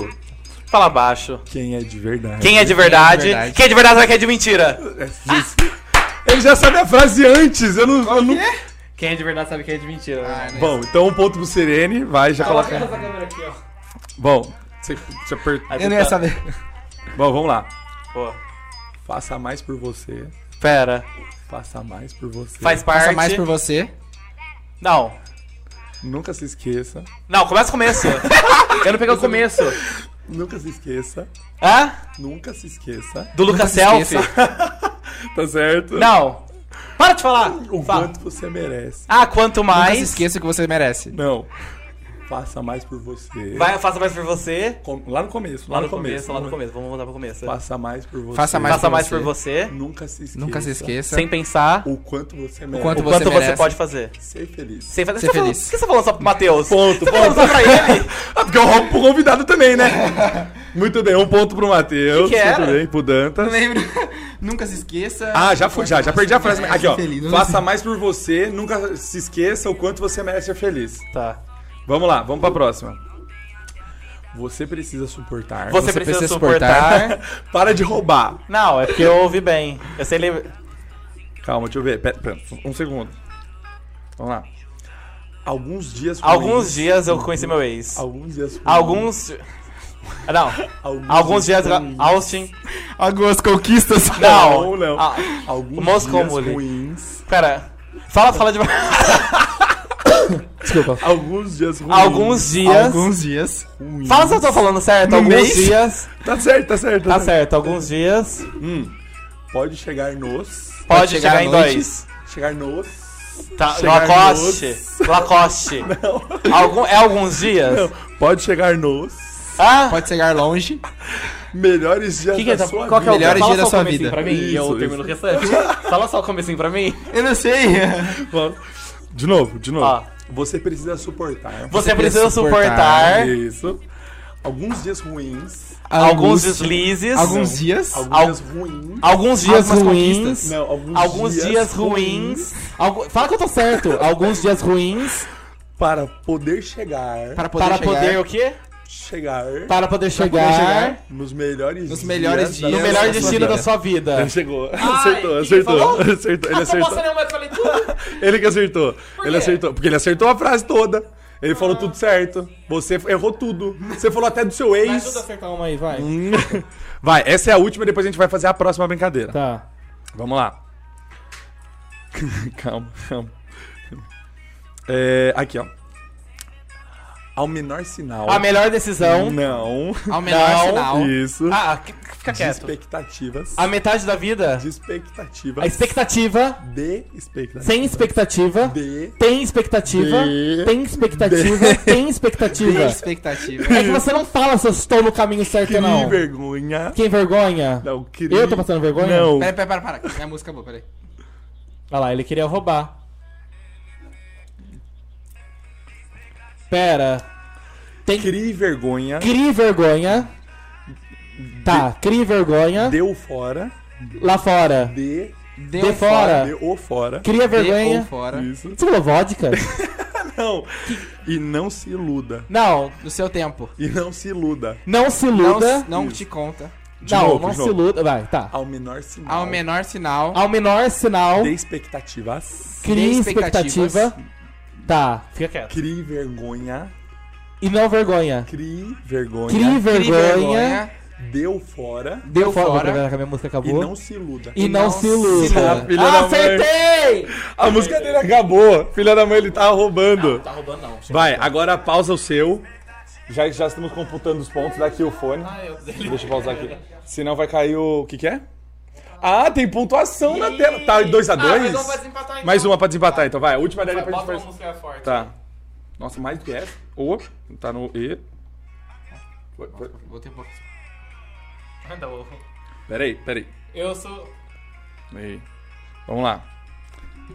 fala baixo. Quem é de verdade? Quem é de Quem é de verdade? verdade? Quem é de verdade sabe quem é de mentira? Ele já sabe a frase antes. Eu não. eu não- Quem é de verdade sabe quem é de mentira. né? Bom, então um ponto pro Serene. Vai, já coloca. Ah, câmera aqui, ó. Bom, você, você per- Aí Ah, eu não ia botar- saber. Bom, vamos lá. Pô. Faça mais por você. Pera. Faça mais por você. Faz parte. Passa mais por você. Não. Nunca se esqueça. Não, começa o começo. eu não peguei o começo. Nunca se esqueça. Hã? Nunca se esqueça. Do Lucas Selfie? Tá certo? Não. Para de falar. O Fala. quanto você merece. Ah, quanto Nunca se mais. esqueça que você merece. Não. Faça mais por você. Vai, faça mais por você. Com- Lá no começo, lá, Lá no começo, lá no começo. Vamos voltar pro começo. Faça mais por você. Faça mais Faça por mais você. por você. Nunca se esqueça. Nunca se esqueça. Sem pensar O quanto você merece. o quanto quanto você você merece. pode fazer. Ser feliz. Sem fazer. Ser você tá falando- feliz. Por que você tá falando só pro Matheus? Ponto, Você tá falando ponto. só pra ele? Ah, porque eu roubo pro convidado também, né? Muito bem, um ponto pro Matheus. Que que era? Muito bem, pro Dantas. Lembra? Nunca se esqueça. Ah, já fui, já, já perdi a frase. Aqui, ó. Feliz, não Faça mais por você, nunca se esqueça o quanto você merece ser feliz. Tá. Vamos lá, vamos pra próxima. Você precisa suportar. Você, Você precisa, precisa suportar. Para de roubar. Não, é porque eu ouvi bem. Eu sei ler. Calma, deixa eu ver. Pera, pera, um segundo. Vamos lá. Alguns dias ruins. Alguns dias eu conheci meu ex. Alguns dias ruins. Alguns. Ah, Não. Alguns, Alguns dias. ruins. Austin. Algumas conquistas. Não. Não, não. Ah, Alguns Moscou dias Mule. ruins. Cara. Fala, fala de. Desculpa. Alguns dias ruins. Alguns dias. Alguns dias. Ruins. Fala se eu tô falando certo. No Alguns mês? dias. Tá certo, tá certo. Tá certo. Alguns dias. Hum. Pode chegar nos. Pode chegar, chegar à em noite. dois. Chegar nos. Tá, Chegar Lacoste. Lacoste. Algum, é alguns dias? Não, Pode chegar nos Ah, Pode chegar longe. melhores dias que que é da essa- sua qual que é o vida. Melhores fala dias da só o sua comecinho vida. Pra mim, e eu Isso, termino o restante. Fala só o comecinho pra mim. Eu não sei. De novo, de novo. Ó. Você precisa suportar. Você precisa precisa suportar suportar Isso. Alguns dias ruins. alguns deslizes, Alguns dias. Alguns Al- dias ruins. alguns dias algumas ruins, conquistas. Não, alguns, alguns dias, ruins. Algu- Fala que eu tô certo. Alguns dias ruins Para poder chegar. Para poder para chegar poder o quê? chegar. Para poder poder chegar, chegar Nos melhores Nos melhores da no dias. sua melhor da vida. destino da sua vida. Ele chegou. e acertou, ele acertou, falou? acertou. Ele acertou. nenhuma, eu falei tudo. Ele que acertou. Ele quê? Ah. acertou. Porque ele acertou a frase toda. Ele falou tudo certo. Você errou tudo. Você falou até do seu Me ajuda a ex. acertar uma aí, vai. Hum. Vai, essa é a última, depois a gente vai fazer a próxima brincadeira. Tá. Vamos lá. calma, calma. É, aqui, ó. Ao menor sinal. A melhor Hum. decisão. Não. Ao menor Não. sinal. Isso. Ah, que- que- fica de quieto. expectativas. A metade da vida. De expectativas. A expectativa. De expectativas. Sem expectativa. De. Tem expectativa. De- Tem expectativa. Tem Tem expectativa. expectativa. É que você não fala se eu estou no caminho certo ou Que não. vergonha. Quem vergonha? Não, que Eu tô passando vergonha? É, Não. Pera, pera, pera, pera. Minha música acabou, peraí. Olha lá, ele queria roubar. Pera. Tem que. Crie vergonha. Crie vergonha. Tá, crie vergonha. Deu fora. Lá fora. De. Deu De fora. Deu o fora. Cria fora, deu vergonha. fora. Isso. Você falou vodka? Não. E não se iluda. não. No seu tempo. E não se iluda. Não se Não, iluda. não Isso. te conta. De Não, novo, não de se novo. iluda. Vai, tá. Ao menor sinal. Ao menor sinal. Ao menor sinal, De expectativas. crie de expectativa. Tá, fica quieto. Crie vergonha. E não vergonha. Crie vergonha. Crie Crie vergonha. Tá. Deu fora. Deu Deu fora. fora. Que a minha música E acabou. não se iluda. E não se iluda. Filha da mãe. Acertei! A música dele acabou. Filha da mãe, ele tá roubando. Tá roubando não. Vai, agora pausa o seu. Já, já estamos computando os pontos. Dá aqui o fone. Deixa É, eu pausar aqui. Senão vai cair o. O que, que é? Ah, tem pontuação na tela. Tá, 2x2? mais Ah, uma pra desempatar, então. Mais uma pra desempatar, então vai. A última dela pra gente Bota uma fazer. música forte. Tá. Nossa, mais do que essa. Ou. Tá no E. Foi, foi. Botei um pouco. Peraí, peraí. Eu sou. Ei. Vamos lá.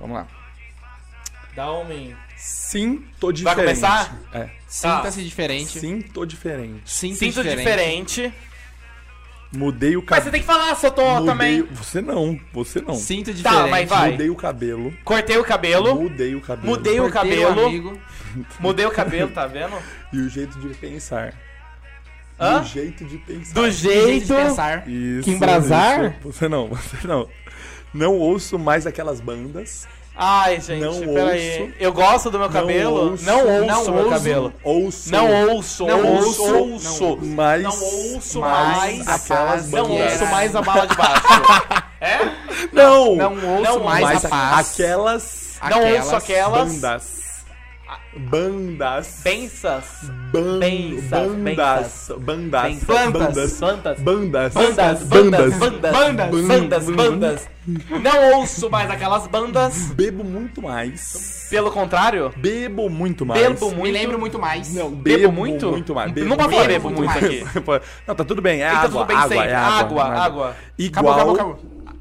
Vamos lá. Dá um em. Sinto diferente. começar? É. Sinta-se diferente. Sinto diferente. Sinta Sinto diferente. Mudei o Mas você cabelo. tem que falar, se eu tô também. Você não, você não. Sinto diferente. Tá, mas vai. Mudei o cabelo. Cortei o cabelo. Mudei o cabelo. Mudei o Cortei cabelo. amigo. Mudei o cabelo, tá vendo? E o jeito de pensar. Hã? Do jeito de pensar. Do Jeito jeito. de pensar. Isso, Que embrasar? isso. Você não, você não. Não ouço mais aquelas bandas. Ai, gente, Não peraí. ouço. Eu gosto do meu cabelo. ouço. Não ouço, Não meu ouso. cabelo. Ouço. Não ouço, Não ouço, ouço. ouço. Mais, Não ouço mais aquelas as- Não bandas. Yes. ouço mais a bala de baixo. é? Não, Não ouço Não mais, mais a paz. aquelas Não ouço aquelas. bandas. Bandas. Pensas. Ban- Bensas, bandas, bensas. bandas, Bensas. bandas, Bandas. Bandas, bandas, bandas, bandas, bandas, bandas, bandas. Não ouço mais aquelas bandas. Bebo muito mais. Pelo contrário, Bebo muito mais. bebo muito. Me lembro muito mais. Não, bebo, Bebo muito? Muito mais. Não pode falar bebo muito Não, tá tudo bem. É Tá água, tudo bem água, sempre. é água, Água, nada. água. Igual, Acabou, acabou, acabou.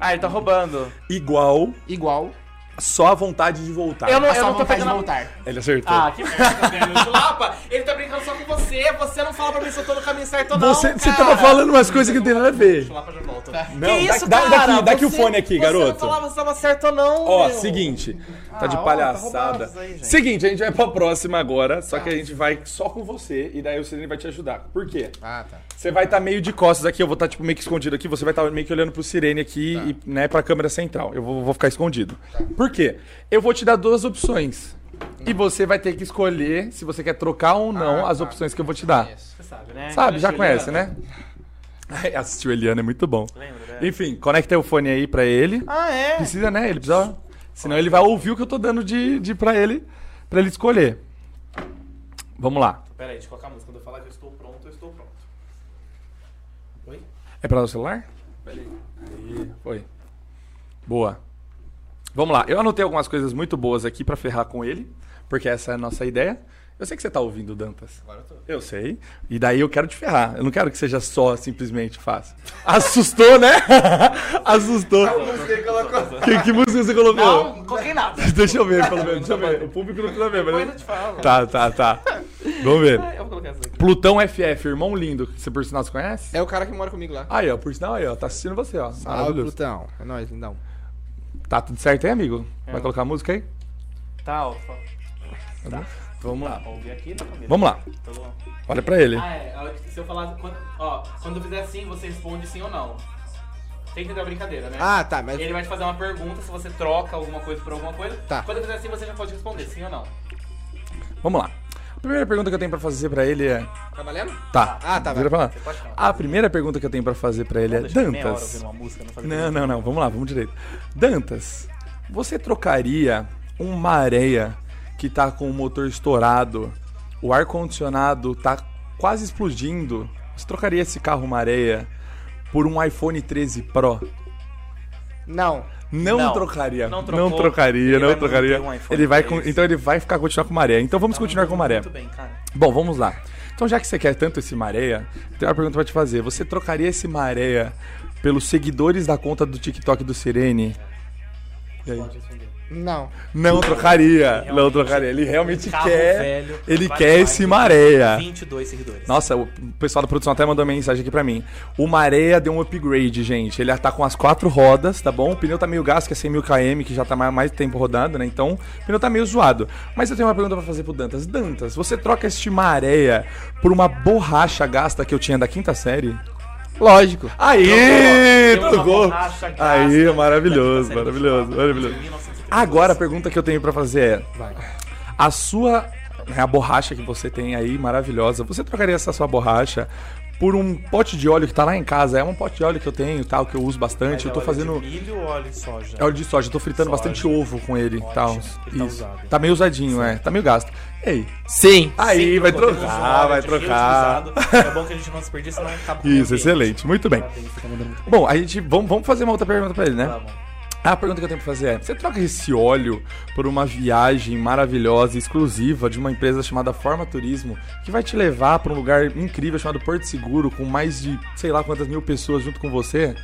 Ah, ele tá roubando. igual, Igual. só a vontade de voltar. Eu não, a eu sua não tô Tá vontade de pegando a- voltar. Ele acertou. Ah, que tá merda, velho. Chulapa, ele tá brincando só com você. Você não fala pra mim se eu tô no caminho certo ou não. você, você cara. tava falando umas coisas que não tem nada a ver. Chulapa já volta. que Não, dá- isso, dá- cara? dá aqui- dá aqui o Você- fone aqui, Você garoto. não falava se tava certo ou não. Ó, meu. seguinte. Tá de ó, tá palhaçada. roubado isso aí, gente. Tá. seguinte, a gente vai pra próxima agora, só que a gente vai só com você e daí o Cirene vai te ajudar. Por quê? Ah, tá. Você vai estar meio de costas aqui, eu vou estar tipo meio que escondido aqui, você vai estar meio que olhando pro Sirene aqui Tá. e né, pra câmera central. Eu vou, vou ficar escondido. Por quê? Eu vou te dar duas opções. Hum. E você vai ter que escolher se você quer trocar ou Ah, não tá. as opções que eu vou te dar. Você sabe, né? Sabe, já Juliana. conhece, né? Ai, Assistiu Eliana, é muito bom. Lembra, né? Enfim, conecta o fone aí pra ele. Ah, é? Precisa, né? Ele precisa. Senão ele vai ouvir o que eu tô dando de, de pra ele para ele escolher. Vamos lá. Pera aí, deixa eu colocar a música. Quando eu falar que eu estou pronto, eu estou pronto. Oi? É pra dar o celular? Aí, foi. Boa. Vamos lá. Eu anotei algumas coisas muito boas aqui pra ferrar com ele, porque essa é a nossa ideia. Eu sei que você tá ouvindo, Dantas. Agora eu tô. Eu sei. E daí eu quero te ferrar. Eu não quero que seja só simplesmente fácil. Assustou, né? Assustou. Que, que música você colocou? Não, não coloquei nada. Deixa eu ver, pelo menos. Deixa eu ver. O público não precisa ver, Depois eu te mas... falo. Tá, tá, tá. Vamos ver. Eu vou colocar essa aqui. Plutão FF, irmão lindo. que Você por sinal você conhece? É o cara que mora comigo lá. Aí, ó, por sinal aí, ó, tá assistindo você, ó. Salve, Maravilhoso. Plutão. É nóis, lindão. Tá tudo certo aí, amigo? Vai É. colocar a música aí? Tá, ó. só- Vamos lá. Ouvi aqui na família. Vamos lá. Tá bom. Olha pra ele. Ah, é. ó, Se eu falar. Quando, ó, quando eu fizer assim, você responde sim ou não. Tem que entender a brincadeira, né? Ah, tá, mas. Ele vai te fazer uma pergunta se você troca alguma coisa por alguma coisa. Tá. Quando eu fizer assim, você já pode responder, sim ou não. Vamos lá. A primeira pergunta que eu tenho pra fazer pra ele é... Tá valendo? Tá. Ah, tá, vai. Vira pra lá. Pode falar. A primeira pergunta que eu tenho pra fazer pra ele é... Dantas. uma música, não fazer Não, não, não. Vamos lá, vamos direito. Dantas, você trocaria uma areia que tá com o motor estourado o ar-condicionado tá quase explodindo. Você trocaria esse carro uma areia por um iPhone 13 Pro? Não. Não, Não. trocaria. Não Não, trocou. trocaria, Ele não vai trocaria. manter um iPhone Tá ele vai, 13. con- então ele vai ficar continuar com maré. Então vamos continuar com maré. Muito bem, cara. Bom, vamos lá. Então, já que você quer tanto esse Maréia, tem uma pergunta pra te fazer. Você trocaria esse Maréia pelos seguidores da conta do TikTok do Sirene? E aí? Pode responder. Não. Não trocaria. não Realmente, trocaria. Ele realmente carro quer. velho, ele vai quer lá esse e- Tá. Maréia. 22 seguidores. Nossa, o pessoal da produção até mandou uma mensagem aqui pra mim. O Maréia deu um upgrade, gente. Ele tá com as quatro rodas, tá bom? O pneu tá meio gasto, que é 100 mil km, que já tá mais, mais tempo rodando, né? Então, o pneu tá meio zoado. Mas eu tenho uma pergunta pra fazer pro Dantas. Dantas, você troca este Maréia por uma borracha gasta que eu tinha da quinta série? Lógico. Aí, Tem uma trocou! borracha gasta Aí, da quinta série maravilhoso, do maravilhoso, Chulapa, maravilhoso. de 1952. Agora a pergunta que eu tenho pra fazer é: a sua né, a borracha que você tem aí maravilhosa, você trocaria essa sua borracha por um pote de óleo que tá lá em casa? É um pote de óleo que eu tenho, tal, que eu uso Mas bastante. é eu tô óleo fazendo de milho ou óleo de soja? é óleo de soja, eu tô fritando Soja. bastante ovo com ele, tal. ele tá Isso. usado. Tá meio usadinho, é. Tá meio gasto. Ei. Sim. Aí Sempre vai bom, temos um óleo trocar, vai de trocar. reutilizado. É bom que a gente não se perder, senão acaba com o Isso, ambiente. excelente. Muito bem. Parabéns, tá mandando muito bem. Bom, a gente vamos, vamos fazer uma outra pergunta pra ele, né? Tá bom. A pergunta que eu tenho pra fazer é: você troca esse óleo por uma viagem maravilhosa, e exclusiva de uma empresa chamada Forma Turismo, que vai te levar pra um lugar incrível chamado Porto Seguro, com mais de sei lá quantas mil pessoas junto com você?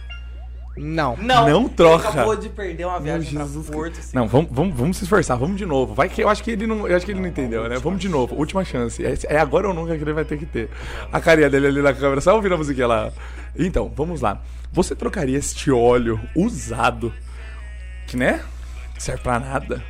Não. Não, Não troca. ele Acabou de perder uma viagem pra Jesus Porto. assim. Não, vamos, vamos, vamos se esforçar, vamos de novo. Vai que eu acho que ele não, eu acho que ele não entendeu, né? Vamos de novo, última chance. É, é agora ou nunca que ele vai ter que ter. A carinha dele ali na câmera, só ouvindo a musiquinha lá. Então, vamos lá. Você trocaria este óleo usado, que né? Serve pra nada,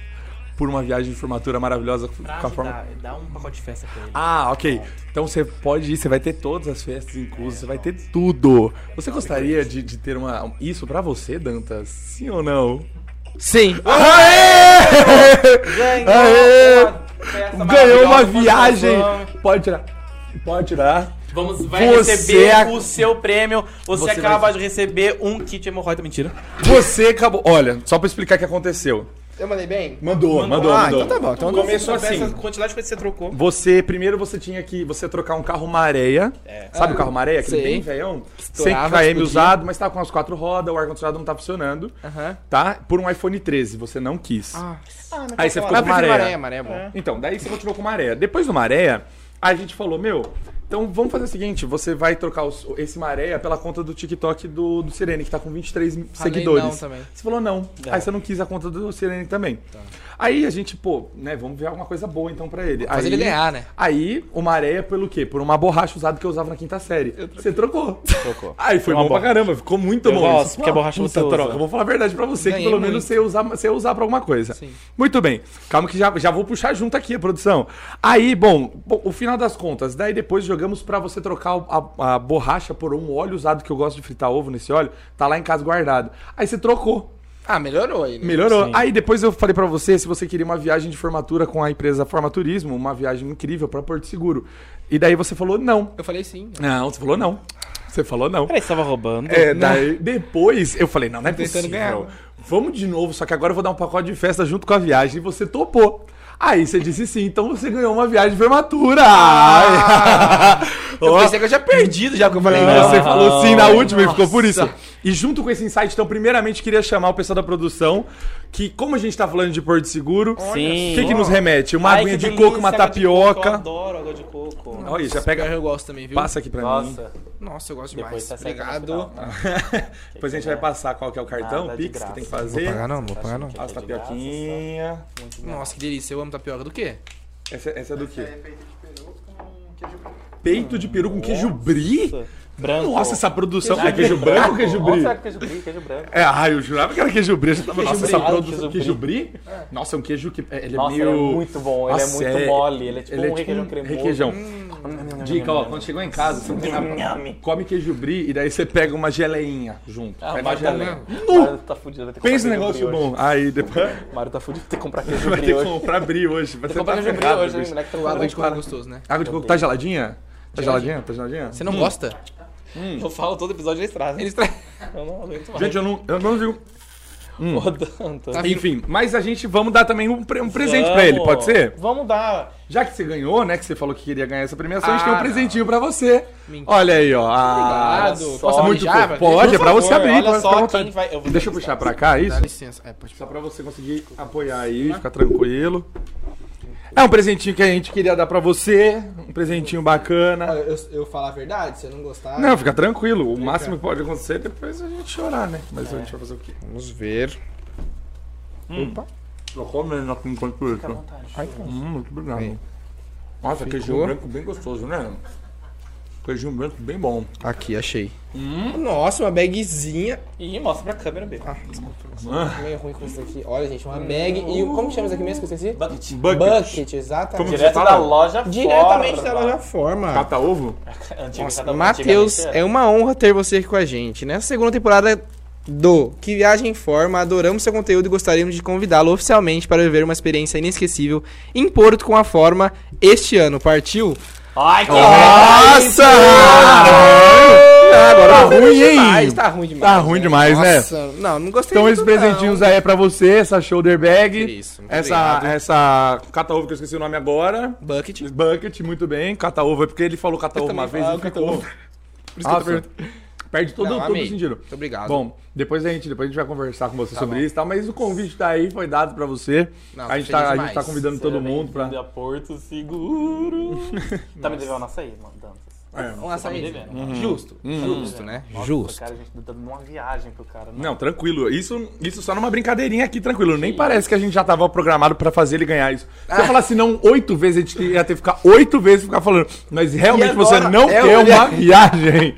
por uma viagem de formatura maravilhosa com Pra com a forma. ajudar, dá um pacote de festa pra ele. Ah, ok. Então você pode ir, você vai ter todas as festas inclusas, você vai ter tudo. Você gostaria de, de ter uma isso pra você, Dantas? Sim ou não? Sim. Ganhou Aê! uma festa Ganhou uma maravilhosa, viagem! vamos- Pode tirar. Pode tirar. Vamos, vai Você receber ac- o seu prêmio. é Você, Você vai- acaba de receber um kit hemorroida. Mentira. Você acabou. Olha, só pra explicar o que aconteceu. Eu mandei bem? Mandou, mandou, Ah, mandou. então tá bom. Então eu não começou Essa assim. quantidade de coisa que você trocou. Você, primeiro você tinha que você trocar um carro maréia. Sabe o carro maréia? Aquele Sei. bem velhão. 100 É. Estourava, km explodia. usado, mas tava com as quatro rodas, o ar-condicionado não tá funcionando. Aham. Tá? Por um iPhone 13, você não quis. Ah, Aí você ficou mas com maré. maré, maré é bom. Então, daí você continuou com maré. Depois do maré, a gente falou, meu, então vamos fazer o seguinte, você vai trocar os- esse maré pela conta do TikTok do, do Sirene, que tá com 23 Falei seguidores. Ah, não também. É. Tá. Você falou não. Aí você não quis a conta do Sirene também. Aí a gente, pô, né, vamos ver alguma coisa boa então pra ele. Mas aí, ele ganhar, né? Aí, o maré pelo quê? Por uma borracha usada que eu usava na quinta série. Você trocou. Trocou. Aí foi Uma bom pra borracha. caramba, ficou muito Eu bom. gosto, isso. porque a borracha puta você usa. troca. Eu vou falar a verdade pra você, Ganhei que pelo menos muito. você usar, você usar pra alguma coisa. Sim. Muito bem. Calma que já, já vou puxar junto aqui a produção. Aí, bom, bom, o final das contas, daí depois jogamos pra você trocar o- a, a borracha por um óleo usado que eu gosto de fritar ovo nesse óleo, tá lá em casa guardado. Aí você trocou. Ah, melhorou aí, né? Melhorou. Sim. Aí depois eu falei pra você se você queria uma viagem de formatura com a empresa Forma Turismo, uma viagem incrível pra Porto Seguro. E daí você falou não. Eu falei sim. né? Não, você falou não. Você falou não. Peraí, você tava roubando. É, daí depois eu falei, não, não é Tentando possível. ganhar, né? Vamos de novo, só que agora eu vou dar um pacote de festa junto com a viagem e você topou. Aí você disse sim, então você ganhou uma viagem de formatura. Eu Ó, pensei que Ah! eu tinha perdido já, porque eu falei não, não. você falou sim na última e ficou por Nossa. isso. E junto com esse insight, então, primeiramente queria chamar o pessoal da produção, que como a gente tá falando de Porto Seguro, o Sim. que, que nos remete? Uma Ai, aguinha que de delícia, coco, né? uma água de coco, eu tapioca. adoro água de coco. Olha, já pega, Eu gosto também, viu? passa aqui pra mim. Nossa. Nossa, eu gosto Depois demais. tá saindo no Obrigado. final. Depois a gente vai passar qual que é o Nada cartão, Ah, tá de Pix, que graça. tem que fazer. não, não vou pagar não. É As de graça, tapioquinha. Nossa, que delícia. Eu amo tapioca. Do quê? Essa, essa é do quê? Peito de peru com queijo brie? Branco. Nossa, essa produção. Queijo é queijo branco ou queijo brie? Nossa, queijo brie, queijo branco. É, ah, eu jurava que era queijo brie. eu já tava- Queijo nossa, brie. essa Ah, produção. queijo Queijo brie? Nossa, é um queijo que. é- Ele é Nossa, meio. ele é muito bom, ele é Nossa, muito mole, ele é tipo um requeijão cremoso. Hum. Requeijão. Dica, ó, quando chegou em casa, você não tem nada. Come queijo brie e daí você pega uma geleinha junto. Ah, Pega vai uma dar geleinha. mesmo. Nu! Mário tá fudido, vai ter que Pensa comprar no queijo negócio brie hoje. bom. Aí depois Mário tá fudido, vai ter que comprar queijo vai brie ter que hoje. comprar brie hoje. Vai ter que Comprar queijo brie hoje, hein, moleque, tá O água de coco é maluco. gostoso, né? Água de coco tá geladinha? Tá geladinha? Tá geladinha? Você não gosta? um Eu falo todo episódio eles trazem. né? Eles tra... Eu não aguento mais. Gente, eu não, eu não digo. rodando. Hum. Enfim, mas a gente vamos dar também um, pre- um presente pra ele, pode ser? Vamos dar. Já que você ganhou, né? Que você falou que queria ganhar essa premiação, a gente Ah, tem um não. presentinho pra você. Mentira. Olha aí, ó. Ah, Obrigado. Olha só. Posso muito mijar, fofo. velho? Pode, é Por pra você favor, abrir. Olha pode ficar à só vontade. quem vai. vou Deixa eu puxar pra cá, isso? Dá licença. É, pode Só pra você conseguir apoiar aí, ficar tranquilo. É um presentinho que a gente queria dar pra você. Um presentinho Olha, bacana. Eu, eu falar a verdade, se eu não gostar. Não, fica tranquilo. O máximo que pode acontecer é depois a gente chorar, né? Mas a gente vai fazer o quê? Vamos ver. Hum. Eu comendo aqui enquanto isso. Hum, muito obrigado. Aí. Nossa, Ficou. queijinho branco bem gostoso, né? Queijinho branco bem bom. Aqui, achei. Nossa, uma bagzinha. Ih, mostra pra câmera, bebê. Ah, Meio ruim com isso aqui. Olha, gente, uma bag e o. Como que chama isso aqui mesmo que eu esqueci? Bucket. Bucket, exatamente. Como que Direto Você fala? da loja Diretamente fora. da loja Forma. Cata ovo? Antiga, Nossa, cada- um, Matheus, antigamente é uma honra ter você aqui com a gente. Nessa segunda temporada do Que Viagem em Forma, adoramos seu conteúdo e gostaríamos de convidá-lo oficialmente para viver uma experiência inesquecível em Porto com a Forma este ano. Partiu? É. Ai, que Tá Nossa! Ah, Agora tá ruim, hein? Tá ruim demais. Tá ruim demais, né? Nossa, não, não gostei Então muito, esses presentinhos aí é pra você, essa shoulder bag. Que isso, muito essa, obrigado. essa cata-ovo que eu esqueci o nome agora. não. Bucket. Bucket, muito bem. Cata-ovo é porque ele falou cata-ovo Eu uma também vez e falo ficou. cata-ovo. Por isso que eu tô perguntando. Ah, Perde todo, Não, todo amei. o sentido. Muito obrigado. Bom, depois a gente, depois a gente vai conversar com você sobre isso e tal, mas o convite tá aí, foi dado pra você. Não, a, gente tá, feliz a gente demais. tá convidando todo mundo pra. A Porto Seguro. tá me devendo uma açaí, mano. Dantas. É, um açaí. Tá me devendo. Justo. Justo, né? Nossa, Justo. Cara, a gente tá dando uma viagem pro cara. né? Não. Não, tranquilo. Isso, isso só numa brincadeirinha aqui, tranquilo. Nem parece que a gente já tava programado pra fazer ele ganhar isso. Se Ah. eu falasse não oito vezes, a gente ia ter que ficar oito vezes ficar falando. Mas realmente agora? você não É, quer olha- uma viagem.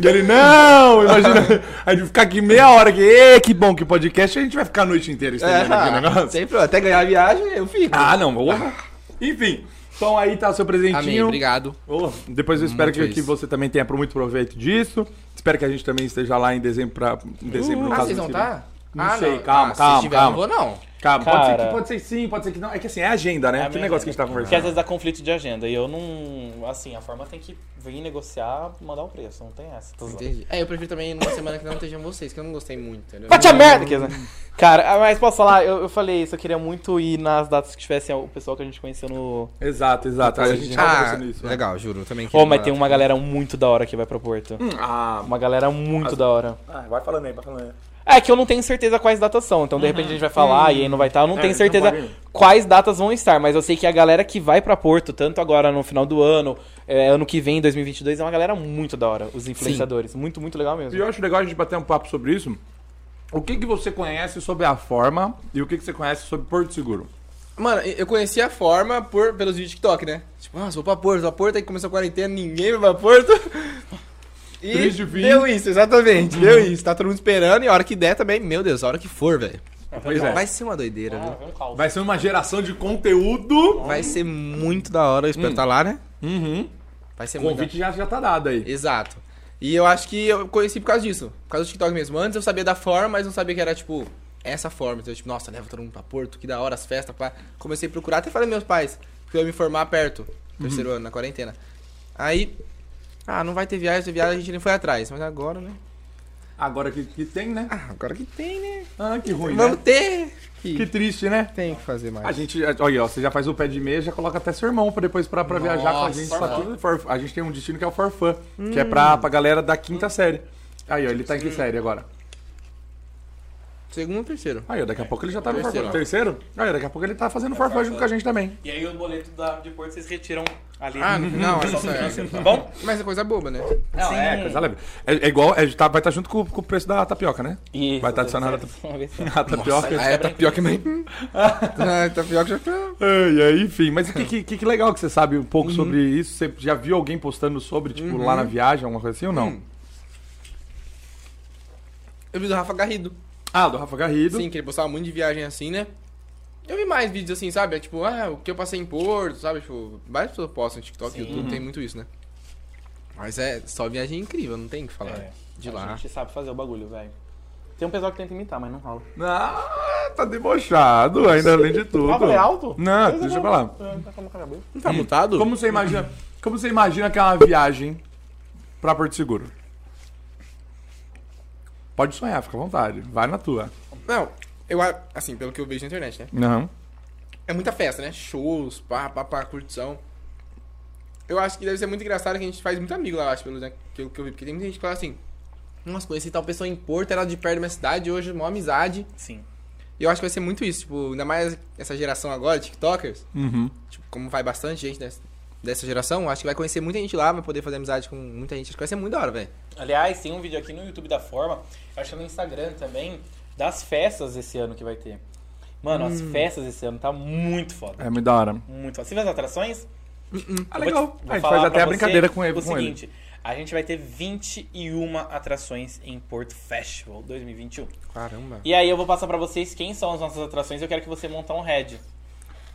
E ele, não, imagina. A gente ficar aqui meia hora aqui. Ê, que bom que podcast. A gente vai ficar a noite inteira estendendo aqui Ah. o negócio. sempre, até ganhar a viagem, eu fico. Ah, não. porra. Enfim. Então aí tá o seu presentinho. Amém, obrigado. Ô, depois eu espero que, feliz. que você também tenha muito proveito disso. Espero que a gente também esteja lá em dezembro pra. Em dezembro, no Ah, caso, vocês vão você- tá? Não Ah, sei, calma, calma, Se tiver, calma. não vou, não. Calma, Cara. pode ser que pode ser que sim, pode ser que não. É que assim, é agenda, né? que negócio que a gente tá é Porque às conversando. vezes dá conflito de agenda e eu não. Assim, a forma tem que vir negociar, mandar o preço. Não tem essa. Tô zoando. Entendi. É, eu prefiro também numa semana que não estejam vocês, que eu não gostei muito, entendeu? Vai te a merda! quer dizer. Cara, ah, mas posso falar, eu, eu falei isso, eu queria muito ir nas datas que tivessem o pessoal que a gente conheceu no. Exato, exato. A gente tá Ah, conversando isso. né? legal, juro. eu Também Ô, queria mas mandar. tem um- uma galera muito da hora que vai pra Porto. Hum, Ah, Uma galera muito da hora. ah, vai falando aí, vai falando aí. É que eu não tenho certeza quais datas são, então de repente a gente vai falar e aí não vai estar. Eu não É, tenho não certeza pode ir. quais datas vão estar, mas eu sei que a galera que vai pra Porto, tanto agora no final do ano, é, ano que vem, 2022, é uma galera muito da hora, os influenciadores. Muito, muito legal mesmo. E eu acho legal a gente bater um papo sobre isso. O que, que você conhece sobre a forma e o que, que você conhece sobre Porto Seguro? Mano, eu conheci a forma por, pelos vídeos de TikTok, né? Tipo, nossa, vou pra Porto, vou pra Porto, aí começou a quarentena, ninguém vai pra Porto. E Três de vinte. Uhum. deu isso, exatamente, deu isso. Tá todo mundo esperando e a hora que der também, meu Deus, a hora que for, velho. Pois é. Vai ser uma doideira, Ah, viu? vem um caldo. Vai ser uma geração de conteúdo. Vai ser muito da hora, eu Hum. espero estar lá, né? Uhum. Vai ser O muito da convite já, já tá dado aí. Exato. E eu acho que eu conheci por causa disso. Por causa do TikTok mesmo. Antes eu sabia da forma, mas não sabia que era, tipo, essa forma. Então, eu, tipo, nossa, leva todo mundo pra Porto, que da hora, as festas, pá. Comecei a procurar, até falei meus pais, que eu ia me formar perto, terceiro ano, na quarentena. Aí, ah, não vai ter viagem, ter viagem, a gente nem foi atrás. Mas agora, né? Agora que, que tem, né? Ah, agora que tem, né? Ah, que ruim, Vamos né? ter! Que, Que triste, né? tem que fazer A mais. gente, olha, ó, você já faz o pé de meia, já coloca até seu irmão pra depois pra, pra viajar com a gente. Tá tudo for- a gente tem um destino que é o Forfã, que é pra, pra galera da quinta série. Aí, ó, ele tá em que série agora? Segundo ou terceiro? Aí, ó, daqui a pouco ele já tá no Terceiro. Forfã. Terceiro? Aí, ó, daqui a pouco ele tá fazendo Forfã Hum. Forfã. junto com a gente também. E aí o boleto da, de Porto vocês retiram ali. Ah, no final, é Pessoal só financeiro, tá bom? Mas é coisa boba, né? Não, É, coisa leve. É, é igual, é, tá- vai estar junto com, com o preço da tapioca, né? Isso, Vai estar adicionado a, uma vez só. ta- a tapioca. Ah, é tapioca mesmo. Ah, tapioca já tá. Ai, ai, enfim, mas que, que, que legal que você sabe um pouco sobre isso. Você já viu alguém postando sobre, tipo, lá na viagem, alguma coisa assim ou não? Eu vi do Rafa Garrido. Ah, do Rafa Garrido. Sim, que ele postava muito de viagem assim, né? Eu vi mais vídeos assim, sabe? É Tipo, ah, o que eu passei em Porto, sabe? Tipo, várias pessoas postam no TikTok, Sim. Uhum. YouTube, tem muito isso, né? Mas é só viagem incrível, não tem o que falar É, de A lá. gente sabe fazer o bagulho, velho. Tem um pessoal que tenta imitar, mas não rola. Ah, tá debochado, ainda além de tudo. Ah, falei alto? Não, deixa pra lá. Tá com a cabeça. Não tá mutado? Como você imagina, como você imagina que é uma viagem pra Porto Seguro? Pode sonhar, fica à vontade. Vai na tua. Não, eu, a- assim, pelo que eu vejo na internet, né? Não. É muita festa, né? Shows, pá, pá, pá, curtição. Eu acho que deve ser muito engraçado que a gente faz muito amigo lá, eu acho, pelo né, que, eu- que eu vi. Porque tem muita gente que fala assim, nossa, conheci tal pessoa em Porto, era de perto da minha cidade, hoje, mó amizade. Sim. E eu acho que vai ser muito isso, tipo, ainda mais essa geração agora, TikTokers, Uhum. tipo, como vai bastante gente dessa, dessa geração, eu acho que vai conhecer muita gente lá, vai poder fazer amizade com muita gente. Acho que vai ser muito da hora, velho. Aliás, tem um vídeo aqui no YouTube da Forma, acho que é no Instagram também, das festas esse ano que vai ter. Mano, as Hum. festas esse ano tá muito foda. É muito da hora. Muito foda. Você vê as atrações? Ah, Eu legal. vou te- vou a gente falar faz até pra a você brincadeira com ele. O Com ele. seguinte, a gente vai ter 21 atrações em Porto Festival 2021. Caramba. E aí eu vou passar pra vocês quem são as nossas atrações. Eu quero que você monte um head.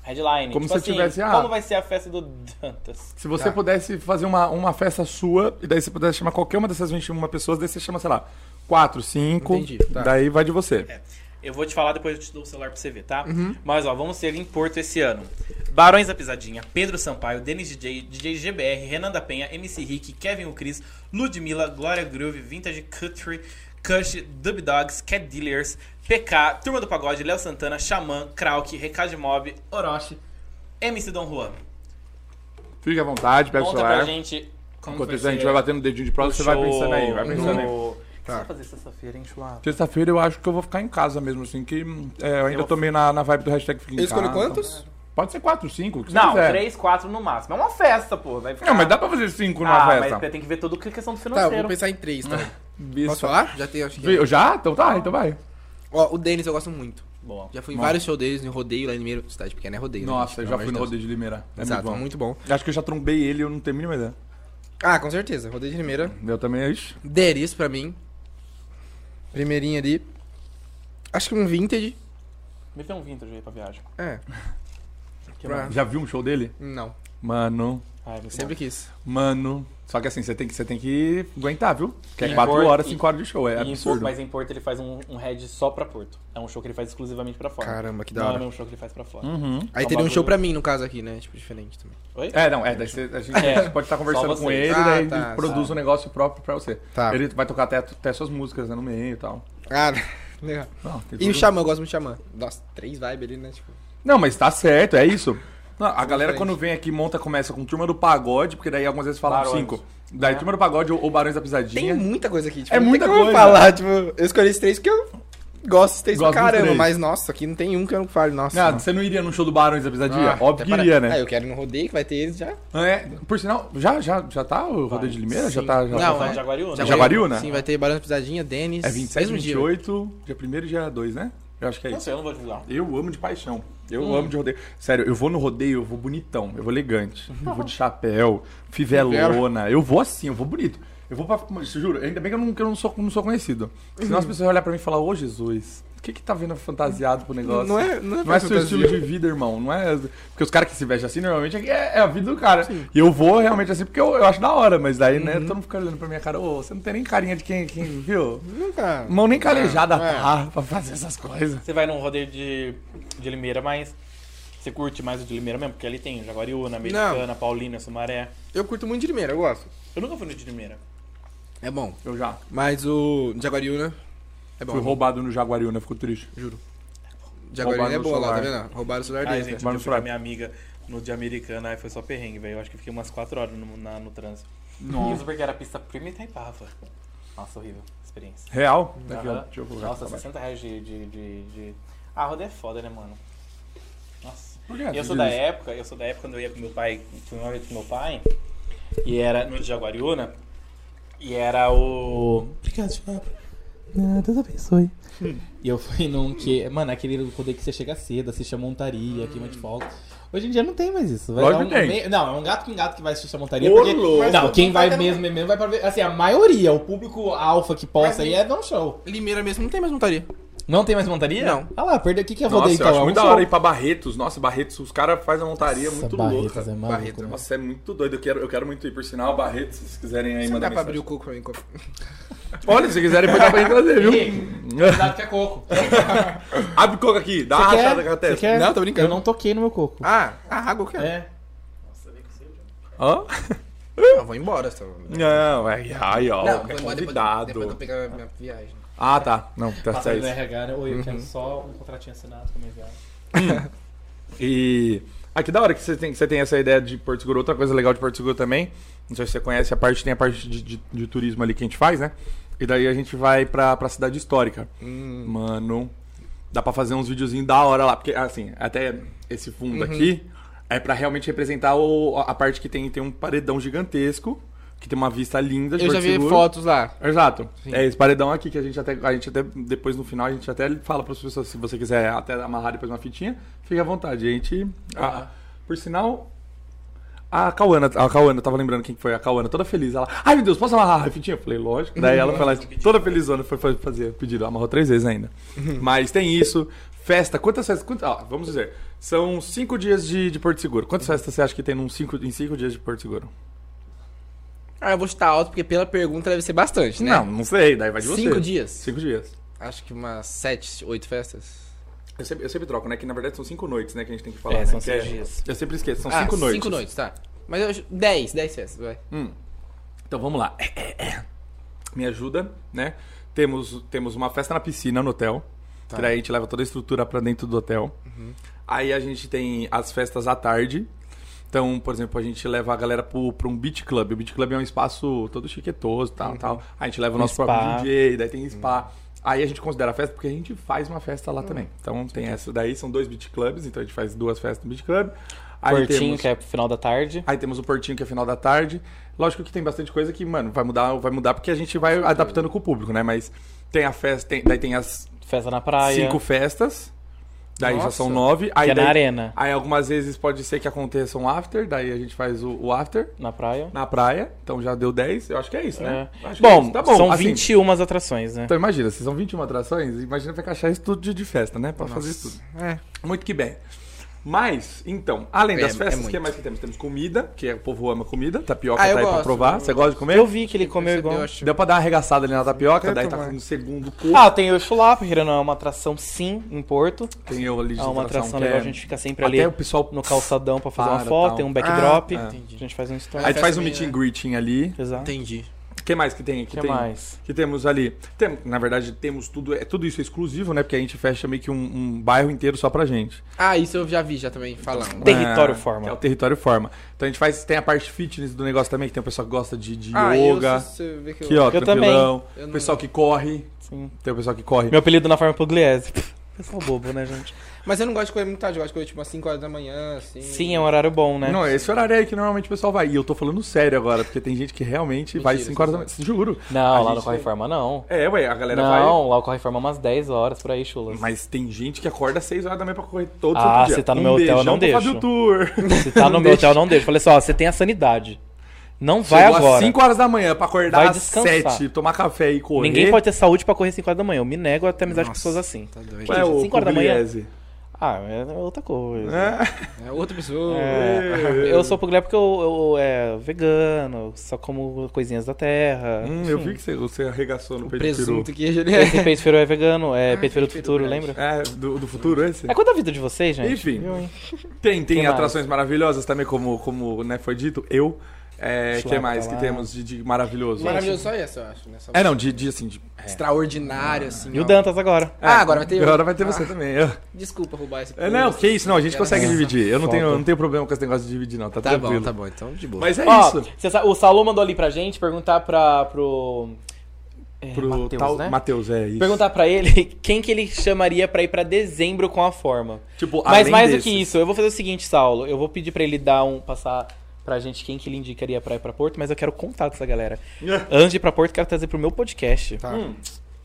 Headline. Como se tipo assim, tivesse, ah, Como vai ser a festa do Dantas? Se você Tá. pudesse fazer uma, uma festa sua, e daí você pudesse chamar qualquer uma dessas 21 pessoas, daí você chama, sei lá, 4, 5. Entendi, tá. Daí vai de você. É, Eu vou te falar, depois eu te dou o celular pra você ver, tá? Uhum. Mas ó, vamos ser em Porto esse ano. Barões da Pisadinha, Pedro Sampaio, Denis DJ, DJ GBR, Renan da Penha, MC Rick, Kevin o Cris, Ludmilla, Glória Groove, Vintage Country, Cush, Dub Dogs, Cat Dealers, PK, Turma do Pagode, Léo Santana, Xamã, Krauk, Recade Mob, Orochi, MC Don Juan. Fique à vontade, pega o Conta celular. pra gente como Enquanto foi isso, a gente ser vai batendo o dedinho de prosa, o você vai show Uhum. pensando aí, vai pensando aí. no- O que você Tá. vai fazer sexta-feira, hein, Chulapa? Sexta-feira eu acho que eu vou ficar em casa mesmo, assim, que hum, é, eu ainda Eu- tô meio na, na vibe do hashtag Fica em Eu escolho Casa. quantos? Pode ser 4, 5, o que você Não, quiser. três, quatro no máximo. É uma festa, pô. Vai ficar... Não, mas dá pra fazer 5 ah, numa mas festa. tem que ver tudo que é questão Tá, do eu financeiro. vou pensar em três, tá? Posso Isso. falar? Já tem, acho que. Vi- Já? Então tá, então vai. Ó, o Denis eu gosto muito. Boa. Já fui em vários shows deles, no rodeio lá em Mineiro. Cidade pequena é rodeio. né, gente? Nossa, eu já Pelo fui no amor de rodeio de Limeira. É Deus. Exato, muito bom. muito bom. Acho que eu já trombei ele, eu não tenho a mínima ideia. Ah, com certeza. Rodeio de Limeira. Eu também, é ixi. Deris pra mim. Primeirinha ali. Acho que um vintage. Me vê um vintage aí pra viagem. É. Que Pra- mais? já viu um show dele? Não. Mano, Ai, me Sempre conta. quis. mano. Só que assim, você tem que, você tem que aguentar, viu? Que E é 4 por- horas, e- 5 horas de show, é E em Porto, absurdo. mas em Porto ele faz um, um head só pra Porto. É um show que ele faz exclusivamente pra fora. Caramba, que da Não é o hora. mesmo show que ele faz pra fora. Uhum. Aí É um teria um show bagulho- pra mim, no caso aqui, né? Tipo, diferente também. Oi? É, não, é, daí você, a gente É, pode estar conversando só com vocês. ele, Ah, daí tá, ele produz um negócio próprio pra você. Tá. Ele vai tocar até, até suas músicas né, no meio e tal. Ah, legal. Não, tem E o tudo. Xamã, eu gosto muito do Xamã. um Nossa, três vibes ali, né? Tipo, Não, mas tá certo, é isso. Não, a galera diferente. quando vem aqui monta, começa com Turma do Pagode, porque daí algumas vezes falam Barões. cinco. Daí É. Turma do Pagode ou, ou Barões da Pisadinha. tem muita coisa aqui. Tipo, É não tem muita como eu coisa. falar, tipo, eu escolhi esses três porque eu gosto desses três Gosto pra dos caramba. três. Mas, nossa, aqui não tem um que eu não fale. Nossa. Não, mano. Ah, você não iria num show do Barões da Pisadinha? Ah, Óbvio até que para- iria, né? Ah, eu quero ir no rodeio, que vai ter eles já. É, por sinal, já, já, já tá o Vai, rodeio de Limeira? Já sim. tá. Já Não, é. tá Vai de é Jaguariúna? Já- Jaguariúna? Sim, vai ter Barão da Pisadinha, Denis. É 27, mesmo dia. 28, dia 1 e dia 2, né? Eu acho que é Não isso. sei, eu não vou divulgar. Eu amo de paixão. Eu Hum. amo de rodeio. Sério, eu vou no rodeio, eu vou bonitão, eu vou elegante. Tá Eu vou de chapéu, fivelona. Eu vou assim, eu vou bonito. Eu vou pra. Mas, Juro, ainda bem que eu não, que eu não sou, não sou conhecido. Uhum. Senão as pessoas vão olhar pra mim e falar, ô Jesus, o que que tá vendo fantasiado pro negócio? Não é, não é, Não é pra seu fantasia. estilo de vida, irmão. Não é. Porque os caras que se vestem assim, normalmente, é, é a vida do cara. E eu vou realmente assim porque eu, eu acho da hora, mas daí, Uhum. né, todo mundo fica olhando pra minha cara, ô, você não tem nem carinha de quem, quem viu? Nunca. Mão nem calejada É, é. tá pra fazer essas coisas. Você vai num rodeio de, de Limeira, mas você curte mais o de Limeira mesmo? Porque ali tem Jaguariúna, Americana, Paulina, Sumaré. Eu curto muito de Limeira, eu gosto. Eu nunca fui no de Limeira. É bom. Eu já Mas o Jaguariúna é bom. fui roubado no Jaguariúna, fico triste. Juro. Jaguariúna é Roubaram boa meu lá, tá celular. Ah, é. vendo? Roubaram o celular Ai, deles. né? gente, Vai eu no fui com a Fraga. minha amiga no de Americana, aí foi só perrengue, velho. Eu acho que fiquei umas 4 horas no, na- no trânsito. Isso porque era a pista premium e Itaipava. Nossa, horrível. Experiência. Real? Uhum. Aham. Deixa eu colocar Nossa, pra baixo. 60 reais de, de, de, de- Ah, roda é foda, né, mano? Nossa. Por que E eu você sou diz da isso? época, eu sou da época quando eu ia com meu pai, fui uma vez com meu pai, e era no de Jaguariúna, e era o. Obrigado, Chapa. É, Deus abençoe. E eu fui num que. Mano, aquele poder que você chega cedo, assiste a montaria, queima de fogo. Hoje em dia não tem mais isso. Vai Lógico dar um, que tem. meio- Não, é um gato com gato que vai assistir a montaria. Ô, Porque, louco. não, quem vai mesmo, mesmo vai pra ver. Assim, a maioria, o público alfa que posta aí é dar um show. Limeira mesmo não tem mais montaria. Não tem mais montaria? Não. Ah lá, perdeu. O que, que é Nossa, rodeio eu então? acho É um muito da show. hora ir pra Barretos. Nossa, Barretos, os caras fazem a montaria Nossa, muito Barretos louca. é maluco, Barretos, né? Nossa, é muito doido. Eu quero, eu quero muito ir. Por sinal, Barretos, se vocês quiserem aí Você não mandar dá pra abrir mensagem. o coco pra mim. co- Olha, se quiserem, pode dar pra gente trazer, viu? Cuidado que é coco. Abre o coco aqui, dá uma Você rachada com a quer? Você testa. quer? Não, tô brincando. Eu não toquei no meu coco. Ah, a água eu quero. Tá É. Hã? Não, eu Ah, vou embora. Só... Não, aí, aí ó, Não, é vou embora depois, convidado. depois eu pegar minha viagem. Ah, tá. Não, tá Passando certo. no RH, né? Oi, eu Uhum. quero só um contratinho assinado com minha viagem. E. Ah, que da hora que você tem, que você tem essa ideia de Porto Seguro. Outra coisa legal de Porto Seguro também, não sei se você conhece a parte, tem a parte de, de- de turismo ali que a gente faz, né? E daí a gente vai pra, pra cidade histórica. Hum. Mano, dá pra fazer uns videozinhos da hora lá. Porque, assim, até esse fundo Uhum. aqui é pra realmente representar o- a parte que tem, tem um paredão gigantesco, que tem uma vista linda de Eu já Porto vi Seguro. fotos lá. Exato. É esse paredão aqui que a gente até, a gente até depois no final a gente até fala para as pessoas se você quiser até amarrar depois uma fitinha, fique à vontade. A gente, a- por sinal, a Cauana, a Cauana, eu tava lembrando quem que foi a Cauana, toda feliz. Ela, ai meu Deus, posso amarrar a fitinha? Eu falei, lógico. Daí ela foi lá, toda felizona, foi foi fazer o pedido, amarrou três vezes ainda. Uhum. Mas tem isso, festa, quantas festas, quantas, ó, vamos dizer, são cinco dias de, de Porto Seguro. Quantas festas você acha que tem num cinco, em cinco dias de Porto Seguro? Ah, eu vou chutar alto porque pela pergunta deve ser bastante, né? Não, não sei, daí vai de você. Cinco dias. Cinco dias. Acho que umas sete, oito festas. Eu sempre, eu sempre troco, né? Que na verdade são cinco noites, né? Que a gente tem que falar. É, né? são Que seis dias. Eu sempre esqueço, são Ah, cinco noites. Cinco noites, tá. Mas eu acho- dez, dez festas, vai. Então vamos lá. Me ajuda, né? Temos, temos uma festa na piscina no hotel. Tá. Que daí a gente leva toda a estrutura pra dentro do hotel. Uhum. Aí a gente tem as festas à tarde. Então, por exemplo, a gente leva a galera pro, pra um beach club. O beach club é um espaço todo chiquetoso, tal, tal. A gente leva o nosso Uhum. Um spa. Uhum. próprio DJ, daí tem spa. Aí a gente considera a festa porque a gente faz uma festa Ah, lá também. Então tem essa daí, são dois beach clubs, então a gente faz duas festas no beach club. Aí Portinho, temos- que é pro final da tarde. Aí temos o Portinho, que é final da tarde. Lógico que tem bastante coisa que, mano, vai mudar, vai mudar porque a gente vai adaptando com o público, né? Mas tem a festa, tem- daí tem as Festa na praia. cinco festas. Daí já Nossa. são nove. Aí, Que é na daí- arena. aí algumas vezes pode ser que aconteça um after, daí a gente faz o, o after Na praia. na praia. Então já deu 10, eu acho que é isso, né? É. Acho que é Bom, isso. tá bom. são assim, 21 as atrações, né? Então imagina, se são 21 atrações, imagina pra encaixar isso tudo de, de festa, né? Pra fazer isso tudo. É. Muito que bem. Mas, então, além É, das é festas, o que muito. mais que temos? Temos comida, que é, o povo ama comida. Tapioca Ah, tá eu aí pra gosto. provar. Você gosta de comer? Eu vi que ele comeu Percebeu, igual. acho. Deu pra dar uma arregaçada ali na tapioca, Quero daí tá tomar. com um segundo corpo. Ah, tem o Chulapa, que não é uma atração sim em Porto. tem eu ali de É uma atração legal, que a é- gente fica sempre ali Até o pessoal... no calçadão pra fazer uma Para, foto, tal. tem um backdrop, Ah, a gente faz um story. Aí a gente faz um Festa meet and também, greeting ali. Exato. Entendi. O que mais que tem? aqui? que tem... mais? que temos ali. Tem, na verdade, temos tudo. É, tudo isso é exclusivo, né? Porque a gente fecha meio que um, um bairro inteiro só pra gente. Ah, isso eu já vi, já também falando. Território É, Forma. que É o território forma. Então a gente faz. Tem a parte fitness do negócio também, que tem o pessoal que gosta de, de Ah, yoga. eu, se você vê que eu- Aqui, ó, Eu tranquilão. Eu não- Pessoal que corre. Sim. Tem o pessoal que corre. Meu apelido na forma Pugliese. Pessoal bobo, né, gente? Mas eu não gosto de comer muito tarde, eu gosto de comer tipo às 5 horas da manhã, assim. Sim, é um horário bom, né? Não, é esse horário aí que normalmente o pessoal vai. E eu tô falando sério agora, porque tem gente que realmente vai Mentira, 5 horas da manhã. Juro. Não, A lá gente no Corre tem- Forma não. É, ué, a galera Uhum. Não, lá o Corre Forma é umas 10 horas por aí, vai. chulas. Mas tem gente que acorda 6 horas da manhã pra correr todo Ah, santo dia. se tá no um meu hotel, eu beijão não pro deixo. Fábio Tour. Se tá no meu hotel, não deixa. Falei assim, ó, você tem a sanidade. Não vai Chegou agora. às 5 horas da manhã pra acordar Vai às descansar. 7, tomar café e correr. Ninguém pode ter saúde pra correr 5 horas da manhã. Eu me nego a ter amizade com Nossa. pessoas assim. Tá doido. Ué, é o Cinco horas da manhã. Pugliese. Ah, é outra coisa. É. É outra pessoa. É, eu sou pugliese porque eu, eu é vegano, só como coisinhas da terra. Hum, eu vi que você, você arregaçou no peito de peru. Presunto que ele Esse peito feiro é vegano, Ah, é peito feiro do peito feiro, futuro, verdade. lembra? É, do, do futuro esse? É quanto a vida de vocês, gente? Enfim. Viu, hein? Tem, tem Que mais? atrações maravilhosas também, como, como né, foi dito. Eu. É, Deixa que lá, mais tá que lá. temos de, de maravilhoso? Maravilhoso só essa, eu acho. Né? Só- É, não, de, de assim. De, é. Extraordinário, assim. E ó. o Dantas agora. Ah, agora vai ter Ah. eu. Agora vai ter você também. Eu- Desculpa roubar esse. É, não, que isso, não, a gente consegue dividir. Eu não Foda. tenho, eu não tenho problema com esse negócio de dividir, não. Tá, Tá tranquilo. bom, tá bom, então de boa. Mas é Ó, isso. cê sa- o Salô mandou ali pra gente perguntar pra, pro... É, Pro Mateus, tal. né? Matheus, é isso. Perguntar pra ele quem que ele chamaria pra ir pra dezembro com a forma. Tipo, Mas além mais do desses. que isso, eu vou fazer o seguinte, Saulo. Eu vou pedir pra ele dar um. passar pra gente quem que ele indicaria pra ir pra Porto, mas eu quero contar dessa galera. Antes de ir pra Porto, quero trazer pro meu podcast. Hum.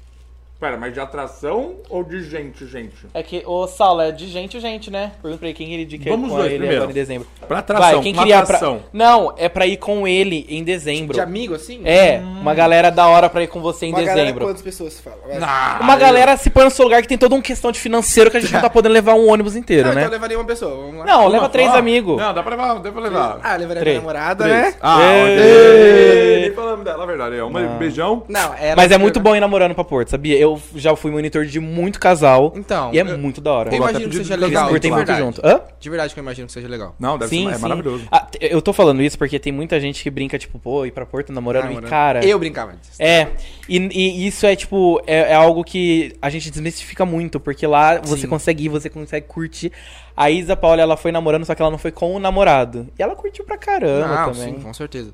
Pera, mas de atração ou de gente, gente? É que, ô Saulo, é de gente, gente, né? Pergunta pra ele quem ele indicaria Vamos com dois ele primeiro. agora em dezembro. Pra atração, Vai, quem uma queria pra... atração. Não, é pra ir com ele em dezembro. De amigo, assim? É, uma galera da hora pra ir com você em Uma galera, dezembro. quantas pessoas falam? Vai. Ah, Uma galera se põe no seu lugar que tem toda uma questão de financeiro que a gente não tá podendo levar um ônibus inteiro, Não, né? então eu levaria uma pessoa, vamos lá. Não, uma leva três só? amigos. Não, dá pra levar, dá pra levar. Ah, eu levaria Três. minha namorada, Três. né? Ah, Ê! olha. Ê, nem falamos dela, na verdade. É um beijão. Não, né? ela é Mas é muito bom ir namorando pra Porto, sabia? Eu eu já fui monitor de muito casal. Então, E é eu- muito da hora. Eu Coloca imagino que pedido seja de legal. casamento Curtem de muito verdade. junto. Hã? De verdade que eu imagino que seja legal. Não, deve ser é maravilhoso. Ah, t- eu tô falando isso porque tem muita gente que brinca, tipo, pô, ir pra Porto namorando, Namorando. e cara. Eu brincava antes. É, e, e isso é tipo, é, é algo que a gente desmistifica muito, porque lá você Sim. consegue ir, você consegue curtir. A Isa Paula, ela foi namorando, só que ela não foi com o namorado. E ela curtiu pra caramba Não, é também. sim, com certeza.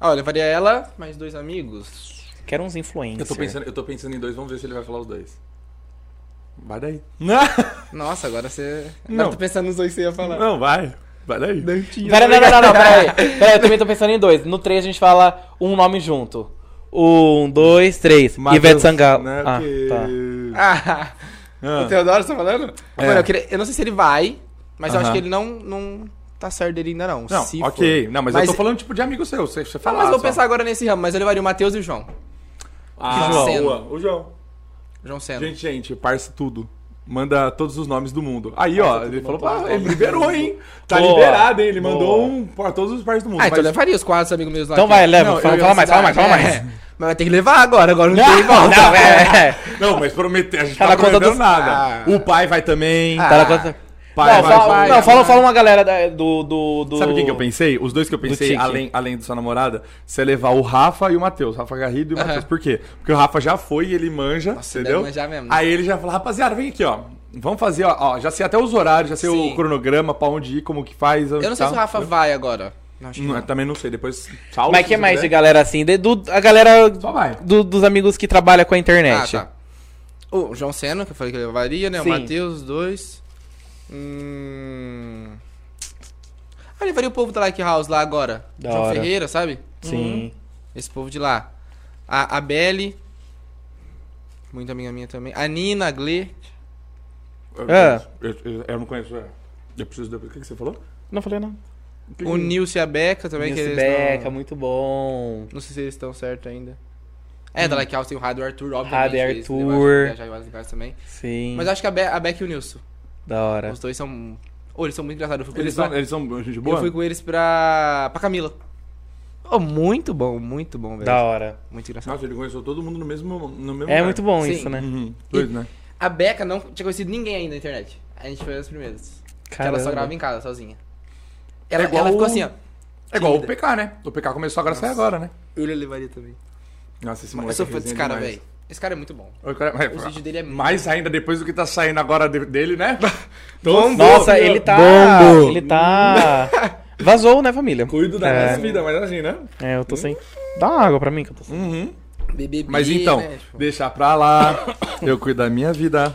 Ah, eu levaria ela, mais dois amigos. Quero uns influencers. Eu tô, pensando, eu tô pensando em dois, vamos ver se ele vai falar os dois. Vai daí. Nossa, agora você. Não. Não, tô pensando nos dois que você ia falar. Não, vai. Vai daí. Pera, não, não, não, não, peraí. Peraí, eu também tô pensando em dois. No três a gente fala um nome junto. Um, dois, três. Ivete Sangalo. né, Ah, tá. Ah, Ah, o Teodoro, você tá falando? É. Mano, eu, queria- eu não sei se ele vai, mas eu acho Aham. que ele não, não tá certo dele ainda, não. Não, se ok. for. Não, mas, eu Mas- tô falando tipo de amigo seu. Você, você Ah, fala. mas vou só. pensar tá agora nesse ramo, mas eu levaria o Matheus e o João. Ah, João. João. O João. João Senna. Gente, gente, parça tudo. Manda todos os nomes do mundo. Aí, ó, ele falou, "Ah, ele liberou, hein? Tá Boa, liberado, hein? Ele boa. mandou um pra todos os parças do mundo. ah, então eu mas- levaria os quatro amigos meus lá. Então aqui. vai, leva. Não, fala, eu fala ia mais, fala mais, fala É, mais. Mas vai ter que levar agora, agora não Não, tem volta. não, é, é. Não, mas prometeu, a gente Tá tá na não conta prometendo dos- nada. O pai vai também. Ah. Tá na conta- Pai não, vai, fala, vai. não fala, fala uma galera da- do, do, do- Sabe quem que eu pensei? Os dois que eu pensei, Tique. além, além da sua namorada, você é levar o Rafa e o Matheus. Rafa Garrido e o Aham. Matheus. Por quê? Porque o Rafa já foi e ele manja, Nossa, entendeu? deve manjar mesmo. Aí ele já fala, rapaziada, vem aqui, ó. Vamos fazer, ó, ó, já sei até os horários, já sei o Sim. cronograma, pra onde ir, como que faz. Eu não sei se o Rafa vai agora. Não, acho que tá. Não, eu não. também não sei, depois salve. Mas se que você né? mais de quiser. galera assim? De- do- a galera Só vai. do- dos amigos que trabalham com a é Ah, internet. tá. O João Senna, que eu falei que levaria, né? Sim. O Matheus, dois. Hum... Ah, levaria o povo da Like House lá agora. Da João hora. Ferreira, sabe? Sim. Esse povo de lá. A, a Belle. Muito amiga minha também. A Nina, a Gle. Eu, Ah. É. eu, eu- eu não conheço. é. Eu preciso depois. O que, que você falou? Não falei nada. O Nilce e a Beca também. é que Nilce eles Beca, não... muito bom. não sei se eles estão certos ainda. É, da Like House tem o Rado e o Arthur, obviamente. Rado e eles Arthur. levaram- viajaram em vários lugares também. Sim. Mas acho que a, Be a Beca e o Nilson. Da É. hora. Os dois são... Oh, eles são muito engraçados. Eu fui com Eles lá. são, eles são gente boa? Eu fui com eles pra, pra Camila. Oh, muito bom, muito bom, velho. Da hora. Muito engraçado. Nossa, ele conheceu todo mundo no mesmo, no mesmo É muito bom Sim. isso, né? Uhum, dois, né? A Beca não tinha conhecido ninguém ainda na internet. A gente foi as primeiras. Que ela só Caramba. grava em casa, sozinha. Ela, É igual ela ficou o- assim, ó. É igual o PK, né? O PK começou agora, sai agora, né? Eu levaria também. Nossa, esse Eu moleque sou é fã desse resenha cara, demais. velho. Esse cara é muito bom. O cara- Os vídeos dele é muito Mais ainda depois do que tá saindo agora de- dele, né? Nossa, ele tá. Bombo. Ele tá. Vazou, né, família? Cuido da É. minha vida, mas assim, né? É, eu tô sem. Dá uma água pra mim que eu tô sem. Uhum. BBB, Mas então, né, tipo. deixar pra lá. Eu cuido da minha vida.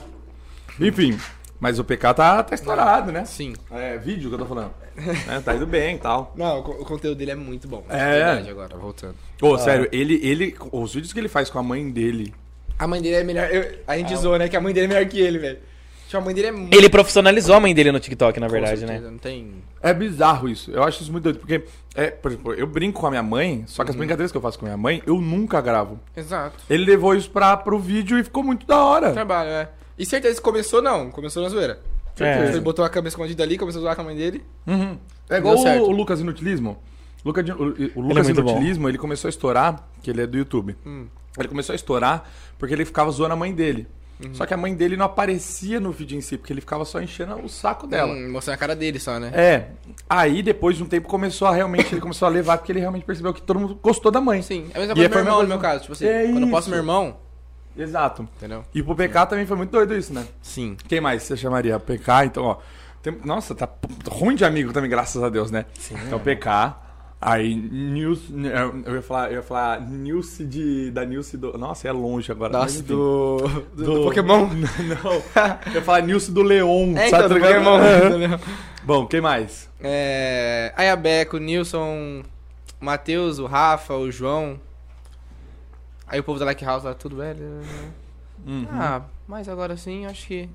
Enfim, mas o PK tá, tá estourado, né? Sim. É, vídeo que eu tô falando. Né, Tá indo bem e tal. Não, o co- o conteúdo dele é muito bom. de É. verdade, agora, voltando. Ô, Ah. sério, ele, ele. Os vídeos que ele faz com a mãe dele. A mãe dele é melhor... eu- a gente zoou, né, que a mãe dele é melhor que ele, velho. Tipo, a mãe dele é muito... Ele profissionalizou a mãe dele no TikTok, na Com verdade, né? certeza, Não tem... É bizarro isso. Eu acho isso muito doido. Porque, é, por exemplo, eu brinco com a minha mãe, só Uhum. que as brincadeiras que eu faço com a minha mãe, eu nunca gravo. Exato. Ele levou isso pra, pro vídeo e ficou muito da Tá. hora. Trabalho, é. E certeza que começou não, começou na zoeira. É. Ele botou a câmera escondida ali, começou a zoar com a mãe dele. Uhum. É igual Deu certo. o, o Lucas Inutilismo. Luca de- o, o Lucas é muito bom. Inutilismo, ele começou a estourar, que ele é do YouTube. Hum, Ele começou a estourar porque ele ficava zoando a mãe dele. Uhum. Só que a mãe dele não aparecia no vídeo em si, porque ele ficava só enchendo o saco dela. Hum, mostrando a cara dele só, né? É. Aí, depois de um tempo, começou a realmente, ele começou a levar, porque ele realmente percebeu que todo mundo gostou da mãe. Sim, é a mesma E coisa aí do foi meu a mesma irmão, no coisa. meu caso. Tipo assim, É quando eu isso. posso meu irmão, Exato. entendeu? E pro PK também foi muito doido isso, né? Sim. Quem mais você chamaria? PK, então, ó. tem- Nossa, tá p- ruim de amigo também, graças a Deus, né? Sim. Então, PK. Aí, Nilce. é, Eu eu ia falar, eu ia falar Nilce de. Da Nilce do. Nossa, é longe agora. mas Nossa, enfim. do, do, do Pokémon. Não. Eu ia falar Nilce do Leon. É, sabe, então, do tá ligado? Pokémon. Bom, quem mais? é, aí a Beca, o Nilson, o Matheus, o Rafa, o João. Aí o povo da Like House lá, tudo velho. Hum. Ah, mas agora sim, acho que...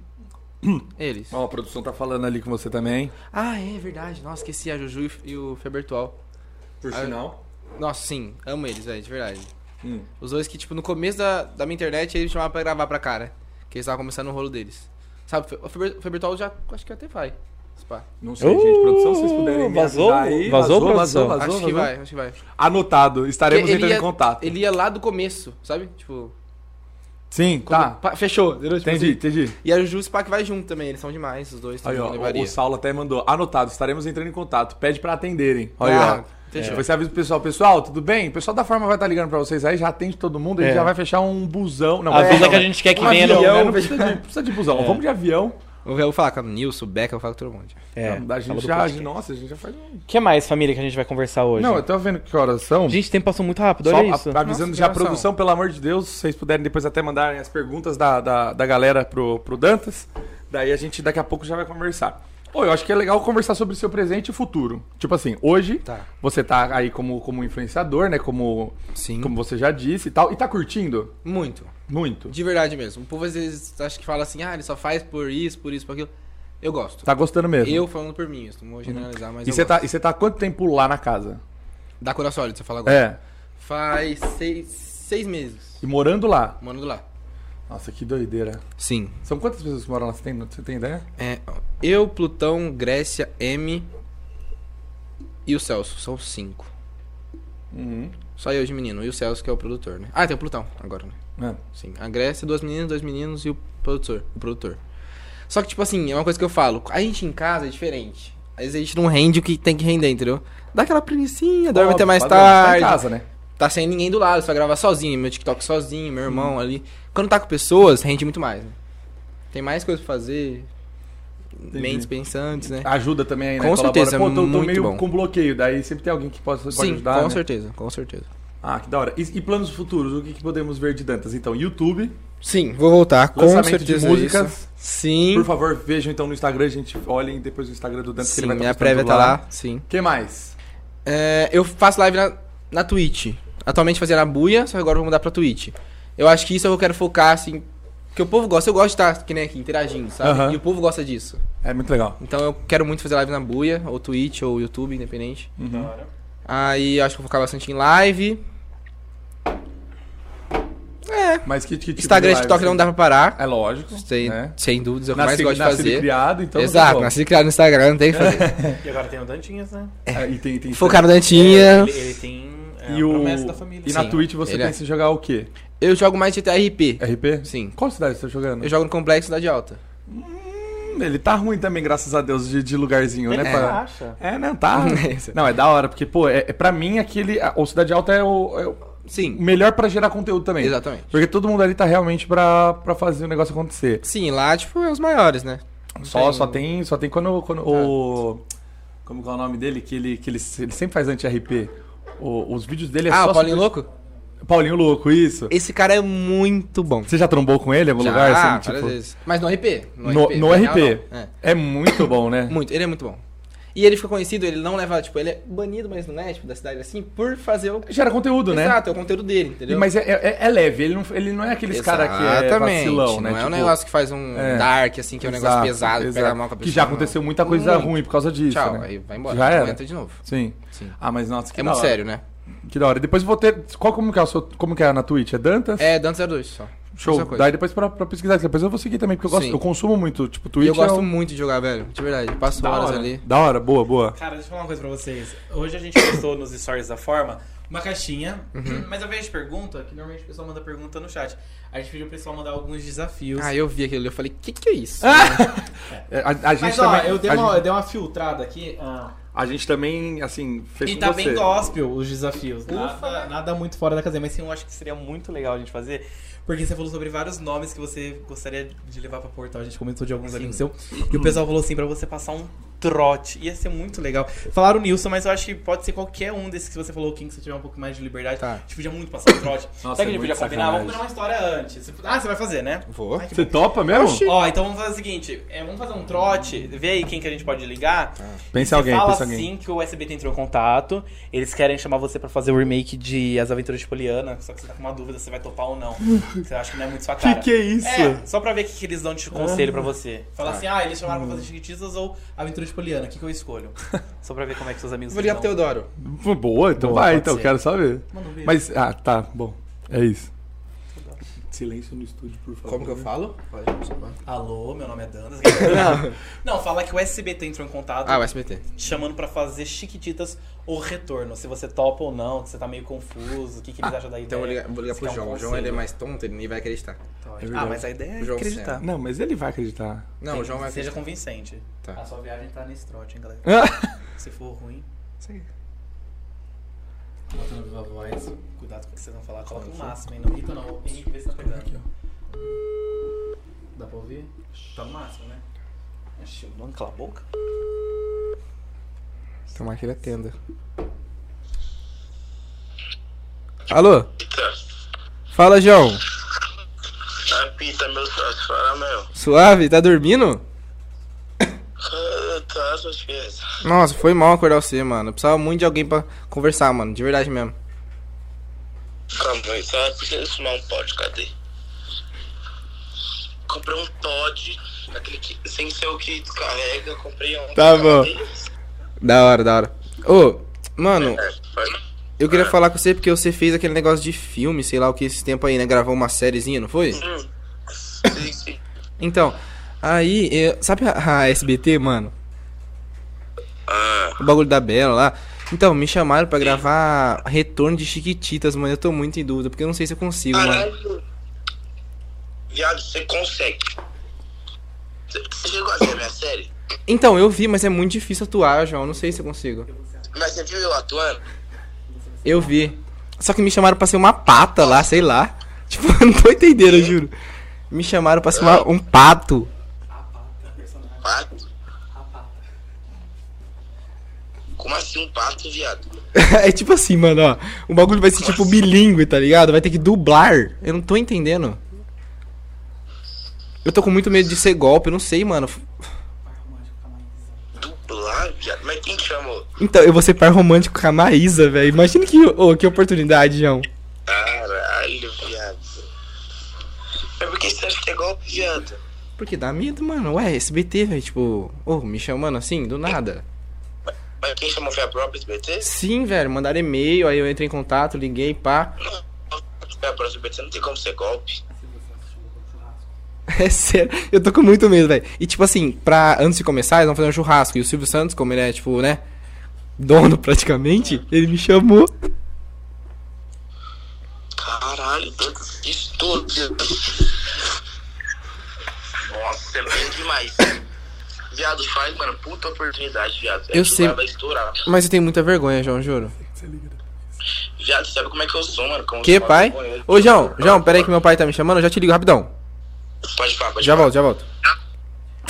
Eles. Ó, a produção tá falando ali com você também. Ah, é verdade. Nossa, esqueci a Juju e- e o Febertual. Por Ah, sinal. Nossa, sim. Amo eles, velho, de verdade. Hum. Os dois que, tipo, no começo da, da minha internet, eles me chamavam pra gravar pra cara. Que eles estavam começando o rolo deles. Sabe, o Feber- o Febertol já, acho que até vai. Se pá. Não sei, gente. Produção, se vocês puderem me Vazou? avisar aí. Vazou, produção? vazou, acho vazou, que vazou. vai, acho que vai. Anotado. Estaremos Porque ele entrando ia- em contato. Ele ia lá do começo, sabe? Tipo, Sim, tá. Pa- Fechou. entendeu? Tipo Entendi, assim. entendi. E a Juju e o Spack vai junto também, eles são demais, os dois. todo Aí, ó, mundo levaria. o, o Saulo até mandou. Anotado, estaremos entrando em contato. Pede pra atenderem. Olha Ah, aí, ó. fechou. É. Você avisa pro pessoal, pessoal, tudo bem? O pessoal da Farma vai estar ligando pra vocês aí, já atende todo mundo, a gente É. já vai fechar um busão. Não, Avisa busão, que a né? gente quer que um venha no- avião, né? né? Não precisa de, precisa de busão. Vamos de avião. Eu vou falar com o Nilson, o Becker, eu falo com todo mundo. É, a falou gente do já, podcast. nossa, a gente já faz um... O que mais, família, que a gente vai conversar hoje? Não, eu tô vendo que horas são. Gente, o tempo passou muito rápido, Só olha a- isso. avisando Nossa, já a que horas produção, pelo amor de Deus, se vocês puderem depois até mandarem as perguntas da, da, da galera pro, pro Dantas. Daí a gente daqui a pouco já vai conversar. Ô, eu acho que é legal conversar sobre o seu presente e futuro. Tipo assim, hoje você tá aí como, como influenciador, né? Como, Sim. como você já disse e tal. E tá curtindo? Muito. Muito. De verdade mesmo. O povo às vezes acha que fala assim, ah, ele só faz por isso, por isso, por aquilo. Eu gosto. Tá gostando mesmo. Eu falando por mim, isso, não vou generalizar, mas e eu você tá, gosto. e você tá há quanto tempo lá na casa? Da Cura Sólida, você fala agora. É. Faz seis, seis meses, E morando lá. morando lá. Nossa, que doideira. Sim. São quantas pessoas que moram lá? Você tem, você tem ideia? É, eu, Plutão, Grécia, M e o Celso. São cinco. Uhum. Só eu de menino. E o Celso, que é o produtor, né? Ah, tem o Plutão agora, né? É. Sim. A Grécia, duas meninas, dois meninos e o produtor. O produtor. Só que, tipo assim, é uma coisa que eu falo. A gente em casa é diferente. Às vezes a gente não rende o que tem que render, entendeu? Dá aquela preguiçinha, dorme até Óbvio, mais padrão, Tá em tarde. Tá, casa, né? sem ninguém do lado, só gravar sozinho. Meu TikTok sozinho, meu Hum. irmão ali. Quando tá com pessoas, rende muito mais, né? Tem mais coisa pra fazer. Mentes pensantes, né? Ajuda também aí, né? Com Colabora. certeza, Pô, tô, tô muito meio bom. com bloqueio, daí sempre tem alguém que possa, pode Sim, ajudar. com né? certeza, com certeza. Ah, que da hora. E, e planos futuros, o que, que podemos ver de Dantas? Então, YouTube, Sim, vou voltar, com lançamento certeza. de músicas. isso. Sim. Por favor, vejam então no Instagram, gente. Olhem depois no Instagram do Dantas que Sim, ele vai estar minha postando prévia tá lá. Sim. que mais? É, eu faço live na, na Twitch. Atualmente fazia na Buia, só que agora eu vou mudar pra Twitch. Eu acho que isso eu quero focar, assim. Que o povo gosta. Eu gosto de estar, que nem aqui, interagindo, sabe? Aham. E o povo gosta disso. É muito legal. Então eu quero muito fazer live na Buia, ou Twitch, ou YouTube, independente. Da hora. Aí eu acho que eu vou focar bastante em live. Mas que, que tipo É. Instagram e de live, TikTok não assim? dá pra parar. É lógico. Sem, né? sem dúvidas, é o que mais Nasci- gosto de nascido e fazer. criado, então. não tem Exato, como. nasci e criado no Instagram, não tem o que fazer. E agora tem o Dantinhas, né? É, e tem, tem- Focar no É, Dantinha. Ele, ele tem é, E, a o... promessa da família. e na Sim, Twitch você ele pensa é. em jogar o quê? Eu jogo mais GTA RP. RP? Sim. Qual cidade você tá jogando? Eu jogo no Complexo da de Alta. Hum, ele tá ruim também, graças a Deus, de, de lugarzinho, né? Ele pra- acha. É, não, tá. Isso. não, é da hora, porque, pô, é, é pra mim aquele. a- O Cidade Alta é o, é o Sim, melhor pra gerar conteúdo também. exatamente. Porque todo mundo ali tá realmente pra, pra fazer o negócio acontecer. Sim, lá, tipo, é os maiores, né? Só tem- tem, só tem, só tem quando, quando o. Como que é o nome dele? Que ele, que ele, se- ele sempre faz anti-RP. O- os vídeos dele é ah, só. o Paulinho Louco? Paulinho Louco, isso. Esse cara é muito bom. Você já trombou com ele em algum Já, lugar? assim, várias vezes. Mas no RP. No- no na real, RP. não. É, É muito bom, né? muito, ele é muito bom. E ele fica conhecido, ele não leva, tipo, ele é banido, mas não é, tipo, da cidade assim, por fazer o. Gera conteúdo, né? Exato, é o conteúdo dele, E- entendeu? Mas é, é- é leve, ele não, ele não é aqueles cara que é Exatamente, vacilão, né? Não é um Tipo, negócio que faz um é. dark, assim, que é um negócio Exato, pesado, que pega exato. a mão com a Que pessoa, já não. aconteceu muita coisa Muito. ruim por causa disso. Tchau, né? aí vai embora. Já não era. entra de novo. Sim. Sim. Ah, mas nossa, que é da muito hora. sério, né? Que da hora. E depois eu vou ter. Qual como que é o seu. Como que é na Twitch? É Dantas? É, Dante 02 só. Show. Essa é coisa. Daí depois pra, pra pesquisar, que depois eu vou seguir também, porque eu gosto. Sim. Eu consumo muito, tipo, E Twitch. eu gosto é um- muito de jogar, velho. De verdade. Passo Da horas hora. ali. Da hora, boa, boa. Cara, deixa eu falar uma coisa pra vocês. Hoje a gente postou nos stories da forma uma caixinha, Uhum. mas ao invés de pergunta, que normalmente o pessoal manda pergunta no chat, a gente pediu o pessoal mandar alguns desafios. Ah, eu vi aquilo ali, eu falei, que que é isso? É, A, a gente Mas ó, também. eu, dei a, uma, eu gente, dei uma filtrada aqui. ah, a gente também, assim, fez e com tá você. bem gospel os desafios. né? Nada, nada muito fora da casinha, mas sim, eu acho que seria muito legal a gente fazer. Porque você falou sobre vários nomes que você gostaria de levar pra Portal. A gente comentou de alguns amigos seu. E o pessoal falou assim, pra você passar um trote. Ia ser muito legal. Falaram o Nilson, mas eu acho que pode ser qualquer um desses que você falou, Kim, que você tiver um pouco mais de liberdade. Tá. A gente podia muito passar um trote. Será que a é gente podia muito combinar? Vamos sacanagem. combinar uma história antes. Ah, você vai fazer, né? Vou. Ai, que Você topa mesmo? Ó, então vamos fazer o seguinte: é, vamos fazer um trote, vê aí quem que a gente pode ligar. Ah, Pensa Você em alguém, fala pensa em assim alguém. que o SBT entrou em contato, eles querem chamar você pra fazer o remake de As Aventuras de Poliana, só que você tá com uma dúvida se vai topar ou não. Você acha que não é muito sua cara. que é isso? É, só pra ver o que, que eles dão de conselho pra você. Fala assim, ah, eles chamaram pra fazer Chiquititas ou Aventuras de Poliana, o que, que eu escolho? só pra ver como é que seus amigos Vou ligar pro lidam. Teodoro. Boa, então Boa, vai, pode então, ser. quero saber. Manda um beijo. Mas, ah, tá, bom. É isso. Silêncio no estúdio, por favor. Como que eu falo? Pode, Alô, meu nome é Danas. Não, fala que o SBT entrou em contato Ah, o SBT. te chamando pra fazer Chiquititas ou Retorno. Se você topa ou não, se você tá meio confuso, o que, que eles acham da ideia. Então eu vou ligar, vou ligar Se pro quer um João. O João conselho. ele é mais tonto, ele nem vai acreditar. Ah, verdade. mas a ideia O é João acreditar. Não, mas ele vai acreditar. Não, o João vai Seja acreditar. convincente. Tá. A sua viagem tá nesse trote, hein, galera. Se for ruim, bota no Viva Voz. Cuidado com o que vocês vão falar. Coloca o máximo, hein? Não grita não. Henrique, vê se tá pegando. Dá pra ouvir? Tá no máximo, né? Oxi, o dono cala a boca. Tomar que ele atenda. Alô? Fala, João. Apita, meu sócio, fala, meu. Suave? Tá dormindo? Ah, Tá, suas coisas. Nossa, foi mal acordar você, mano. Eu precisava muito de alguém pra conversar, mano. De verdade mesmo. Calma aí, só precisa fumar um pod, cadê? Comprei um Todd, aquele que, sem ser o que descarrega, comprei um. Tá bom. Da hora, da hora. Ô, mano, É, vai. eu queria falar com você porque você fez aquele negócio de filme, sei lá o que, esse tempo aí, né? Gravou uma sériezinha, não foi? Hum. Sim, sim. Então, aí, eu- sabe a, a SBT, mano? Ah, O bagulho da Bela lá. Então, me chamaram pra gravar Retorno de Chiquititas, mano. Eu tô muito em dúvida, porque eu não sei se eu consigo, mano. caralho. Viado, você consegue. Você você chegou a ver a minha série? Então, eu vi, mas é muito difícil atuar, João. eu Não sei se eu consigo. Mas você viu eu atuando? Eu vi. Só que me chamaram pra ser uma pata lá, sei lá. Tipo, eu não tô entendendo, eu juro. Me chamaram pra ser uma- um pato. Pato? Como assim um pato, viado? é tipo assim, mano, ó. O bagulho vai ser tipo bilíngue, tá ligado? Vai ter que dublar. Eu não tô entendendo. Eu tô com muito medo de ser golpe, eu não sei, mano. Dublar, viado? Mas quem te chamou? Então, eu vou ser par romântico com a Maísa, velho. Imagina que, ô, que oportunidade, João. Caralho, viado. Mas por que você acha que é golpe, viado? Porque dá medo, mano. Ué, SBT, velho, tipo, ô, me chamando assim, do nada. Mas quem chamou foi a própria SBT? Sim, velho, mandaram e-mail, aí eu entrei em contato, liguei, pá. Foi a própria SBT, não tem como ser golpe. É sério, eu tô com muito medo, velho. E tipo assim, pra antes de começar, eles vão fazer um churrasco. E o Silvio Santos, como ele é, tipo, né? Dono praticamente, ele me chamou. Caralho, doido, isso tudo. viado. Nossa, é bem demais. Viado, faz, mano, puta oportunidade, viado. Eu Aquilo sei. lá Vai estourar. Mas eu tenho muita vergonha, João, juro. Viado, sabe como é que eu sou, mano? Como Que, eu sou pai? vergonhoso. Ô, João, João, pera aí que meu pai tá me chamando, eu já te ligo rapidão. Pode falar, pode Já falar. volto, já volto.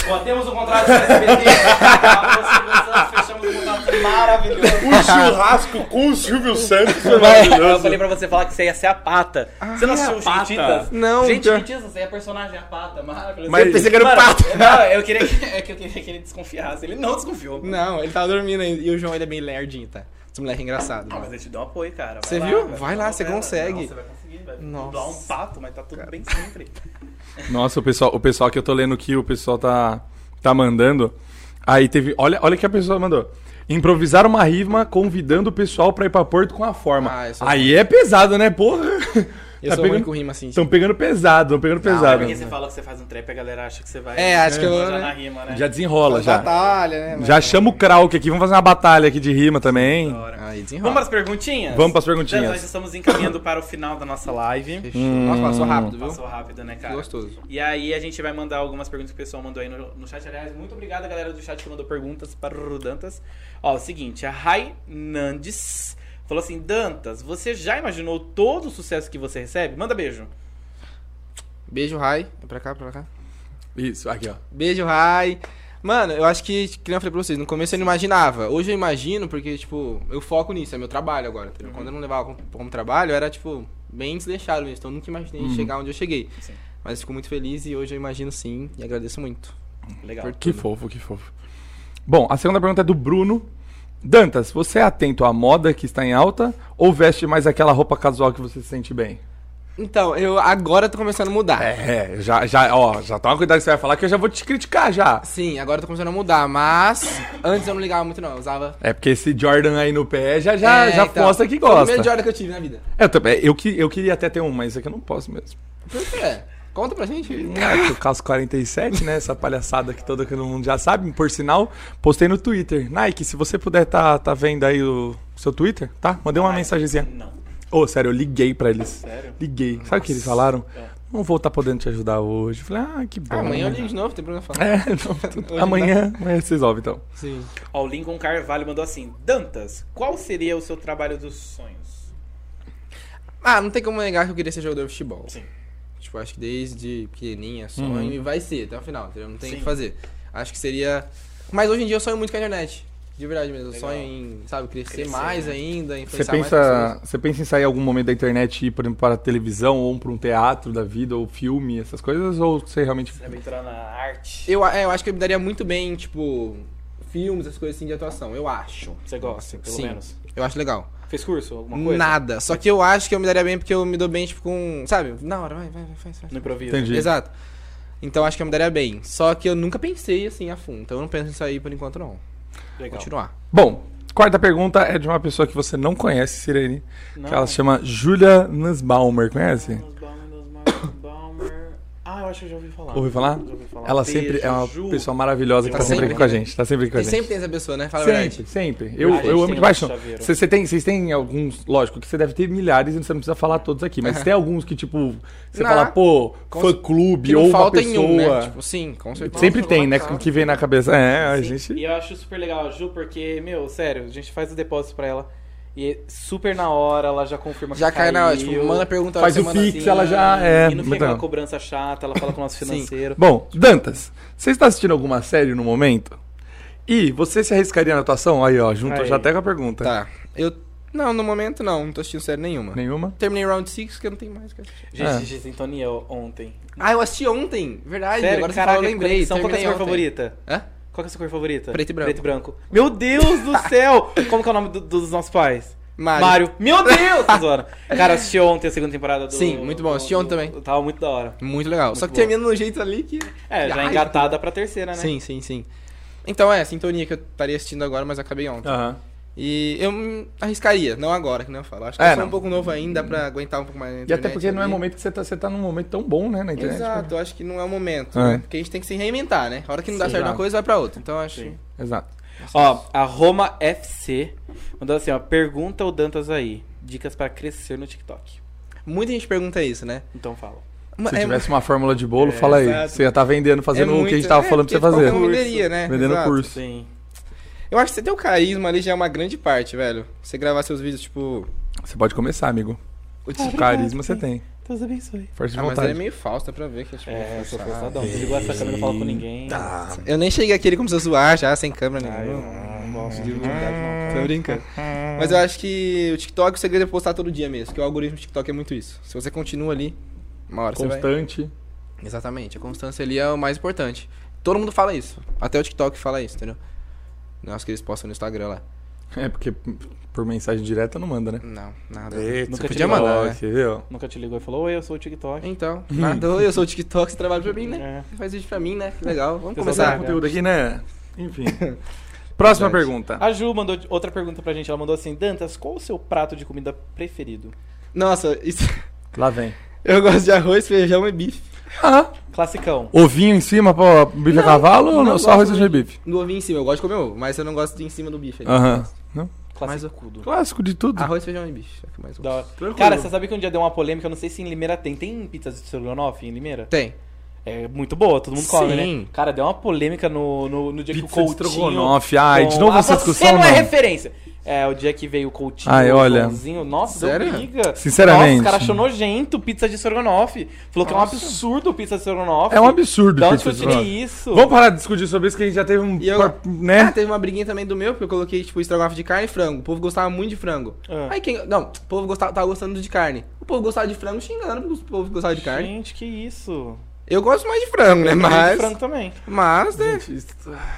Batemos o contrato com a SBT. tá? Você, Fechamos um contrato maravilhoso. O Um churrasco com o Silvio Santos foi Eu maravilhoso. falei pra você falar que você ia ser a pata. você não assistiu a Chiquititas? pata. Não, Gente, pior- Chiquititas, você é personagem, a pata. Maravilhoso. Mas- Eu pensei que era o Mano, um pato. Não, eu queria que, é que eu queria que ele desconfiasse. Ele não desconfiou. Não, ele tava dormindo ainda. E o João, ele é bem lerdinho, tá? Esse moleque é engraçado. Não, mas eu te dou um apoio, cara. Você lá, viu? velho. Vai lá, Não, você não, consegue. Você vai conseguir, vai Nossa. dublar um pato, mas tá tudo bem sempre. Nossa, o pessoal, o pessoal que eu tô lendo que o pessoal tá, tá mandando. Aí teve. Olha, olha que a pessoa mandou. Improvisar uma rima convidando o pessoal pra ir pra Porto com a forma. Ah, eu sou- Aí é pesado, né? Porra! Eu Tá sou ruim pegando- com rima assim. Estão pegando pesado, estão pegando pesado. Porque você fala que você faz um trap, a galera acha que você vai. É, acho que eu- Já na rima, né? Já desenrola, já. Batalha, né? mano? Já chama o Krauk aqui, vamos fazer uma batalha aqui de rima também. Da hora. Aí desenrola. Vamos para as perguntinhas? Vamos pras Então, Nós perguntinhas. estamos encaminhando para o final da nossa live. Fechou. Nossa, passou rápido, viu? Passou rápido, né, cara? Gostoso. E aí a gente vai mandar algumas perguntas que o pessoal mandou aí no, no chat. Aliás, muito obrigado, galera do chat que mandou perguntas para o Dantas. Ó, o seguinte, a Rai Nandes falou assim, Dantas, você já imaginou todo o sucesso que você recebe? Manda beijo. Beijo, Rai. É pra cá, pra cá. Isso, aqui, ó. Beijo, Rai. Mano, eu acho que, que nem eu falei pra vocês, no começo eu não imaginava. Hoje eu imagino porque, tipo, eu foco nisso, é meu trabalho agora. entendeu? Quando eu não levava como, como trabalho, eu era, tipo, bem desleixado mesmo. Então eu nunca imaginei Uhum. chegar onde eu cheguei. Sim. Mas fico muito feliz e hoje eu imagino sim e agradeço muito. Legal. Por- Que fofo, que fofo. Bom, a segunda pergunta é do Bruno. Dantas, você é atento à moda que está em alta ou veste mais aquela roupa casual que você se sente bem? Então, eu agora tô começando a mudar. É, já, já, ó, já toma cuidado que você vai falar que eu já vou te criticar já. Sim, agora eu tô começando a mudar, mas antes eu não ligava muito não, eu usava... É porque esse Jordan aí no pé já, já, É, já então, mostra que foi o gosta. primeiro Jordan que eu tive na vida. Eu, também, eu, que- eu queria até ter um, mas isso aqui eu não posso mesmo. é Por quê? Conta pra gente. Moleque, o Caso 47, né? Essa palhaçada que todo que todo mundo já sabe. Por sinal, postei no Twitter. Nike, se você puder tá, tá vendo aí o seu Twitter, tá? Mandei uma mensagenzinha. Não. Ô, sério, eu liguei pra eles. Sério? Liguei. Sabe o que eles falaram? Não vou estar podendo te ajudar hoje. Eu Falei, ah, que bom. Amanhã eu né? ligo de novo, tem problema falar. É, não, tudo- amanhã, amanhã vocês ouvem, então. Sim. Ó, o Lincoln Carvalho mandou assim: Dantas, qual seria o seu trabalho dos sonhos? Ah, não tem como negar que eu queria ser jogador de futebol. Sim. Tipo, acho que desde Uhum. pequenininha, sonho, e vai ser até o final, entendeu? Não tem o que Sim. fazer. Acho que seria... Mas hoje em dia eu sonho muito com a internet. De verdade mesmo, eu Legal. sonho em, sabe, crescer, Crescer, né? mais ainda, Você influenciar mais pensa, você pensa em sair em algum momento da internet, ir, por exemplo, para a televisão, ou para um teatro da vida, ou filme, essas coisas? Ou você realmente... Se aventurar na arte? Eu, é, eu acho que eu me daria muito bem, tipo, filmes, essas coisas assim de atuação. Eu acho. Você gosta, pelo Sim. menos. Eu acho legal. Fez curso? Alguma coisa? Nada. Só que eu acho que eu me daria bem porque eu me dou bem, tipo, com. Sabe? Na hora, vai, vai, vai, faz, faz. No improviso? Entendi. Exato. Então acho que eu me daria bem. Só que eu nunca pensei assim a fundo. Então eu não penso nisso aí por enquanto, não. Legal. Continuar. Bom, quarta pergunta é de uma pessoa que você não conhece, Sirene. Não. Que ela se chama Julia Nussbaumer, conhece? Nussbaumer, Nussbaumer. Ah, eu acho que eu já ouvi falar. Ouviu falar? Já ouvi falar. Ela Beijo, sempre é uma Ju. pessoa maravilhosa que Tá tá sempre sempre, aqui com a né? gente. Tá sempre aqui com a E gente. sempre tem essa pessoa, né? Fala a Sempre, verdade. sempre. Eu, A gente eu tem amo de um paixão. chaveiro. Você você tem, vocês têm alguns, lógico, que você deve ter milhares e você não precisa falar todos aqui, mas tem alguns que, tipo, você Não. fala, pô, Com- fã clube Que não ou uma falta em pessoa. um, né? Tipo, sim, com certeza. sempre tem, né? Que vem na cabeça. É, Ah, a Sim, gente. E eu acho super legal a Ju, porque, meu, sério, a gente faz o depósito pra ela. E é super na hora, ela já confirma Já que cai na hora. caiu. Tipo, manda pergunta Faz o semana pix, assim, ela já é. E não fica Então. aquela cobrança chata, ela fala com o nosso financeiro. Bom, Dantas, você está assistindo alguma série no momento? E você se arriscaria na atuação? Aí, ó, juntou Aí. já até com a pergunta. Tá. Eu. Não, no momento não. Não tô assistindo série nenhuma. Nenhuma? Terminei Round 6 que eu não tenho mais o que assistir. É. Gente, desentoniou ontem. Ah, eu assisti ontem. Verdade. Sério, agora caraca, você falou, eu lembrei. São qual que é a terminei sua cor ontem. favorita? Hã? Qual que é a sua cor favorita? Preto e branco. Preto e branco. Meu Deus do céu! Como que é o nome do- dos nossos pais? Mário. Meu Deus! Zona. Cara, eu assisti ontem a segunda temporada do... Sim, muito bom, do- assisti ontem do- também. Tava muito da hora. Muito Né? legal. Só que bom. termina no jeito ali que. É, já Ai, engatada pra terceira, né? Sim, sim, sim. Então é, sintonia que eu estaria assistindo agora, mas acabei ontem. Aham. E eu hum, arriscaria, não agora, que nem eu falo. Acho que É, eu sou não. um pouco novo ainda dá pra aguentar um pouco mais. na E até internet porque não é ali. momento que você tá, você tá num momento tão bom, né, na internet. Exato, eu acho que não é o momento. É. né? Porque a gente tem que se reinventar, né? A hora que não dá Sim. certo uma Exato. coisa, vai pra outra. Então eu acho. Sim. Exato. Ó, a Roma FC mandou assim, ó. Pergunta o Dantas aí. Dicas pra crescer no TikTok. Muita gente pergunta isso, né? Então fala. Uma- Se é- tivesse uma fórmula de É, bolo, fala aí. exato. Você ia tá vendendo, fazendo é o que a gente muito- tava é, falando pra você porque fazer. qualquer um venderia, né? Vendendo Exato. curso. Sim. Eu acho que você ter o carisma ali já é uma grande parte, velho. Você gravar seus vídeos, tipo. Você pode começar, amigo. O O TikTok. carisma você tem. Deus abençoe. Força É, de É Ah, mas vontade. ele é meio falso, dá pra ver que é tipo. É, eu sou forçado. forçadão. Desligou essa câmera, não fala com ninguém. Tá. Eu nem cheguei aqui, ele começou a zoar já, sem câmera Ah, eu nenhuma. não gosto de vulgaridade, não. Tô brincando. Mas eu acho que o TikTok, o segredo é postar todo dia mesmo, porque o algoritmo do TikTok é muito isso. Se você continua ali, uma hora você vai... Constante. Exatamente, a constância ali é o mais importante. Todo mundo fala isso, até o TikTok fala isso, entendeu? Não acho que eles postam no Instagram lá. É, porque por mensagem direta não manda, né? Não, nada. Eita, Nunca podia te mandar, mandou, né? né? viu? Nunca te ligou e falou, oi, eu sou o TikTok. Então, nada. Oi, eu sou o TikTok, você trabalha pra mim, né? É. Faz vídeo pra mim, né? Que legal, vamos Pessoal, Começar Exato. o conteúdo começar. aqui, né? Enfim. Próxima Verdade. pergunta. A Ju mandou outra pergunta pra gente. Ela mandou assim: Dantas, qual o seu prato de comida preferido? Nossa, isso... Lá vem. eu gosto de arroz, feijão e bife. Ah, Classicão. ovinho em cima pra bife a cavalo ou não? só arroz e né? bife? No ovo em cima, eu gosto de comer ovo, mas eu não gosto de em cima do bife. ali. Aham. Não? Classicudo. Clássico de tudo. Arroz, feijão e bife, é o que eu mais gosto. Da hora. Cara, você sabe que um dia deu uma polêmica, eu não sei se em Limeira tem. Tem pizza de estrogonofe em Limeira? Tem. É muito boa, todo mundo come, Sim. né? Cara, deu uma polêmica no, no, no dia que o Pizza de Coutinho... estrogonofe. Ai, de com- novo Ah, essa Você discussão, não, é não. referência. É, o dia que veio o Coutinho, Ai, o olha. Joãozinho. Nossa, Sério? deu briga. Sinceramente. Nossa, o cara achou nojento pizza de estrogonofe. Falou que é um absurdo pizza de estrogonofe. É um absurdo. Da onde pizza que eu de tirei estrogonofe. isso? Vamos parar de discutir sobre isso que a gente já teve um. E eu- par- Ah, Né? teve uma briguinha também do meu, porque eu coloquei, tipo, estrogonofe de carne e frango. O povo gostava muito de frango. Ah. Aí quem. Não, o povo gostava, tava gostando do de carne. O povo gostava de frango xingando, porque o povo gostava de carne. Gente, que isso? Eu gosto mais de frango, né? Eu gosto de Mas. frango também. Mas, né?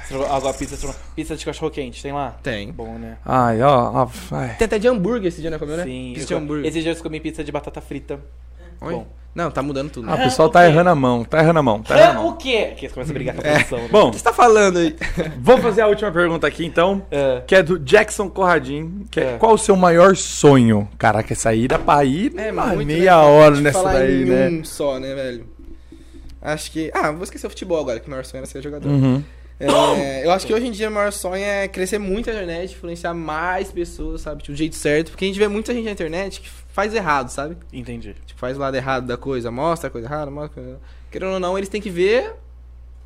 Estrogo- Agora, pizza, estrogo- pizza de cachorro quente, tem lá? Tem. Bom, né? Ai, ó. ó, ai. Tem até de hambúrguer esse dia, né? Comeu, né? é Sim. Pizza eu de co- hambúrguer. Esses dias eu comi pizza de batata frita. Oi? Bom. Não, tá mudando tudo. Ah, né? o pessoal É, tá errando a mão, tá errando a mão, tá errando a Ah, mão. o quê? Que eles começam a brigar com a produção. né? Bom, O que você tá falando aí? vou fazer a última pergunta aqui então, É. que é do Jackson Corradin, que é, É. qual o seu maior sonho? Caraca, essa ida pra ir é, muito, meia né? hora Deixa eu nessa falar daí, em né? um só, né, velho? Acho que. Ah, vou esquecer o futebol agora, que o maior sonho era ser jogador. Uhum. É, eu acho que hoje em dia o maior sonho é crescer muito na internet, influenciar mais pessoas, sabe? Tipo, do jeito certo. Porque a gente vê muita gente na internet que faz errado, sabe? Entendi. Tipo, faz o lado errado da coisa, mostra a coisa errada, mostra. a coisa errada. Querendo ou não, eles têm que ver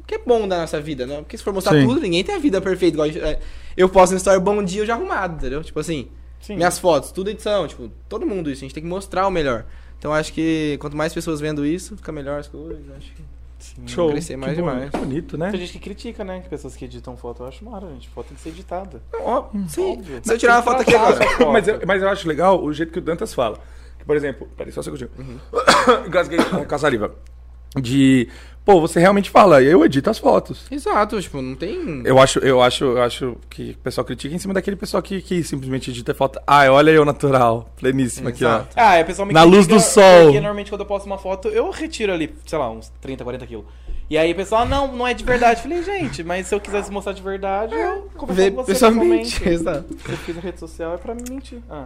o que é bom da nossa vida, né? Porque se for mostrar Sim. tudo, ninguém tem a vida perfeita. Igual a gente- é, eu posto no story bom dia, eu já arrumado, entendeu? Tipo assim, Sim. minhas fotos, tudo edição, tipo, todo mundo isso. A gente tem que mostrar o melhor. Então acho que quanto mais pessoas vendo isso, fica melhor as coisas. Acho que Show. crescer mais que bom, demais. que bonito, né? Tem gente que critica, né? Que pessoas que editam foto. Eu acho mara, gente. Foto tem que ser editada. Sim. Óbvio. Se eu tirar uma foto aqui agora. mas, eu, mas eu acho legal o jeito que o Dantas fala. Que, por exemplo, peraí, só um segundinho. Engasguei com a saliva. De, pô, você realmente fala, eu edito as fotos. Exato, tipo, não tem. Eu acho, eu acho, eu acho que o pessoal critica em cima daquele pessoal que, que simplesmente edita foto. Ah, olha eu natural, pleníssimo aqui, ó. Exato. Ah, é, o pessoal me Na luz critica, do sol. Porque normalmente quando eu posto uma foto, eu retiro ali, sei lá, uns 30, 40 quilos. E aí o pessoal, não, não é de verdade. Eu Falei, gente, mas se eu quisesse mostrar de verdade, eu É, conversava Ver com você pessoalmente. pessoalmente. Exato. Se eu fiz na rede social, é pra me mentir. Ah.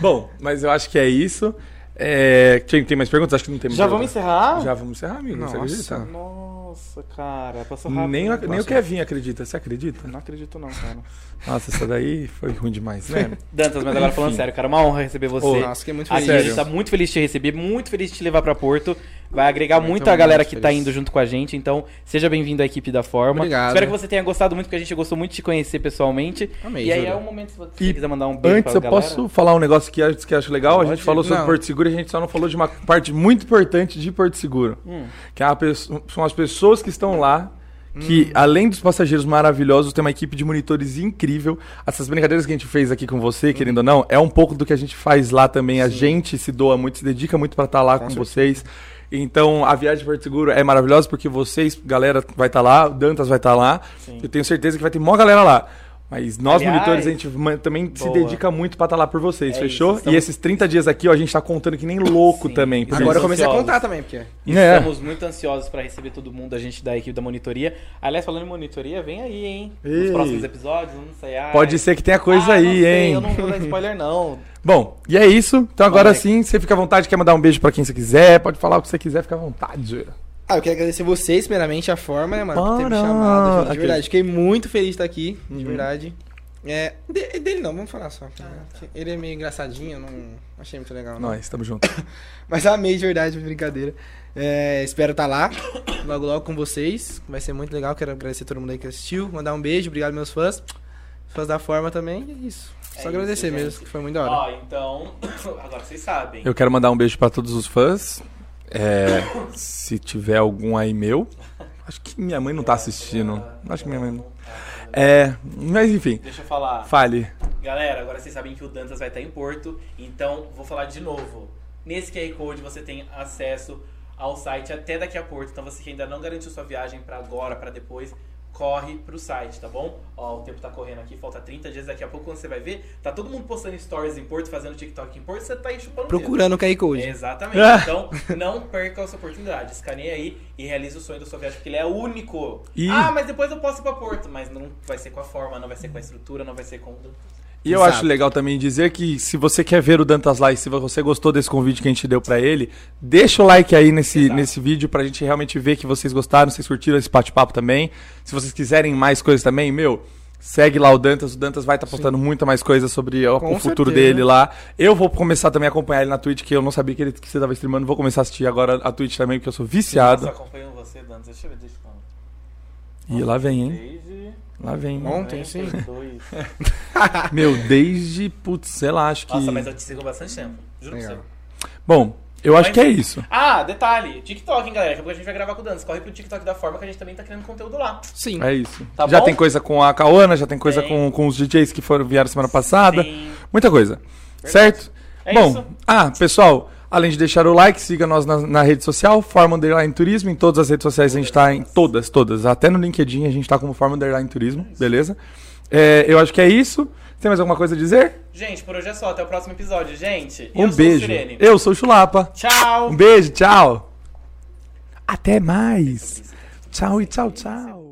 Bom, mas eu acho que é isso. É, tem, tem mais perguntas? Acho que não tem mais Já vamos encerrar? Já vamos encerrar, amigo. Não você Nossa. acredita? Nossa, cara, passou rápido. Nem, o- nem o Nossa, Kevin acredita, você acredita? Não acredito não, cara. Nossa, essa daí foi ruim demais, né? Dantas, mas agora falando sério, é cara, uma honra receber você. Ô, Nossa, que é muito A feliz. sério. gente tá muito feliz de te receber, muito feliz de te levar pra Porto. Vai agregar Também muito tô a galera muito que tá feliz. indo junto com a gente, então seja bem-vindo à equipe da Forma. Obrigado. Espero que você tenha gostado muito, porque a gente gostou muito de te conhecer pessoalmente. Amei, e aí juro. é o momento se você E quiser mandar um beijo Antes, pra eu galera. posso falar um negócio que acho que acho legal? A gente Pode? falou sobre Não. Porto Seguro e a gente só não falou de uma parte muito importante de Porto Seguro. Hum. Que é a pesso- são as pessoas que estão lá, Hum. que além dos passageiros maravilhosos, tem uma equipe de monitores incrível. Essas brincadeiras que a gente fez aqui com você, Hum. querendo ou não, é um pouco do que a gente faz lá também. A gente se doa muito, se dedica muito pra estar lá com, vocês. Então, a viagem de Porto Seguro é maravilhosa porque vocês, galera, vai estar lá, o Dantas vai estar lá. Eu tenho certeza que vai ter mó galera lá. Mas nós, Aliás, monitores, a gente man- também se boa. dedica muito pra estar lá por vocês, É fechou? isso, estamos- E esses 30 dias aqui, ó, a gente tá contando que nem louco Sim. também. por Agora Agora eu isso. comecei a ansiosos. contar também, porque. É. Estamos muito ansiosos pra receber todo mundo, a gente da equipe da monitoria. Aliás, falando em monitoria, vem aí, hein? Nos Ei. próximos episódios, não sei. ai. Pode ser que tenha coisa Ah, aí, não sei, hein? Eu não vou dar spoiler, não. Bom, e é isso. Então agora Moleque. sim, você fica à vontade, quer mandar um beijo pra quem você quiser, pode falar o que você quiser, fica à vontade, zoeira. Ah, eu quero agradecer vocês, primeiramente, a forma, né, mano, por ter me Para. chamado. gente, de Ok. verdade, fiquei muito feliz de estar aqui, Uhum. de verdade. É, de- dele não, vamos falar só. Ele é meio engraçadinho, eu não achei muito legal. Não. Nós, tamo junto. Mas amei de verdade, brincadeira. É, espero estar lá, logo logo com vocês. Vai ser muito legal, quero agradecer todo mundo aí que assistiu. Mandar um beijo, obrigado meus fãs. Fãs da forma também, e é isso. Só isso, agradecer gente. mesmo, que foi muito da hora. Ó, então, agora vocês sabem. Eu quero mandar um beijo pra todos os fãs. É, se tiver algum aí meu. Acho que minha mãe não tá assistindo. Acho que minha mãe não. É, mas enfim, Deixa eu falar. fale. Galera, agora vocês sabem que o Dantas vai estar em Porto, então vou falar de novo. Nesse QR Code você tem acesso ao site até daqui a Porto, então você que ainda não garantiu sua viagem para agora, para depois, corre pro site, tá bom? Ó, o tempo tá correndo aqui, falta 30 dias, daqui a pouco quando você vai ver, tá todo mundo postando stories em Porto, fazendo TikTok em Porto, você tá aí chupando o dedo. Procurando o Kaique É. hoje. Exatamente. Ah. Então, não perca essa oportunidade. Escaneie aí e realize o sonho da sua viagem, porque ele é único. Ih. Ah, mas depois eu posso ir pra Porto. Mas não vai ser com a forma, não vai ser com a estrutura, não vai ser com... E eu Exato. acho legal também dizer que se você quer ver o Dantas lá e se você gostou desse convite que a gente deu pra ele, deixa o like aí nesse, Exato. nesse vídeo pra gente realmente ver que vocês gostaram, vocês curtiram esse bate-papo também. Se vocês quiserem mais coisas também, meu, segue lá o Dantas. O Dantas vai estar postando muita mais coisa sobre ó, Com o futuro certeza. dele lá. Eu vou começar também a acompanhar ele na Twitch, que eu não sabia que ele que você tava streamando. Vou começar a assistir agora a Twitch também, porque eu sou Nossa, viciado. acompanhando você, Dantas. Deixa eu ver, deixa eu falar. E lá vem, hein? Desde... Lá vem. Ontem, sim. 92. Meu, desde, putz, sei lá, acho que... Nossa, mas é eu te sigo há bastante tempo. Juro pra Legal. você. Bom, eu acho Mas- que é isso. Ah, detalhe. TikTok, hein, galera. Daqui a pouco a gente vai gravar com o Dantas. Corre pro TikTok da forma que a gente também tá criando conteúdo lá. Sim. É isso. Tá já bom? tem coisa com a Kaona, já tem coisa Tem. com, com os DJs que foram, vieram semana passada. Sim. Muita coisa. Certo? É bom, isso. ah, pessoal, além de deixar o like, siga nós na, na rede social, Forma Underline Turismo. Em todas as redes sociais a gente tá em. Todas, todas. Até no LinkedIn a gente tá como Forma Underline Turismo, beleza? É, eu acho que é isso. Tem mais alguma coisa a dizer? Gente, por hoje é só. Até o próximo episódio, gente. um Eu sou o beijo. Sirene. Eu sou o Chulapa. Tchau. Um beijo, tchau. Até mais. Tchau e tchau, tchau.